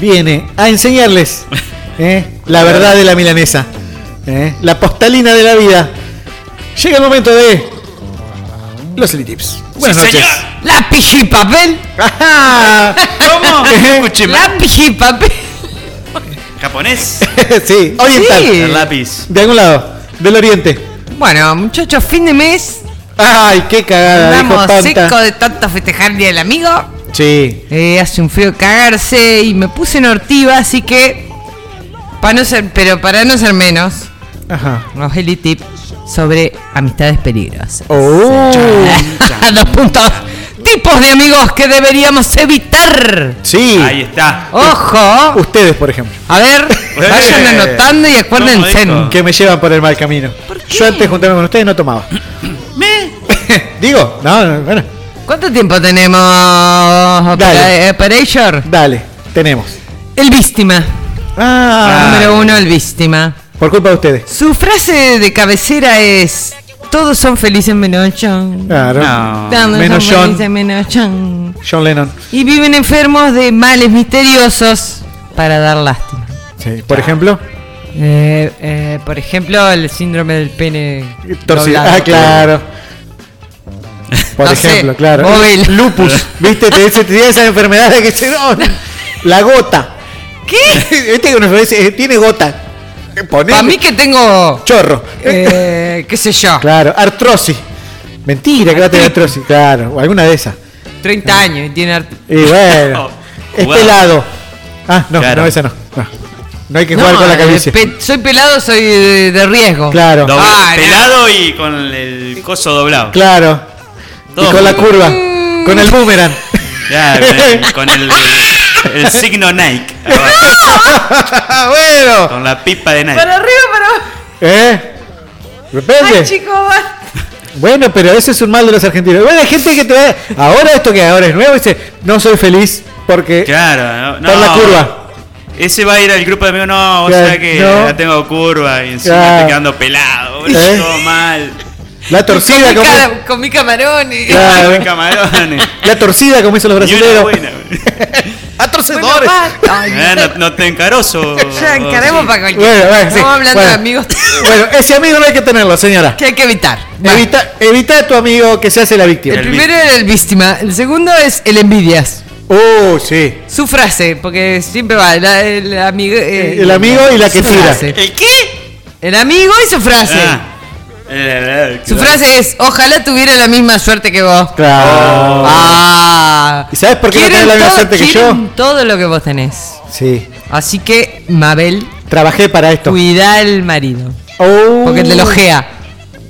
[SPEAKER 14] viene a enseñarles ¿eh? la verdad de la milanesa, ¿eh? la postalina de la vida. Llega el momento de los Elitips. Buenas
[SPEAKER 7] Sí,
[SPEAKER 14] noches.
[SPEAKER 7] señor. Lápiz y papel.
[SPEAKER 14] ¿Cómo?
[SPEAKER 7] Lápiz y papel.
[SPEAKER 6] ¿Japonés?
[SPEAKER 14] sí, oriental.
[SPEAKER 7] Sí. El
[SPEAKER 14] lápiz. De algún lado, del oriente.
[SPEAKER 7] Bueno, muchachos, fin de mes.
[SPEAKER 14] Ay, qué cagada.
[SPEAKER 7] Estamos
[SPEAKER 14] dijo Panta.
[SPEAKER 7] secos de tanto festejar el Día del Amigo.
[SPEAKER 14] Sí.
[SPEAKER 7] Eh, hace un frío cagarse y me puse en hortiva, así que. Para no ser, pero para no ser menos,
[SPEAKER 14] Ajá.
[SPEAKER 7] los Eli Tips sobre amistades peligrosas.
[SPEAKER 14] Oh.
[SPEAKER 7] Dos puntos. Tipos de amigos que deberíamos evitar.
[SPEAKER 14] Sí.
[SPEAKER 6] Ahí está.
[SPEAKER 7] Ojo.
[SPEAKER 14] Ustedes, por ejemplo.
[SPEAKER 7] A ver, vayan anotando y acuérdense.
[SPEAKER 14] Que me llevan por el mal camino. Yo antes de juntarme con ustedes no tomaba. Digo, no, no, bueno.
[SPEAKER 7] ¿Cuánto tiempo tenemos, Dale. Operator?
[SPEAKER 14] Dale, tenemos.
[SPEAKER 7] El víctima.
[SPEAKER 14] Ah.
[SPEAKER 7] Número uno, el víctima.
[SPEAKER 14] Por culpa de ustedes.
[SPEAKER 7] Su frase de cabecera es: Todos son felices menos John.
[SPEAKER 14] Claro.
[SPEAKER 7] Todos
[SPEAKER 14] Menos
[SPEAKER 7] son
[SPEAKER 14] John,
[SPEAKER 7] felices menos John.
[SPEAKER 14] John Lennon.
[SPEAKER 7] Y viven enfermos de males misteriosos para dar lástima.
[SPEAKER 14] Sí, por ejemplo.
[SPEAKER 7] Eh, eh, por ejemplo, el síndrome del pene
[SPEAKER 14] Torcido.
[SPEAKER 7] doblado.
[SPEAKER 14] Ah, claro. Por
[SPEAKER 7] No sé,
[SPEAKER 14] ejemplo, claro.
[SPEAKER 7] móvil.
[SPEAKER 14] Lupus. ¿Viste? Te dice, te tiene esa enfermedad de que se. no, la gota. ¿Qué? Este que nos dice, eh, tiene gota.
[SPEAKER 7] Para mí que tengo.
[SPEAKER 14] Chorro.
[SPEAKER 7] Eh, ¿Qué sé yo?
[SPEAKER 14] Claro, artrosis. Mentira, que va a tener artrosis. Claro, o alguna de esas.
[SPEAKER 7] 30 años y tiene art-
[SPEAKER 14] Y bueno, es
[SPEAKER 7] Jugado.
[SPEAKER 14] pelado. Ah, no, no, esa no. No, No hay que jugar
[SPEAKER 7] No,
[SPEAKER 14] con la
[SPEAKER 7] eh,
[SPEAKER 14] cabeza.
[SPEAKER 7] pe- soy pelado, soy de, de riesgo.
[SPEAKER 14] Claro.
[SPEAKER 6] Doble-
[SPEAKER 7] Ah,
[SPEAKER 6] pelado y con el coso doblado.
[SPEAKER 14] Claro.
[SPEAKER 6] Todo
[SPEAKER 14] y con la
[SPEAKER 6] junto.
[SPEAKER 14] curva. Con el boomerang.
[SPEAKER 6] Ya, eh, con el, el signo Nike.
[SPEAKER 14] bueno.
[SPEAKER 6] Con la pipa de Nike.
[SPEAKER 7] Para arriba, para abajo.
[SPEAKER 14] ¿Eh? Depende.
[SPEAKER 7] Ay, chicos, va.
[SPEAKER 14] Bueno, pero ese es un mal de los argentinos. Bueno, hay gente que te va. Ahora esto que ahora es nuevo, dice, no soy feliz porque.
[SPEAKER 6] Claro, no,
[SPEAKER 14] Por la
[SPEAKER 6] no.
[SPEAKER 14] curva.
[SPEAKER 6] Ese va a ir al grupo de amigos, no, o
[SPEAKER 14] Claro,
[SPEAKER 6] sea que
[SPEAKER 14] no.
[SPEAKER 6] ya tengo curva y encima
[SPEAKER 14] Claro.
[SPEAKER 6] estoy quedando pelado, boludo,
[SPEAKER 14] ¿Eh?
[SPEAKER 6] todo mal.
[SPEAKER 14] La
[SPEAKER 7] Comí
[SPEAKER 14] torcida como.
[SPEAKER 7] ca- Comí camarones.
[SPEAKER 14] Claro.
[SPEAKER 6] Camarones.
[SPEAKER 14] La torcida como hizo los
[SPEAKER 6] Ni una
[SPEAKER 14] brasileños.
[SPEAKER 6] buena.
[SPEAKER 21] a torcedores.
[SPEAKER 6] Eh, no, no te encaroso.
[SPEAKER 7] Ya encaremos para cualquier.
[SPEAKER 14] Bueno, bueno, sí,
[SPEAKER 7] Estamos hablando
[SPEAKER 14] bueno.
[SPEAKER 7] de amigos
[SPEAKER 14] Bueno, ese amigo no hay que tenerlo, señora.
[SPEAKER 7] que hay que evitar.
[SPEAKER 14] Evita, evita a tu amigo que se hace la víctima.
[SPEAKER 7] El primero era el víctima, el segundo es el envidias.
[SPEAKER 14] Oh, sí.
[SPEAKER 7] Su frase, porque siempre va la- el amigo. eh,
[SPEAKER 14] El amigo y la que
[SPEAKER 7] su
[SPEAKER 14] tira.
[SPEAKER 7] frase.
[SPEAKER 14] ¿El
[SPEAKER 7] qué? El amigo y su
[SPEAKER 6] Ah.
[SPEAKER 7] frase.
[SPEAKER 6] Eh,
[SPEAKER 7] Su frase es, ojalá tuviera la misma suerte que vos.
[SPEAKER 14] Claro.
[SPEAKER 7] Ah.
[SPEAKER 14] ¿Y sabes por qué no tenés la misma
[SPEAKER 7] todo-
[SPEAKER 14] suerte que yo?
[SPEAKER 7] quieren todo lo que vos tenés.
[SPEAKER 14] Ah, Sí.
[SPEAKER 7] Así que, Mabel,
[SPEAKER 14] Trabajé para esto. Oh.
[SPEAKER 7] cuida al marido. Porque
[SPEAKER 14] Uh.
[SPEAKER 7] te lojea.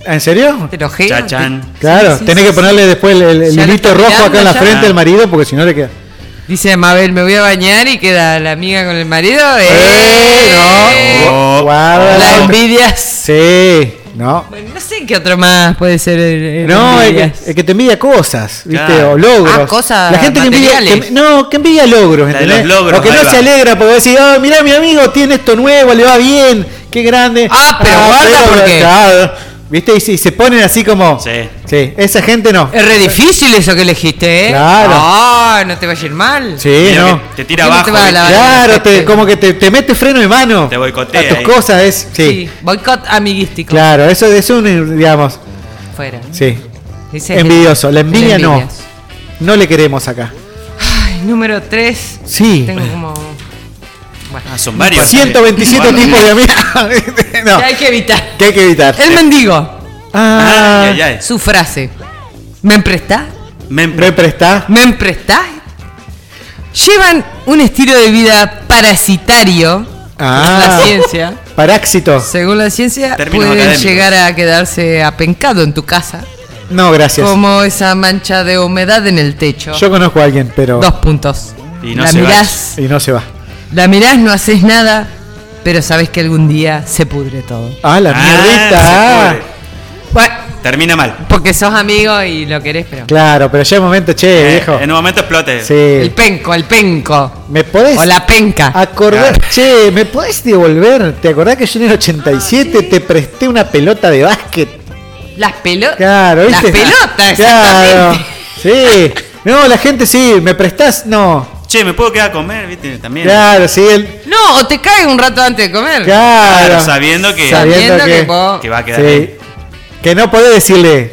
[SPEAKER 14] ¿En serio?
[SPEAKER 7] Te lojea.
[SPEAKER 6] Chachán.
[SPEAKER 14] Claro,
[SPEAKER 7] sí,
[SPEAKER 14] tenés
[SPEAKER 7] sí,
[SPEAKER 14] que ponerle después el, el- el
[SPEAKER 7] Ya lo
[SPEAKER 14] hilito
[SPEAKER 7] está
[SPEAKER 14] rojo acá en
[SPEAKER 7] mirando
[SPEAKER 14] la
[SPEAKER 7] ya.
[SPEAKER 14] frente al marido porque si no le queda.
[SPEAKER 7] Dice Mabel, me voy a bañar y queda la amiga con el marido. ¡Eh!
[SPEAKER 14] Oh.
[SPEAKER 6] Oh,
[SPEAKER 7] La
[SPEAKER 14] Guarda la-
[SPEAKER 7] envidias.
[SPEAKER 14] Sí, no.
[SPEAKER 7] No sé qué otro más puede ser. el- el
[SPEAKER 14] No, el
[SPEAKER 7] envidias.
[SPEAKER 14] que, el que te envidia cosas, ¿viste?
[SPEAKER 7] Claro.
[SPEAKER 14] O logros.
[SPEAKER 7] Ah, cosas
[SPEAKER 14] La gente que envidia.
[SPEAKER 7] materiales.
[SPEAKER 14] que- no, que envidia logros,
[SPEAKER 6] de
[SPEAKER 14] ¿entendés?
[SPEAKER 6] los logros,
[SPEAKER 14] o que
[SPEAKER 6] ahí
[SPEAKER 14] no
[SPEAKER 6] va.
[SPEAKER 14] se alegra porque decís, ah, mirá, mi amigo tiene esto nuevo, le va bien, qué grande.
[SPEAKER 7] Ah, pero guarda porque-
[SPEAKER 14] claro. ¿Viste? Y, se- y se ponen así como. Sí. esa gente no.
[SPEAKER 7] Es re difícil eso que elegiste, ¿eh?
[SPEAKER 14] Claro.
[SPEAKER 7] Ah, no te va a ir mal.
[SPEAKER 14] Sí,
[SPEAKER 6] Medio
[SPEAKER 14] Eh, no.
[SPEAKER 6] que te tira
[SPEAKER 7] ¿Por qué no
[SPEAKER 6] abajo.
[SPEAKER 7] te
[SPEAKER 6] ¿viste?
[SPEAKER 7] va a Ah, la- este-
[SPEAKER 14] Claro, te- como que te, te mete freno de mano.
[SPEAKER 6] Te boicotea
[SPEAKER 14] A tus
[SPEAKER 6] ahí.
[SPEAKER 14] cosas es. Sí,
[SPEAKER 7] Sí, boicot amiguístico.
[SPEAKER 14] Claro, eso es un, digamos.
[SPEAKER 7] Fuera.
[SPEAKER 14] Sí.
[SPEAKER 7] Ese es el-
[SPEAKER 14] Envidioso. La envidia
[SPEAKER 7] el
[SPEAKER 14] no.
[SPEAKER 7] envidias.
[SPEAKER 14] No le queremos acá.
[SPEAKER 7] Ay, número 3.
[SPEAKER 14] Sí.
[SPEAKER 7] Tengo como. Bueno.
[SPEAKER 6] Ah, son varios.
[SPEAKER 14] 127
[SPEAKER 6] Guarda.
[SPEAKER 14] tipos de amigos No.
[SPEAKER 7] Que hay que evitar.
[SPEAKER 14] que hay que evitar.
[SPEAKER 7] El mendigo.
[SPEAKER 14] Ah,
[SPEAKER 6] Ay, ay, ay.
[SPEAKER 7] Su frase. ¿Me emprestás?
[SPEAKER 6] Me
[SPEAKER 14] ¿Me prestás?
[SPEAKER 7] ¿Me emprestás? Llevan un estilo de vida parasitario.
[SPEAKER 14] Ah.
[SPEAKER 7] La ciencia.
[SPEAKER 14] Paráxito.
[SPEAKER 7] Según la ciencia,
[SPEAKER 14] Términos
[SPEAKER 7] pueden
[SPEAKER 14] académicos.
[SPEAKER 7] llegar a quedarse apencado en tu casa.
[SPEAKER 14] No, gracias.
[SPEAKER 7] Como esa mancha de humedad en el techo.
[SPEAKER 14] Yo conozco a alguien, pero.
[SPEAKER 7] Dos puntos.
[SPEAKER 14] Y
[SPEAKER 7] no La se va. mirás.
[SPEAKER 14] Y no se va.
[SPEAKER 7] La mirás, no haces nada, pero sabes que algún día se pudre todo.
[SPEAKER 14] Ah, la mierdita.
[SPEAKER 6] se
[SPEAKER 14] ah.
[SPEAKER 6] Termina mal.
[SPEAKER 7] Porque sos amigo y lo querés, pero.
[SPEAKER 14] Claro, pero ya un momento, che,
[SPEAKER 6] Eh,
[SPEAKER 14] viejo.
[SPEAKER 6] En un momento explote.
[SPEAKER 14] Sí.
[SPEAKER 7] El penco, el penco.
[SPEAKER 14] ¿Me podés?
[SPEAKER 7] O la penca.
[SPEAKER 14] Acordar, che, ¿me podés devolver? ¿Te acordás que yo en el
[SPEAKER 7] Ah,
[SPEAKER 14] 87 te presté una pelota de básquet?
[SPEAKER 7] Las pelotas.
[SPEAKER 14] Claro,
[SPEAKER 7] Las
[SPEAKER 14] ¿viste?
[SPEAKER 7] pelotas,
[SPEAKER 14] Claro.
[SPEAKER 7] exactamente.
[SPEAKER 14] Sí. No, la gente sí, ¿me prestás? No.
[SPEAKER 6] Che, me puedo quedar a comer, ¿viste? También.
[SPEAKER 14] Claro, sí, él.
[SPEAKER 7] No, o te cae un rato antes de comer.
[SPEAKER 14] Claro.
[SPEAKER 6] Claro, sabiendo que-
[SPEAKER 7] Sabiendo que vos-
[SPEAKER 6] Que va a quedar
[SPEAKER 14] sí.
[SPEAKER 6] ahí.
[SPEAKER 14] Que no podés decirle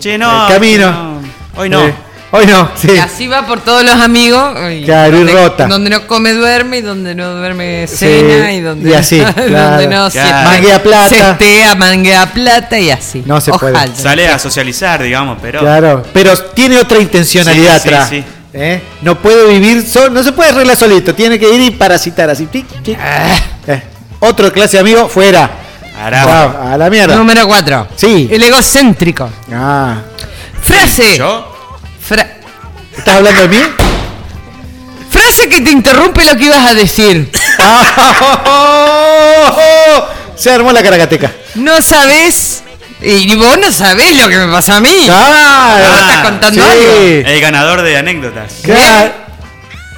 [SPEAKER 6] Che, no.
[SPEAKER 14] el camino.
[SPEAKER 6] no. Hoy no.
[SPEAKER 14] Eh, hoy no, sí.
[SPEAKER 7] Y así va por todos los amigos. y
[SPEAKER 14] Claro, y
[SPEAKER 7] donde,
[SPEAKER 14] rota.
[SPEAKER 7] Donde no come, duerme, y donde no duerme,
[SPEAKER 14] Sí,
[SPEAKER 7] cena, y donde,
[SPEAKER 14] y así, claro.
[SPEAKER 7] donde
[SPEAKER 6] Claro.
[SPEAKER 7] no siesta-
[SPEAKER 14] Manguea plata.
[SPEAKER 7] Sestea, manguea plata y así.
[SPEAKER 14] No se puede.
[SPEAKER 7] Ojalá.
[SPEAKER 6] Sale a socializar, digamos, pero.
[SPEAKER 14] Claro. Pero tiene otra intencionalidad
[SPEAKER 6] Sí, sí,
[SPEAKER 14] atrás.
[SPEAKER 6] sí.
[SPEAKER 14] ¿eh? No puede vivir solo, no se puede arreglar solito, tiene que ir y parasitar así. Tic, tic. Eh, Otro clase de amigo, fuera.
[SPEAKER 6] Carajo.
[SPEAKER 14] Chao, a la mierda.
[SPEAKER 7] Número 4.
[SPEAKER 14] Sí.
[SPEAKER 7] El egocéntrico.
[SPEAKER 14] Ah.
[SPEAKER 7] Frase.
[SPEAKER 6] ¿Yo?
[SPEAKER 7] Fra-
[SPEAKER 14] ¿Estás hablando de mí?
[SPEAKER 7] frase que te interrumpe lo que ibas a decir.
[SPEAKER 14] Ah, oh, Se armó la caracateca.
[SPEAKER 7] No sabes. Y vos no sabés lo que me pasó a mí.
[SPEAKER 14] Claro.
[SPEAKER 7] Vos estás contando
[SPEAKER 14] sí.
[SPEAKER 7] algo. ¿Eh?
[SPEAKER 6] El ganador de anécdotas.
[SPEAKER 14] Claro.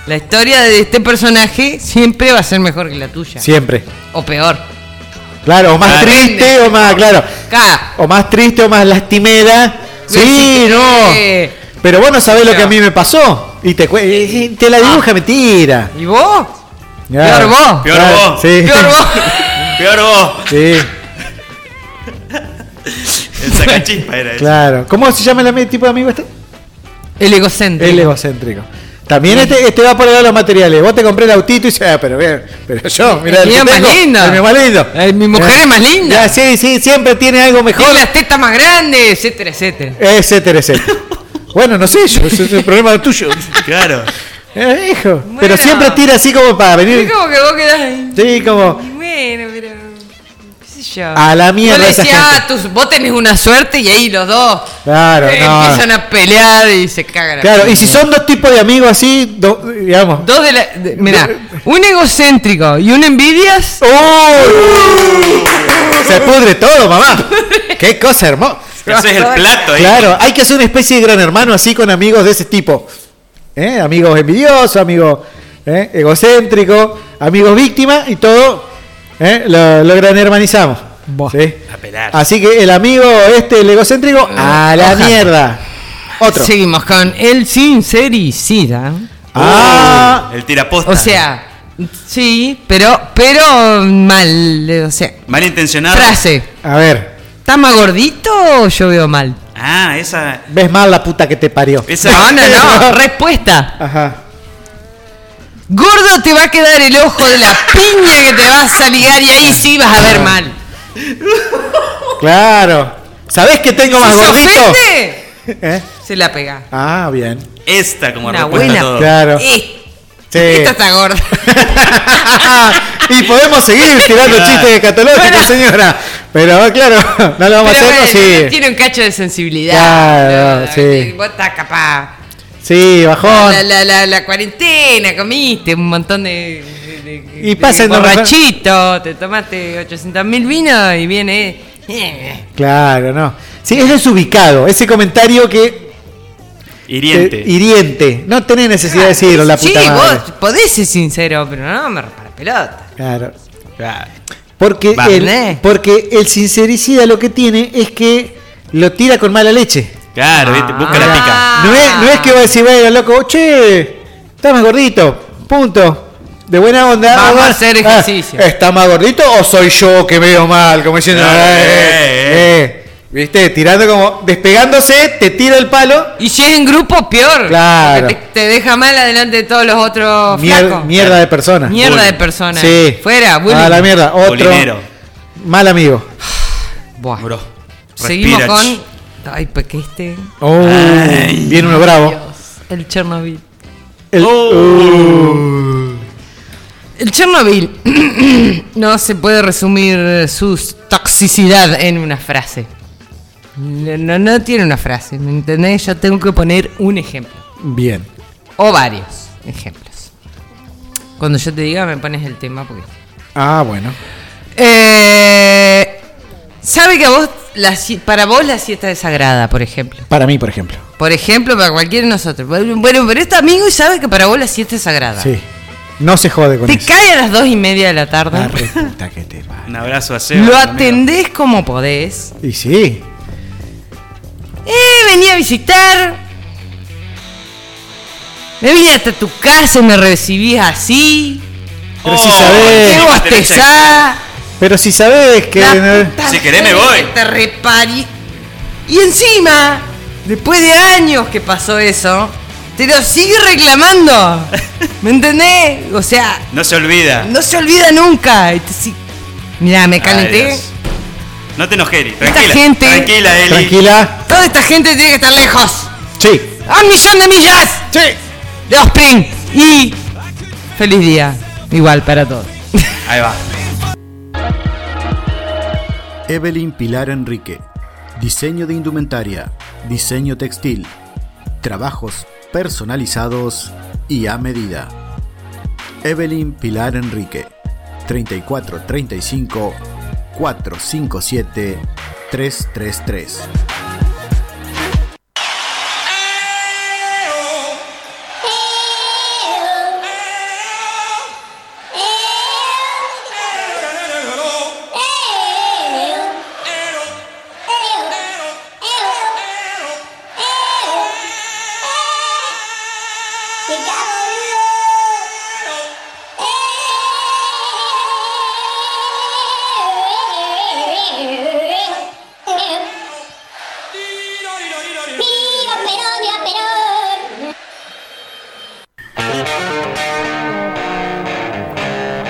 [SPEAKER 7] La historia de este personaje siempre va a ser mejor que la tuya.
[SPEAKER 14] Siempre.
[SPEAKER 7] O peor.
[SPEAKER 14] Claro, o más
[SPEAKER 7] Claro.
[SPEAKER 14] triste, o más, claro.
[SPEAKER 7] Acá.
[SPEAKER 14] O más triste, o más lastimera. Sí, no.
[SPEAKER 7] Eh,
[SPEAKER 14] Pero vos no sabés lo que a mí me pasó. Y te, cue- y- y te la dibuja, mentira.
[SPEAKER 7] ¿Y vos? Ah. Peor vos.
[SPEAKER 6] Peor
[SPEAKER 14] Claro,
[SPEAKER 6] vos.
[SPEAKER 14] Sí.
[SPEAKER 7] Peor vos.
[SPEAKER 6] Peor vos.
[SPEAKER 14] Sí,
[SPEAKER 6] El sacachispa era ese.
[SPEAKER 14] claro. ¿Cómo se llama el ami- tipo de amigo este?
[SPEAKER 7] El egocéntrico.
[SPEAKER 14] El egocéntrico. También este, este va por el lado de los materiales. Vos te compré el autito y dices, ah, pero bien, pero yo, mirá,
[SPEAKER 7] El
[SPEAKER 14] que
[SPEAKER 7] mío es más
[SPEAKER 14] tengo,
[SPEAKER 7] lindo.
[SPEAKER 14] El mío más lindo.
[SPEAKER 7] Eh, mi mujer
[SPEAKER 14] Eh,
[SPEAKER 7] es más linda.
[SPEAKER 14] ya, sí, sí, siempre tiene algo mejor.
[SPEAKER 7] Tiene las tetas más grandes, etcétera, etcétera.
[SPEAKER 14] Etcétera, etcétera. bueno, no sé yo, ese es el problema tuyo.
[SPEAKER 6] Claro.
[SPEAKER 14] Eh, hijo. Pero siempre tira así como para venir.
[SPEAKER 7] Es como que vos quedás ahí.
[SPEAKER 14] Sí, como.
[SPEAKER 7] Bueno, pero. qué sé yo.
[SPEAKER 14] A la mierda
[SPEAKER 7] Vos le
[SPEAKER 14] esa
[SPEAKER 7] decís, ah,
[SPEAKER 14] gente.
[SPEAKER 7] tú- vos tenés una suerte y ahí los dos
[SPEAKER 14] Claro,
[SPEAKER 7] eh,
[SPEAKER 14] no.
[SPEAKER 7] empiezan a pelear y se cagan. a
[SPEAKER 14] Claro, y
[SPEAKER 7] piña.
[SPEAKER 14] si son dos tipos de amigos así, do- digamos.
[SPEAKER 7] Dos de la. de- mirá, un egocéntrico y un envidias.
[SPEAKER 14] ¡Oh! Se pudre todo, mamá. Qué cosa hermosa.
[SPEAKER 6] Te haces el plato ahí.
[SPEAKER 14] Claro, hay que hacer una especie de gran hermano así con amigos de ese tipo. ¿Eh? Amigos envidiosos, amigos ¿eh? egocéntricos, amigos víctimas y todo ¿eh? lo, lo gran hermanizamos. ¿sí?
[SPEAKER 6] A pelar.
[SPEAKER 14] Así que el amigo este, el egocéntrico, a la
[SPEAKER 7] Ah, Ojalá.
[SPEAKER 14] mierda. Otro.
[SPEAKER 7] Seguimos con el sincericida.
[SPEAKER 14] Ah,
[SPEAKER 6] El tiraposta.
[SPEAKER 7] O sea, sí, pero, pero mal, o sea.
[SPEAKER 6] Malintencionado.
[SPEAKER 7] Frase.
[SPEAKER 14] A ver.
[SPEAKER 7] ¿Está más gordito o yo veo mal?
[SPEAKER 6] Ah, esa.
[SPEAKER 14] Ves mal la puta que te parió.
[SPEAKER 7] No, no, no. Respuesta.
[SPEAKER 14] Ajá.
[SPEAKER 7] Gordo te va a quedar el ojo de la piña que te vas a ligar y ahí sí vas a
[SPEAKER 14] Ah.
[SPEAKER 7] ver mal.
[SPEAKER 14] Claro. ¿Sabés que tengo más
[SPEAKER 7] Si se
[SPEAKER 14] gordito?
[SPEAKER 7] ofende,
[SPEAKER 14] ¿Eh?
[SPEAKER 7] Se la pega.
[SPEAKER 14] Ah, bien.
[SPEAKER 6] Esta como
[SPEAKER 7] Una
[SPEAKER 6] respuesta a
[SPEAKER 7] buena.
[SPEAKER 6] todo.
[SPEAKER 14] Claro.
[SPEAKER 7] Eh,
[SPEAKER 14] Sí.
[SPEAKER 7] Esta está gorda.
[SPEAKER 14] Y podemos seguir tirando
[SPEAKER 7] Claro.
[SPEAKER 14] chistes de catológico, señora. Pero claro, no lo vamos
[SPEAKER 7] Pero
[SPEAKER 14] a hacer,
[SPEAKER 7] bueno,
[SPEAKER 14] sí.
[SPEAKER 7] Tiene un cacho de sensibilidad.
[SPEAKER 14] Claro, sí.
[SPEAKER 7] Vos estás capaz.
[SPEAKER 14] Sí, bajón.
[SPEAKER 7] La, la, la, la cuarentena, comiste un montón de. de- de-
[SPEAKER 14] Y
[SPEAKER 7] de
[SPEAKER 14] pasa en-
[SPEAKER 7] borrachito, te tomaste 800 mil vinos y viene. eh,
[SPEAKER 14] Claro, no. Sí, es desubicado. Ese comentario que.
[SPEAKER 6] Hiriente.
[SPEAKER 14] eh, hiriente. No tenés necesidad de decirlo, la
[SPEAKER 7] Ah, Sí,
[SPEAKER 14] puta madre.
[SPEAKER 7] vos podés ser sincero, pero no me para pelota.
[SPEAKER 14] Claro. Porque
[SPEAKER 7] Va,
[SPEAKER 14] el,
[SPEAKER 7] ¿eh?
[SPEAKER 14] porque el sincericida lo que tiene es que lo tira con mala leche.
[SPEAKER 6] Claro, ¿viste? busca
[SPEAKER 14] Ah.
[SPEAKER 6] la pica.
[SPEAKER 14] No es, no es que va a decir, bueno, loco, che, está más gordito, punto. De buena onda.
[SPEAKER 7] Vamos
[SPEAKER 14] Ah,
[SPEAKER 7] a hacer
[SPEAKER 14] ah,
[SPEAKER 7] ejercicio.
[SPEAKER 14] ¿Está más gordito o soy yo que veo mal? Como diciendo,
[SPEAKER 6] Claro,
[SPEAKER 14] "Eh,
[SPEAKER 6] eh,
[SPEAKER 14] eh". ¿Viste? Tirando como, despegándose, te tira el palo.
[SPEAKER 7] Y si es en grupo, peor.
[SPEAKER 14] Claro.
[SPEAKER 7] Te, te deja mal adelante de todos los otros
[SPEAKER 14] Mier-
[SPEAKER 7] flacos.
[SPEAKER 14] mierda de persona.
[SPEAKER 7] Oh, Mierda de persona.
[SPEAKER 14] Sí.
[SPEAKER 7] Fuera, bullying.
[SPEAKER 14] A la mierda. Otro.
[SPEAKER 6] Bulinero.
[SPEAKER 14] Mal amigo.
[SPEAKER 6] Bro.
[SPEAKER 7] Seguimos
[SPEAKER 6] Respira,
[SPEAKER 7] con. Ay, porque este.
[SPEAKER 14] Oh,
[SPEAKER 6] Ay.
[SPEAKER 14] viene uno bravo.
[SPEAKER 7] El Chernobyl.
[SPEAKER 14] El-
[SPEAKER 6] Oh,
[SPEAKER 14] Uh.
[SPEAKER 7] El Chernobyl no se puede resumir su toxicidad en una frase. No, no- no tiene una frase, ¿me entendés? Yo tengo que poner un ejemplo.
[SPEAKER 14] Bien.
[SPEAKER 7] O varios ejemplos. Cuando yo te diga, me pones el tema. Porque...
[SPEAKER 14] Ah, bueno.
[SPEAKER 7] Eh, ¿Sabe que a vos, la si- para vos la siesta es sagrada, por ejemplo?
[SPEAKER 14] Para mí, por ejemplo.
[SPEAKER 7] Por ejemplo, para cualquiera de nosotros. Bueno, pero este amigo sabe que para vos la siesta es sagrada.
[SPEAKER 14] Sí. No se jode con
[SPEAKER 7] Te
[SPEAKER 14] eso.
[SPEAKER 7] cae a las dos y media de la tarde.
[SPEAKER 14] La re
[SPEAKER 6] Un abrazo a Seba.
[SPEAKER 7] Lo
[SPEAKER 6] atendí.
[SPEAKER 7] atendés como podés.
[SPEAKER 14] Y sí.
[SPEAKER 7] Eh, venía a visitar. Me vine hasta tu casa y me recibís así.
[SPEAKER 14] Pero si
[SPEAKER 7] Oh, Qué
[SPEAKER 14] sabés.
[SPEAKER 7] bostezada.
[SPEAKER 14] Pero si sabés que.
[SPEAKER 6] Si querés me
[SPEAKER 7] Que
[SPEAKER 6] voy.
[SPEAKER 7] te repari. Y encima, después de años que pasó eso, te lo sigue reclamando. ¿Me entendés? O sea,
[SPEAKER 6] No se olvida.
[SPEAKER 7] no se olvida nunca. Y te si- Mirá, me
[SPEAKER 6] Ay,
[SPEAKER 7] calenté.
[SPEAKER 6] Dios. no te enojes, Eli. Tranquila.
[SPEAKER 7] gente-
[SPEAKER 6] Tranquila, Eli.
[SPEAKER 14] Tranquila.
[SPEAKER 7] Toda esta gente tiene que estar lejos.
[SPEAKER 14] Sí.
[SPEAKER 7] ¡A un millón de millas!
[SPEAKER 14] Sí.
[SPEAKER 7] De Offspring. Y. Feliz día. Igual para todos.
[SPEAKER 6] Ahí va.
[SPEAKER 1] Evelyn Pilar Enrique. Diseño de indumentaria, diseño textil, trabajos personalizados y a medida. Evelyn Pilar Enrique. 3435 457 333.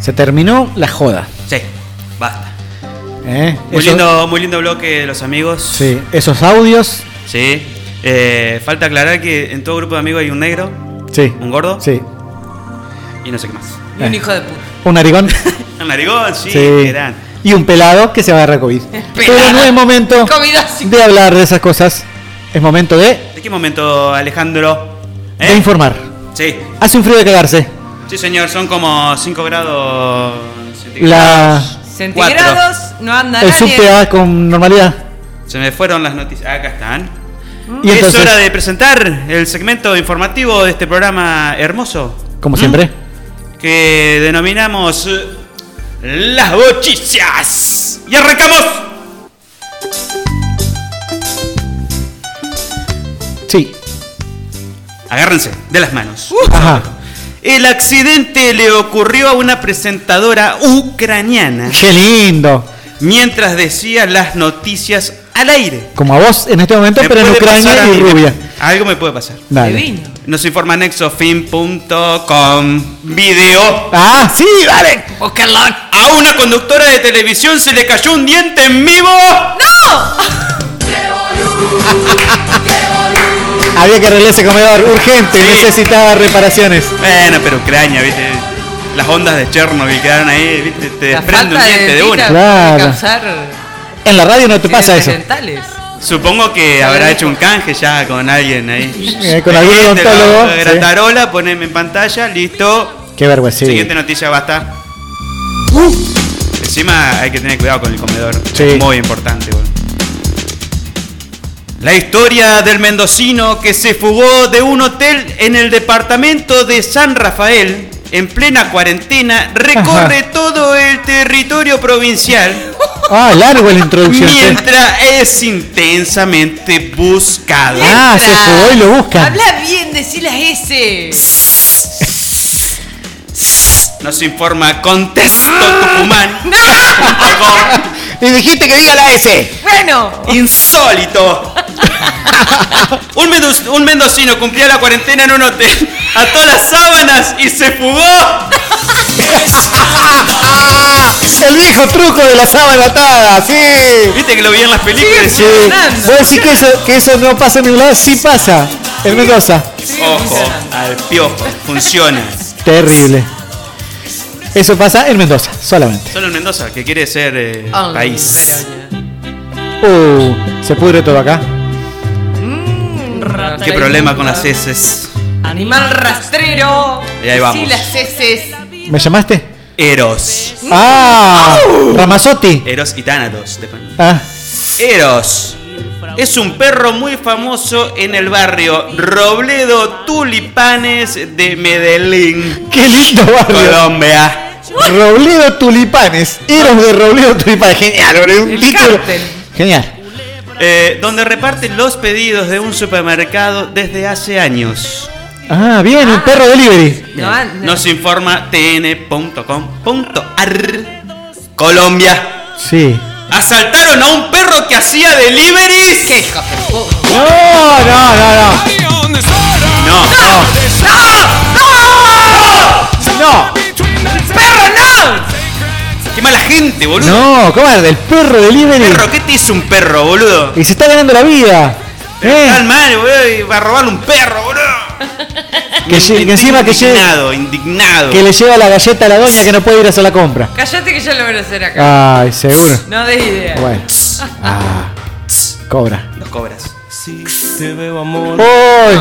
[SPEAKER 14] Se terminó la joda.
[SPEAKER 6] Sí, basta.
[SPEAKER 14] ¿eh?
[SPEAKER 6] Muy
[SPEAKER 14] Esos-
[SPEAKER 6] lindo, muy lindo bloque de los amigos.
[SPEAKER 14] Sí. Esos audios.
[SPEAKER 6] Sí. Eh, falta aclarar que en todo grupo de amigos hay un negro,
[SPEAKER 14] Sí.
[SPEAKER 6] un gordo
[SPEAKER 14] Sí.
[SPEAKER 6] Y no sé qué más.
[SPEAKER 10] Y un hijo de puta.
[SPEAKER 14] Un narigón.
[SPEAKER 6] Un narigón, sí,
[SPEAKER 14] Sí.
[SPEAKER 6] gran.
[SPEAKER 14] Y un pelado que se agarra a COVID. Pero no es momento de hablar de esas cosas. Es momento de,
[SPEAKER 6] ¿De qué momento, Alejandro? ¿Eh?
[SPEAKER 14] de informar.
[SPEAKER 6] Sí.
[SPEAKER 14] Hace un frío de cagarse.
[SPEAKER 6] Sí, señor, son como 5 grados
[SPEAKER 14] La,
[SPEAKER 6] centígrados.
[SPEAKER 10] Centígrados, no anda
[SPEAKER 14] el
[SPEAKER 10] nadie.
[SPEAKER 14] subte va con normalidad.
[SPEAKER 6] Cuatro. Se me fueron las noticias. Acá están.
[SPEAKER 14] Y
[SPEAKER 6] Mm. es
[SPEAKER 14] entonces-
[SPEAKER 6] hora de presentar el segmento informativo de este programa hermoso Mm.
[SPEAKER 14] Como siempre.
[SPEAKER 6] que denominamos eh, Las Bochicias. ¡Y arrancamos!
[SPEAKER 14] Sí.
[SPEAKER 6] Agárrense de las manos.
[SPEAKER 14] Uh. Ajá.
[SPEAKER 6] El accidente le ocurrió a una presentadora ucraniana
[SPEAKER 14] Qué lindo.
[SPEAKER 6] mientras decía las noticias al aire.
[SPEAKER 14] Como a vos en este momento,
[SPEAKER 6] Me
[SPEAKER 14] pero en
[SPEAKER 6] puede
[SPEAKER 14] Ucrania
[SPEAKER 6] pasar a
[SPEAKER 14] y
[SPEAKER 6] mí, me-
[SPEAKER 14] rubia.
[SPEAKER 6] Algo me puede pasar.
[SPEAKER 14] Dale.
[SPEAKER 6] Nos informa nexofin.com video.
[SPEAKER 14] Ah, sí, dale.
[SPEAKER 10] Oh,
[SPEAKER 6] A una conductora de televisión se le cayó un diente en vivo.
[SPEAKER 14] Había que arreglar ese comedor. Urgente. Necesitaba reparaciones.
[SPEAKER 6] Bueno, pero Ucrania, viste. Las ondas de Chernobyl quedaron ahí, viste, te desprende un
[SPEAKER 10] Falta
[SPEAKER 6] diente de una.
[SPEAKER 10] dentista
[SPEAKER 14] Claro.
[SPEAKER 10] puede causar
[SPEAKER 14] En la radio no te pasa
[SPEAKER 10] accidentes
[SPEAKER 14] eso.
[SPEAKER 10] dentales.
[SPEAKER 6] Supongo que habrá hecho un canje ya con alguien ahí.
[SPEAKER 14] Eh, con algún
[SPEAKER 6] Gente, la-
[SPEAKER 14] odontólogo,
[SPEAKER 6] la
[SPEAKER 14] sí.
[SPEAKER 6] Gratarola, poneme en pantalla, listo.
[SPEAKER 14] Qué vergüenza. sí. Uh.
[SPEAKER 6] Siguiente noticia, basta. Encima hay que tener cuidado con el comedor. Es muy importante, boludo. La historia del mendocino que se fugó de un hotel en el departamento de San Rafael en plena cuarentena recorre todo el territorio provincial
[SPEAKER 14] Ah, largo la introducción. sí.
[SPEAKER 6] mientras es intensamente buscado.
[SPEAKER 14] Ah, se fugó y lo buscan.
[SPEAKER 10] Habla bien, decí las S.
[SPEAKER 6] Nos informa Contexto Tucumán. Y dijiste que diga la S.
[SPEAKER 10] Bueno,
[SPEAKER 6] Insólito. un, mendu- un mendocino cumplía la cuarentena en un hotel. Ató las sábanas y se fugó.
[SPEAKER 14] Ah, El viejo truco de la sábana atada, sí.
[SPEAKER 6] Viste que lo vi en las películas.
[SPEAKER 14] Sí. ¿Vos decís que eso, que eso no pasa en ningún lado? Sí pasa. En Mendoza.
[SPEAKER 6] Ojo al piojo. Funciona.
[SPEAKER 14] Terrible. Eso pasa en Mendoza, solamente.
[SPEAKER 6] Solo en Mendoza, que quiere ser eh,
[SPEAKER 10] Ah,
[SPEAKER 6] país.
[SPEAKER 14] Uh, se pudre todo acá.
[SPEAKER 6] Qué problema con las heces.
[SPEAKER 10] animal rastrero.
[SPEAKER 6] Y ahí vamos.
[SPEAKER 10] Sí, las S.
[SPEAKER 14] ¿Me llamaste?
[SPEAKER 6] Eros.
[SPEAKER 14] Ah, Ramazotti.
[SPEAKER 6] Eros y Tánatos. de-
[SPEAKER 14] Ah,
[SPEAKER 6] Eros. Es un perro muy famoso en el barrio Robledo Tulipanes de Medellín,
[SPEAKER 14] qué lindo barrio.
[SPEAKER 6] Colombia.
[SPEAKER 14] Robledo Tulipanes. Eros de Robledo Tulipanes. Genial, boludo. Un título. Genial.
[SPEAKER 6] Eh, donde reparten los pedidos de un supermercado desde hace años.
[SPEAKER 14] Ah, bien, un perro delivery.
[SPEAKER 6] Nos informa tn.com.ar Colombia.
[SPEAKER 14] Sí.
[SPEAKER 6] Asaltaron a un perro que hacía deliveries.
[SPEAKER 14] No, no, no, no.
[SPEAKER 6] No.
[SPEAKER 14] No.
[SPEAKER 10] ¡Perro,
[SPEAKER 6] Qué mala gente, boludo.
[SPEAKER 14] No, cobarde, el perro delivery.
[SPEAKER 6] Perro, ¿qué te hizo un perro, boludo?
[SPEAKER 14] Y se está ganando la vida. Eh,
[SPEAKER 6] Tan mal, boludo, y va a robar un perro, boludo.
[SPEAKER 14] que, lle- que encima que, lle-
[SPEAKER 6] Indignado, indignado.
[SPEAKER 14] que le lleva la galleta a la doña que no puede ir a hacer la compra.
[SPEAKER 10] Callate que ya lo voy a hacer acá.
[SPEAKER 14] Ay, seguro.
[SPEAKER 10] No des idea.
[SPEAKER 14] Bueno. Ah, cobra.
[SPEAKER 6] Los cobras.
[SPEAKER 5] Te veo amor.
[SPEAKER 14] Uy,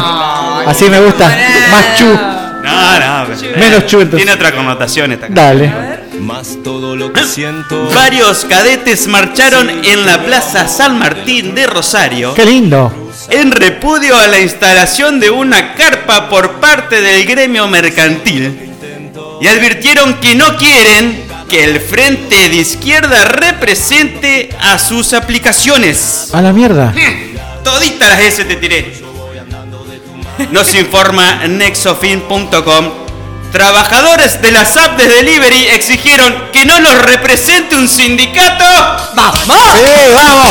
[SPEAKER 14] así me gusta. Más chu.
[SPEAKER 6] No, no, pero-
[SPEAKER 14] Menos chu, entonces.
[SPEAKER 6] Tiene otra connotación esta canción.
[SPEAKER 14] Dale.
[SPEAKER 6] Más todo lo que siento. Varios cadetes marcharon en la Plaza San Martín de Rosario
[SPEAKER 14] Qué lindo.
[SPEAKER 6] en repudio a la instalación de una carpa por parte del gremio mercantil y advirtieron que no quieren que el frente de izquierda represente a sus aplicaciones.
[SPEAKER 14] A la mierda.
[SPEAKER 6] Toditas las S te tiré. Nos informa nexofin.com. Trabajadores de las apps de delivery exigieron que no los represente un sindicato.
[SPEAKER 14] Sí, vamos.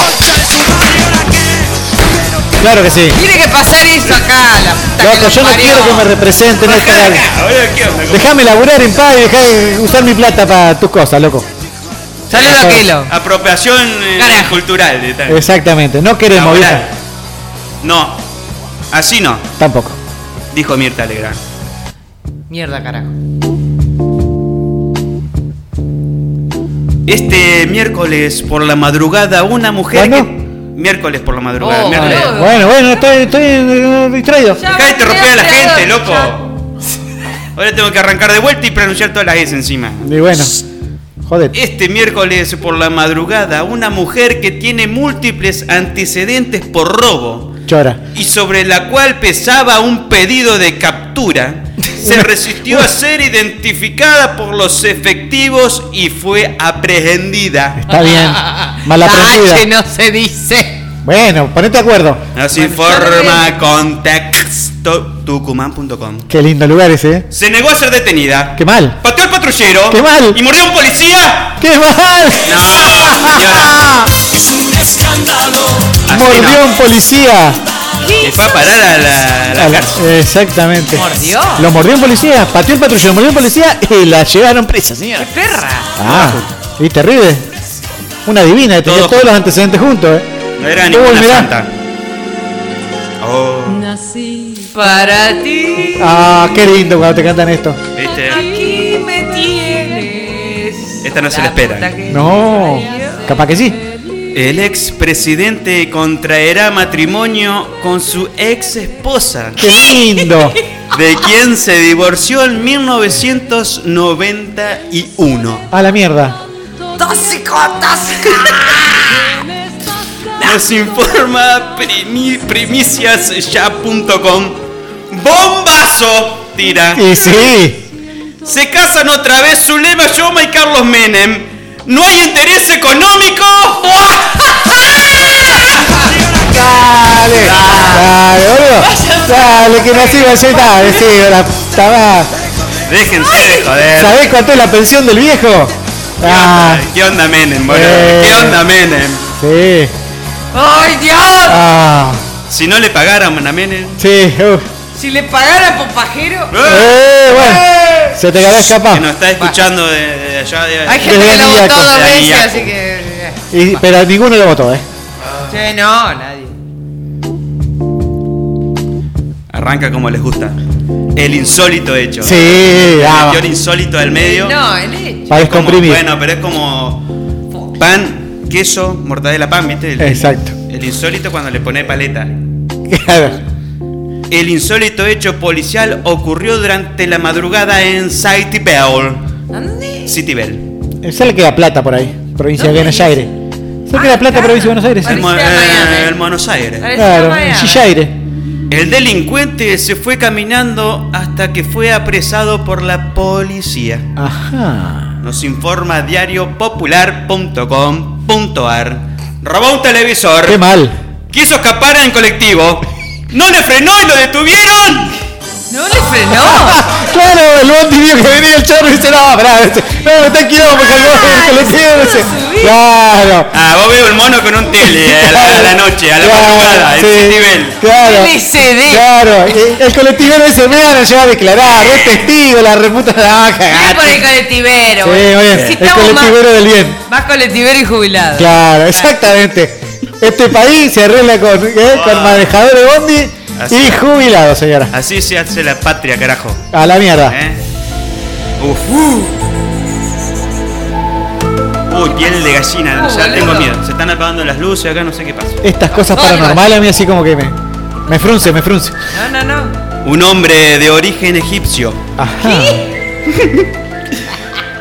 [SPEAKER 14] Claro que sí.
[SPEAKER 10] Tiene que pasar eso acá, la puta que
[SPEAKER 14] Loco,
[SPEAKER 10] lo
[SPEAKER 14] yo no
[SPEAKER 10] parió.
[SPEAKER 14] quiero que me representen esta radio. Déjame laburar en paz y dejá de usar mi plata para tus cosas, loco.
[SPEAKER 10] Saludo a Kelo.
[SPEAKER 6] Apropiación eh, cultural. de tal.
[SPEAKER 14] Exactamente, no queremos,
[SPEAKER 6] Laboral.
[SPEAKER 14] vieja.
[SPEAKER 6] No, así no,
[SPEAKER 14] Tampoco.
[SPEAKER 6] dijo Mirta Legrand.
[SPEAKER 10] Mierda, carajo.
[SPEAKER 6] Este miércoles por la madrugada, una mujer. que- Miércoles por la madrugada.
[SPEAKER 14] Oh,
[SPEAKER 6] miércoles.
[SPEAKER 14] Bueno, bueno, estoy, estoy, eh, distraído.
[SPEAKER 6] Dejá de interrumpir a la gente, loco. Ahora tengo que arrancar de vuelta y pronunciar todas las S encima.
[SPEAKER 14] Y bueno, joder.
[SPEAKER 6] Este miércoles por la madrugada, una mujer que tiene múltiples antecedentes por robo
[SPEAKER 14] Chora.
[SPEAKER 6] y sobre la cual pesaba un pedido de captura, se resistió a ser identificada por los efectivos y fue aprehendida.
[SPEAKER 14] Está bien. Mal aprendida.
[SPEAKER 10] no se dice.
[SPEAKER 14] Bueno, ponete de acuerdo.
[SPEAKER 6] Así forma contexto tucumán.com.
[SPEAKER 14] Qué lindo lugar ese, eh.
[SPEAKER 6] Se negó a ser detenida.
[SPEAKER 14] Qué mal.
[SPEAKER 6] Pateó al patrullero.
[SPEAKER 14] ¡Qué mal!
[SPEAKER 6] ¿Y mordió a un policía?
[SPEAKER 14] ¡Qué
[SPEAKER 6] No,
[SPEAKER 14] mal!
[SPEAKER 6] señora.
[SPEAKER 22] Es un escándalo.
[SPEAKER 6] Así
[SPEAKER 14] Mordió
[SPEAKER 6] no.
[SPEAKER 14] a un policía.
[SPEAKER 6] Y fue a parar a la, a la
[SPEAKER 14] Al-
[SPEAKER 6] cárcel.
[SPEAKER 14] Eh, Exactamente.
[SPEAKER 6] Mordió.
[SPEAKER 14] Lo mordió un policía, pateó el patrullero, mordió un policía y la llevaron presa, señora.
[SPEAKER 10] ¡Qué perra!
[SPEAKER 14] Ah, y terrible. Una divina, tenía
[SPEAKER 6] Todo
[SPEAKER 14] todos los antecedentes juntos, eh.
[SPEAKER 6] No era
[SPEAKER 14] Uy,
[SPEAKER 6] ninguna
[SPEAKER 14] mirá.
[SPEAKER 6] santa. Oh,
[SPEAKER 10] Nací para ti.
[SPEAKER 14] Ah, qué lindo cuando te cantan esto.
[SPEAKER 6] viste.
[SPEAKER 10] Aquí me tienes.
[SPEAKER 6] Esta no se la espera.
[SPEAKER 14] No, capaz que sí.
[SPEAKER 6] El expresidente contraerá matrimonio con su ex esposa.
[SPEAKER 14] Qué lindo.
[SPEAKER 6] De quien se divorció en 1991.
[SPEAKER 14] A la mierda.
[SPEAKER 10] ¡Tóxico, tóxico!
[SPEAKER 6] Nos informa primi- primiciasya.com. ¡Bombazo! Tira.
[SPEAKER 14] Y sí.
[SPEAKER 6] Se casan otra vez Zulema Yoma y Carlos Menem. ¿No hay interés económico?
[SPEAKER 14] Dale, dale, boludo. Dale, que nací así, dale, sí, la puta madre.
[SPEAKER 6] Déjense de joder.
[SPEAKER 14] ¿Sabés cuánto es la pensión del viejo? Ah,
[SPEAKER 6] ¿Qué onda Menem, boludo?
[SPEAKER 14] Eh.
[SPEAKER 6] ¿Qué onda Menem?
[SPEAKER 14] sí.
[SPEAKER 10] ¡Ay, Dios!
[SPEAKER 14] Ah,
[SPEAKER 6] Si no le pagaran a Menem.
[SPEAKER 14] sí. uf.
[SPEAKER 10] Si le pagara por pajero.
[SPEAKER 14] Eh, bueno, se te quedó
[SPEAKER 6] Que
[SPEAKER 14] escapado.
[SPEAKER 6] nos está escuchando de, de allá. De,
[SPEAKER 10] Hay gente que
[SPEAKER 14] Desde
[SPEAKER 10] lo
[SPEAKER 14] Aníaco.
[SPEAKER 10] votó dos
[SPEAKER 14] Desde
[SPEAKER 10] veces,
[SPEAKER 14] Aníaco.
[SPEAKER 10] así que.
[SPEAKER 14] Y- pero ninguno lo votó, eh.
[SPEAKER 10] Che, no, nadie.
[SPEAKER 6] Arranca como les gusta. El insólito hecho.
[SPEAKER 14] Sí,
[SPEAKER 6] Le
[SPEAKER 14] ah,
[SPEAKER 6] metió
[SPEAKER 14] va.
[SPEAKER 6] el insólito del medio.
[SPEAKER 10] No, el hecho.
[SPEAKER 14] Para
[SPEAKER 6] Es como-
[SPEAKER 14] descomprimir.
[SPEAKER 6] Bueno, pero es como pan, queso, mortadela, pan, ¿viste? El-
[SPEAKER 14] Exacto.
[SPEAKER 6] El insólito cuando le pone paleta.
[SPEAKER 14] A ver.
[SPEAKER 6] El insólito hecho policial ocurrió durante la madrugada en City Bell. City Bell.
[SPEAKER 14] Se le queda plata por ahí, provincia de Buenos Aires. Se le
[SPEAKER 6] Ah,
[SPEAKER 14] queda plata, provincia de Buenos Aires.
[SPEAKER 6] El,
[SPEAKER 14] sí.
[SPEAKER 6] Mo-
[SPEAKER 10] Parecía Miami.
[SPEAKER 6] eh, el Buenos Aires.
[SPEAKER 14] Claro, en
[SPEAKER 10] Miami.
[SPEAKER 14] Chillaire.
[SPEAKER 6] El delincuente se fue caminando hasta que fue apresado por la policía.
[SPEAKER 14] Ajá.
[SPEAKER 6] Nos informa diariopopular.com.ar. Robó un televisor.
[SPEAKER 14] Qué mal.
[SPEAKER 6] Quiso escapar en colectivo. No le frenó y lo detuvieron.
[SPEAKER 10] No le frenó.
[SPEAKER 14] Claro, el bondi vio que venía el charro y dice, no, pará, este- no, está aquí, no, porque el bondi lo tiene, no sé. Claro.
[SPEAKER 6] Ah, vos veo el mono con un tele a la, a la noche, a la
[SPEAKER 14] Claro,
[SPEAKER 6] madrugada, en
[SPEAKER 14] sí,
[SPEAKER 6] ese nivel.
[SPEAKER 14] Claro.
[SPEAKER 10] LCD.
[SPEAKER 14] Claro. y El colectivero ese me van a llevar a declarar, es testigo, la reputa de la
[SPEAKER 10] Mirá por el
[SPEAKER 14] cagada.
[SPEAKER 10] colectivero.
[SPEAKER 14] Sí,
[SPEAKER 10] boludo.
[SPEAKER 14] oye,
[SPEAKER 10] Si
[SPEAKER 14] el
[SPEAKER 10] estamos
[SPEAKER 14] colectivero del bien.
[SPEAKER 10] más, más colectivero y jubilado.
[SPEAKER 14] Claro, exactamente. Este país se arregla con, ¿eh? con manejador de bondi
[SPEAKER 6] Así
[SPEAKER 14] y
[SPEAKER 6] es.
[SPEAKER 14] jubilado, señora.
[SPEAKER 6] Así se hace la patria, carajo.
[SPEAKER 14] A la mierda.
[SPEAKER 6] ¿Eh? Uf. Uy, piel de gallina,
[SPEAKER 10] Uh,
[SPEAKER 6] ya
[SPEAKER 10] boludo.
[SPEAKER 6] tengo miedo. Se están apagando las luces acá, no sé qué pasa.
[SPEAKER 14] Estas cosas
[SPEAKER 10] No, no.
[SPEAKER 14] paranormales a mí así como que me, me frunce, me frunce.
[SPEAKER 10] No, no, no.
[SPEAKER 6] Un hombre de origen egipcio
[SPEAKER 14] Ajá.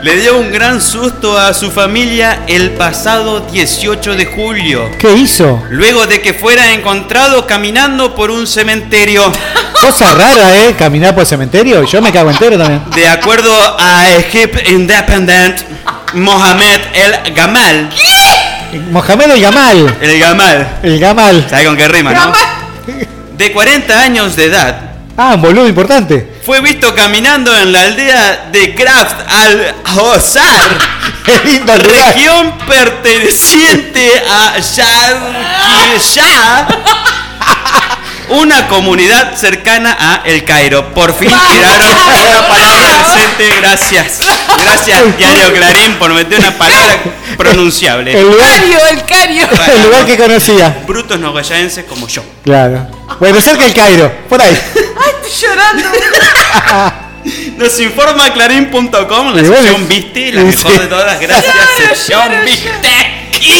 [SPEAKER 6] le dio un gran susto a su familia el pasado 18 de julio,
[SPEAKER 14] ¿Qué hizo?
[SPEAKER 6] luego de que fuera encontrado caminando por un cementerio.
[SPEAKER 14] Cosa rara, ¿eh? Caminar por el cementerio. Yo me cago entero también.
[SPEAKER 6] De acuerdo a Egypt Independent, Mohamed El Gamal.
[SPEAKER 14] Mohamed el Gamal.
[SPEAKER 6] El Gamal.
[SPEAKER 14] El Gamal.
[SPEAKER 6] ¿Sabe con qué rima, no? De 40 años de edad,
[SPEAKER 14] Ah, un boludo importante.
[SPEAKER 6] fue visto caminando en la aldea de Kraft al-Hosar,
[SPEAKER 14] Qué lindo lugar.
[SPEAKER 6] región perteneciente a Sharjah, una comunidad cercana a El Cairo. Por fin tiraron una palabra decente, gracias. Gracias, Diario Clarín, por meter una palabra pronunciable.
[SPEAKER 14] El lugar,
[SPEAKER 10] Cario, el cario.
[SPEAKER 14] el lugar que conocía.
[SPEAKER 6] Brutos nogayenses como yo.
[SPEAKER 14] Claro. Bueno, cerca del Cairo. Por ahí.
[SPEAKER 10] Ay, estoy llorando.
[SPEAKER 6] Nos informa clarín.com, la
[SPEAKER 14] Y bueno,
[SPEAKER 6] sección viste, la
[SPEAKER 14] y
[SPEAKER 6] mejor
[SPEAKER 14] sí.
[SPEAKER 6] de todas, gracias,
[SPEAKER 14] Lloro,
[SPEAKER 6] sección
[SPEAKER 14] lloro,
[SPEAKER 6] viste.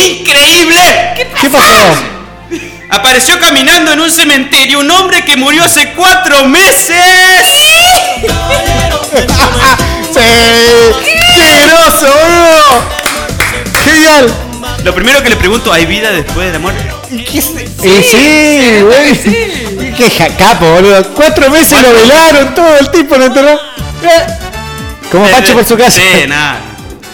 [SPEAKER 6] ¡Increíble!
[SPEAKER 14] ¿Qué pasó?
[SPEAKER 6] Apareció caminando en un cementerio un hombre que murió hace cuatro meses.
[SPEAKER 14] ¡Sí! ¡Qué groso, boludo! ¡Genial!
[SPEAKER 6] Lo primero que le pregunto, ¿hay vida después de la muerte?
[SPEAKER 14] Y sí, güey. Qué jacapo, boludo. Cuatro meses lo velaron todo el tipo, ¿no? enteró? Eh. Como Pacho por su casa.
[SPEAKER 6] Sí, nada.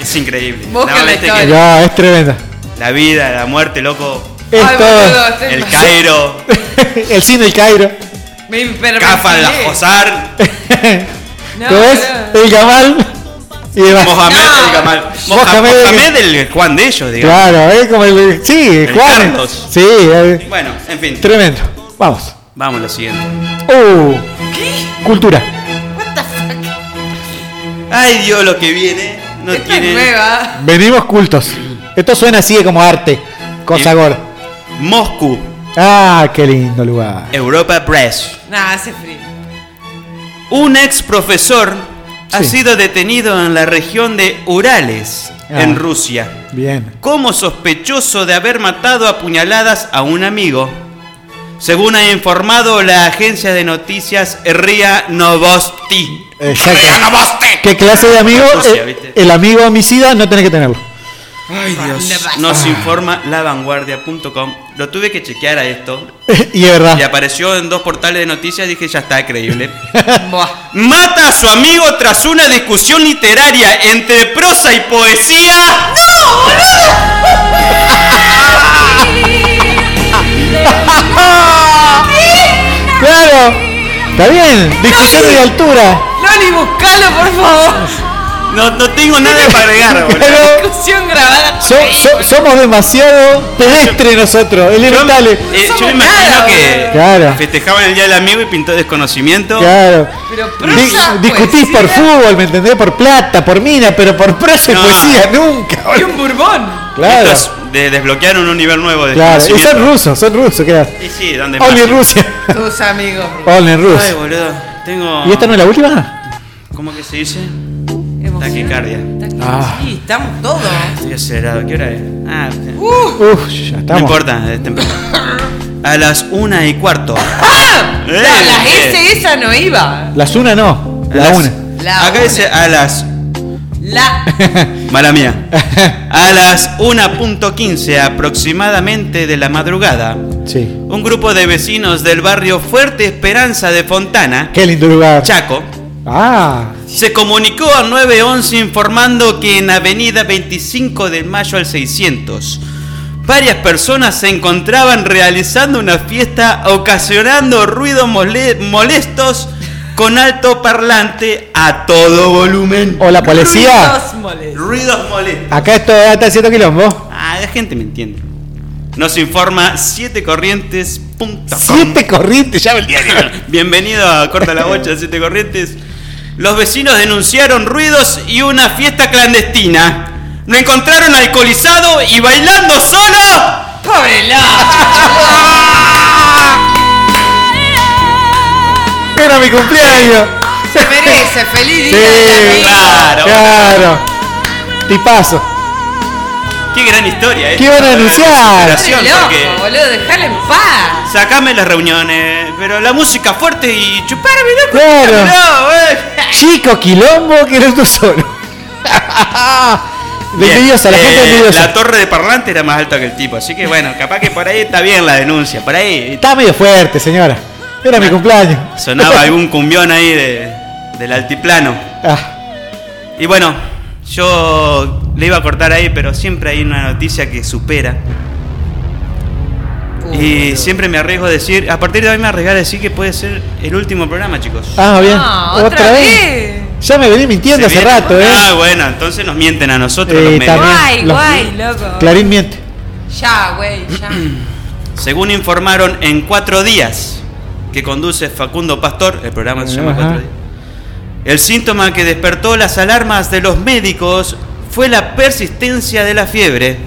[SPEAKER 6] Es increíble.
[SPEAKER 10] Busca
[SPEAKER 6] No,
[SPEAKER 10] la
[SPEAKER 6] viste
[SPEAKER 10] historia.
[SPEAKER 6] que
[SPEAKER 14] No, es tremenda.
[SPEAKER 6] La vida, la muerte, loco.
[SPEAKER 14] Es Ay, todo. boludo, estoy
[SPEAKER 6] El
[SPEAKER 14] pasando.
[SPEAKER 6] Cairo,
[SPEAKER 14] El cine El Cairo.
[SPEAKER 6] Cafa de la Josar,
[SPEAKER 14] ¿Lo ves? El Gamal. Y demás.
[SPEAKER 6] Mohamed, el Gamal. Moja-
[SPEAKER 14] Mohamed, el-
[SPEAKER 6] Mohamed, el Juan de ellos, digamos.
[SPEAKER 14] Claro, es como el. Sí, el
[SPEAKER 6] El
[SPEAKER 14] Juan.
[SPEAKER 6] Carlos.
[SPEAKER 14] Sí, eh,
[SPEAKER 6] Bueno, en fin.
[SPEAKER 14] tremendo. Vamos.
[SPEAKER 6] Vamos a lo siguiente.
[SPEAKER 14] Uh, Cultura.
[SPEAKER 6] Ay Dios, lo que viene. No tiene.
[SPEAKER 14] Venimos cultos. Esto suena así como arte. Cosa
[SPEAKER 6] Y-
[SPEAKER 14] gorda.
[SPEAKER 6] Moscú,
[SPEAKER 14] Ah, qué lindo lugar.
[SPEAKER 6] Europa Press.
[SPEAKER 10] Nah, hace frío.
[SPEAKER 6] Un ex profesor ha
[SPEAKER 14] Sí.
[SPEAKER 6] sido detenido en la región de Urales,
[SPEAKER 14] Ah.
[SPEAKER 6] en Rusia,
[SPEAKER 14] Bien.
[SPEAKER 6] como sospechoso de haber matado a puñaladas a un amigo. Según ha informado la agencia de noticias RIA Novosti.
[SPEAKER 14] Exacto.
[SPEAKER 6] ¡Ría Novosti!
[SPEAKER 14] ¿Qué clase de amigo?
[SPEAKER 6] Rusia,
[SPEAKER 14] Eh,
[SPEAKER 6] ¿viste?
[SPEAKER 14] el amigo homicida no tiene que tenerlo.
[SPEAKER 6] Ay, Dios. Nos informa lavanguardia.com. Lo tuve que chequear a esto.
[SPEAKER 14] y es verdad.
[SPEAKER 6] Y apareció en dos portales de noticias dije, ya está, creíble. Mata a su amigo tras una discusión literaria entre prosa y poesía.
[SPEAKER 14] claro. Está bien. Discusión de altura.
[SPEAKER 10] Loli, buscalo, por favor.
[SPEAKER 6] No, no tengo nada para agregar, boludo.
[SPEAKER 14] Claro.
[SPEAKER 10] Discusión grabada.
[SPEAKER 14] So- so- somos demasiado pedestres nosotros, elementales.
[SPEAKER 6] Eh, yo me imagino que
[SPEAKER 14] Claro.
[SPEAKER 6] festejaban el Día del Amigo y pintó desconocimiento.
[SPEAKER 14] Claro.
[SPEAKER 10] Pero
[SPEAKER 14] Di-
[SPEAKER 10] pues,
[SPEAKER 14] discutís por fútbol, ¿me entendés? Por plata, por mina, pero por prosa y
[SPEAKER 6] No.
[SPEAKER 14] poesía nunca.
[SPEAKER 10] Y un burbón.
[SPEAKER 14] Claro.
[SPEAKER 6] Estos de- desbloquearon un nivel nuevo de
[SPEAKER 14] Claro. Y son
[SPEAKER 6] desconocimiento.
[SPEAKER 14] rusos, son rusos, ¿qué haces?
[SPEAKER 6] Y sí, ¿dónde más?
[SPEAKER 14] Only Rusia.
[SPEAKER 10] Tus amigos.
[SPEAKER 14] Only
[SPEAKER 6] Ay,
[SPEAKER 14] Rusia.
[SPEAKER 6] boludo. Tengo...
[SPEAKER 14] ¿Y esta no es la última?
[SPEAKER 6] ¿Cómo que se dice? Taquicardia.
[SPEAKER 14] Ah.
[SPEAKER 10] Sí, estamos todos.
[SPEAKER 6] Estoy acelerado. ¿Qué hora es? Ah,
[SPEAKER 10] Uh.
[SPEAKER 14] Uf, ya
[SPEAKER 6] no
[SPEAKER 14] estamos.
[SPEAKER 6] importa, es temprano. A las una y cuarto. Eh,
[SPEAKER 10] Ah, La, la
[SPEAKER 6] eh.
[SPEAKER 10] S esa no iba.
[SPEAKER 14] Las una no, la
[SPEAKER 6] Las-
[SPEAKER 14] una.
[SPEAKER 10] La
[SPEAKER 6] Acá dice a las.
[SPEAKER 10] La.
[SPEAKER 6] Mala mía. A las 1.15 aproximadamente de la madrugada,
[SPEAKER 14] Sí.
[SPEAKER 6] un grupo de vecinos del barrio Fuerte Esperanza de Fontana,
[SPEAKER 14] Qué lindo lugar.
[SPEAKER 6] Chaco,
[SPEAKER 14] Ah,
[SPEAKER 6] se comunicó a 911 informando que en Avenida 25 de Mayo al 600 varias personas se encontraban realizando una fiesta ocasionando ruidos mole- molestos con alto parlante a todo volumen.
[SPEAKER 14] o la policía.
[SPEAKER 10] Ruidos molestos.
[SPEAKER 6] Ruidos molestos.
[SPEAKER 14] Acá esto está haciendo quilombo.
[SPEAKER 6] Ah, la gente me entiende. Nos informa 7corrientes.com.
[SPEAKER 14] Siete corrientes, ya me
[SPEAKER 6] Bienvenido a Corta la Bocha de 7 Corrientes. Los vecinos denunciaron ruidos y una fiesta clandestina. Lo encontraron alcoholizado y bailando solo.
[SPEAKER 10] Pobre la.
[SPEAKER 14] Era mi cumpleaños.
[SPEAKER 10] Se merece. Feliz día. de
[SPEAKER 14] Sí,
[SPEAKER 10] la vida.
[SPEAKER 6] Claro.
[SPEAKER 14] claro. Tipazo.
[SPEAKER 6] Qué gran historia, eh.
[SPEAKER 14] ¿Qué van a anunciar?
[SPEAKER 6] Consideración,
[SPEAKER 10] Pobre
[SPEAKER 6] porque
[SPEAKER 10] loco, boludo, dejala en paz.
[SPEAKER 6] Sacame las reuniones, pero la música fuerte y chuparme, loco.
[SPEAKER 14] Claro.
[SPEAKER 6] No, eh.
[SPEAKER 14] Chico quilombo que eres tú solo. De
[SPEAKER 6] Bien,
[SPEAKER 14] envidiosa, la
[SPEAKER 6] eh,
[SPEAKER 14] gente envidiosa.
[SPEAKER 6] La torre de parlante era más alta que el tipo, así que bueno, capaz que por ahí está bien la denuncia, por ahí
[SPEAKER 14] Está medio fuerte, señora. Era mi cumpleaños.
[SPEAKER 6] sonaba algún cumbión ahí de- del altiplano.
[SPEAKER 14] Ah,
[SPEAKER 6] Y bueno, yo le iba a cortar ahí, pero siempre hay una noticia que supera. Y siempre me arriesgo a decir, a partir de hoy me arriesgo a decir que puede ser el último programa, chicos.
[SPEAKER 14] ah, bien.
[SPEAKER 10] No,
[SPEAKER 14] otra,
[SPEAKER 10] otra
[SPEAKER 14] vez.
[SPEAKER 10] vez.
[SPEAKER 14] Ya me venía mintiendo
[SPEAKER 6] ¿Se
[SPEAKER 14] hace
[SPEAKER 6] viene?
[SPEAKER 14] rato, ¿eh?
[SPEAKER 6] Ah, bueno, entonces nos mienten a nosotros
[SPEAKER 14] Eh,
[SPEAKER 6] los medios.
[SPEAKER 14] también.
[SPEAKER 10] Guay,
[SPEAKER 14] Los-
[SPEAKER 10] guay, loco.
[SPEAKER 14] Clarín miente.
[SPEAKER 10] Ya, güey, ya.
[SPEAKER 6] Según informaron en cuatro días que conduce Facundo Pastor, el programa se llama
[SPEAKER 14] Ajá.
[SPEAKER 6] Cuatro Días, el síntoma que despertó las alarmas de los médicos fue la persistencia de la fiebre,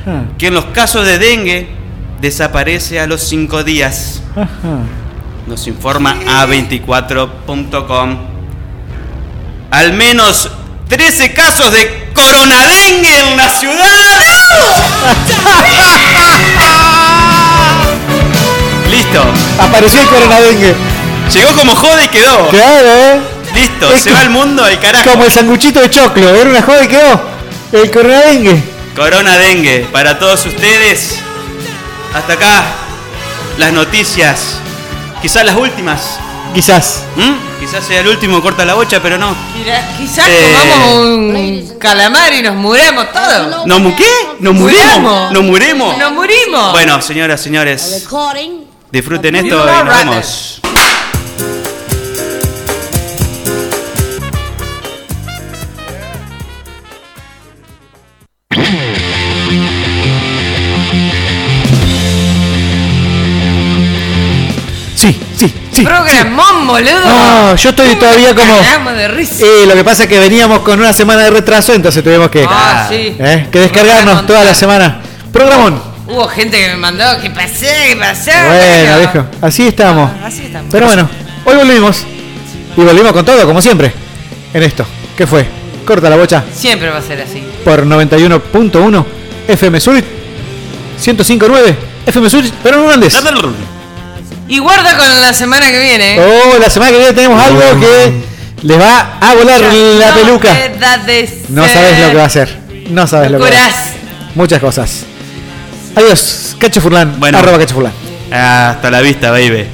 [SPEAKER 14] Ajá,
[SPEAKER 6] que en los casos de dengue desaparece a los cinco días,
[SPEAKER 14] ajá.
[SPEAKER 6] nos informa a24.com. al menos 13 casos de coronadengue en la ciudad.
[SPEAKER 14] ¡Ah!
[SPEAKER 6] Listo.
[SPEAKER 14] Apareció el coronadengue.
[SPEAKER 6] Llegó como joda y quedó.
[SPEAKER 14] Claro, ¿eh?
[SPEAKER 6] Listo, se va al mundo al carajo.
[SPEAKER 14] Como el sanguchito de choclo. Era una joda y quedó. El coronadengue.
[SPEAKER 6] Corona dengue para todos ustedes. Hasta acá las noticias. Quizás las últimas.
[SPEAKER 14] Quizás.
[SPEAKER 6] ¿Mm? Quizás sea el último corta la bocha, pero no.
[SPEAKER 10] Mira, Quizás
[SPEAKER 6] Eh.
[SPEAKER 10] comamos un calamar y nos muremos todos.
[SPEAKER 6] ¿No mu- qué? ¿No muremos? ¿No muremos?
[SPEAKER 10] Nos murimos.
[SPEAKER 6] Bueno, señoras, señores, disfruten esto
[SPEAKER 10] You
[SPEAKER 6] y
[SPEAKER 10] are
[SPEAKER 6] nos
[SPEAKER 10] rather.
[SPEAKER 6] vemos.
[SPEAKER 14] Sí, sí, sí.
[SPEAKER 10] Programón, boludo.
[SPEAKER 14] No, yo estoy todavía como.
[SPEAKER 10] Cagamos de risa.
[SPEAKER 14] Eh, lo que pasa es que veníamos con una semana de retraso, entonces tuvimos que,
[SPEAKER 10] Ah, sí.
[SPEAKER 14] eh, que descargarnos toda la semana. Programón.
[SPEAKER 10] Hubo gente que me mandó, ¿qué pasó? ¿Qué pasó?
[SPEAKER 14] Bueno, viejo, así estamos.
[SPEAKER 10] Ah, Así estamos.
[SPEAKER 14] Pero bueno, hoy volvimos. Y volvimos con todo, como siempre. En esto, ¿qué fue? Corta la bocha
[SPEAKER 10] Siempre va a ser así.
[SPEAKER 14] por 91.1 FM Sur 105.9 FM Sur, pero no Hernández.
[SPEAKER 10] Y guarda con la semana que viene. ¿eh?
[SPEAKER 14] Oh, la semana que viene tenemos algo que les va a volar Oh, la
[SPEAKER 10] no
[SPEAKER 14] peluca.
[SPEAKER 10] te da de
[SPEAKER 14] No
[SPEAKER 10] ser.
[SPEAKER 14] sabes lo que va a hacer. No sabes lo que va a hacer.
[SPEAKER 10] Curás.
[SPEAKER 14] Muchas cosas. Adiós, Cacho Furlan. Arroba Cacho Furlan.
[SPEAKER 6] Hasta la vista, baby.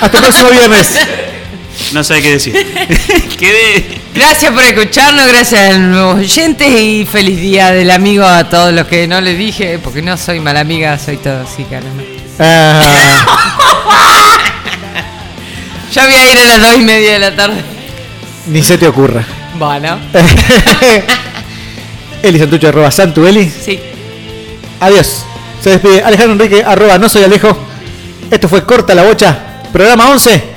[SPEAKER 14] Hasta el próximo viernes.
[SPEAKER 6] No sé qué decir. Quedé.
[SPEAKER 10] Gracias por escucharnos, gracias a los oyentes y feliz día del amigo a todos los que no les dije, porque no soy mala amiga, soy todo sí, caramba.
[SPEAKER 14] Ah,
[SPEAKER 10] Yo voy a ir a las dos y media de la tarde.
[SPEAKER 14] ni se te ocurra.
[SPEAKER 10] Bueno,
[SPEAKER 14] Eli Santucho arroba Santueli.
[SPEAKER 10] sí.
[SPEAKER 14] Adiós. Se despide Alejandro Enrique arroba no soy Alejo. Esto fue Corta la Bocha, programa 11.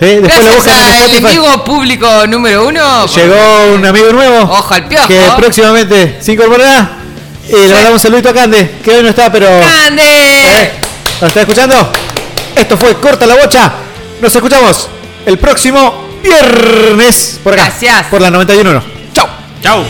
[SPEAKER 14] Sí, Después lo buscan en
[SPEAKER 10] gracias al
[SPEAKER 14] Spotify.
[SPEAKER 10] enemigo público número uno.
[SPEAKER 14] Llegó un amigo nuevo.
[SPEAKER 10] Ojo al piojo.
[SPEAKER 14] Que próximamente se incorporará. Y le mandamos un saludito a Cande, que hoy no está, pero.
[SPEAKER 10] ¡Grande!
[SPEAKER 14] Eh. ¿Lo está escuchando? Esto fue Corta la Bocha. Nos escuchamos el próximo viernes por acá. Gracias. Por la 91. Chau.
[SPEAKER 6] Chau.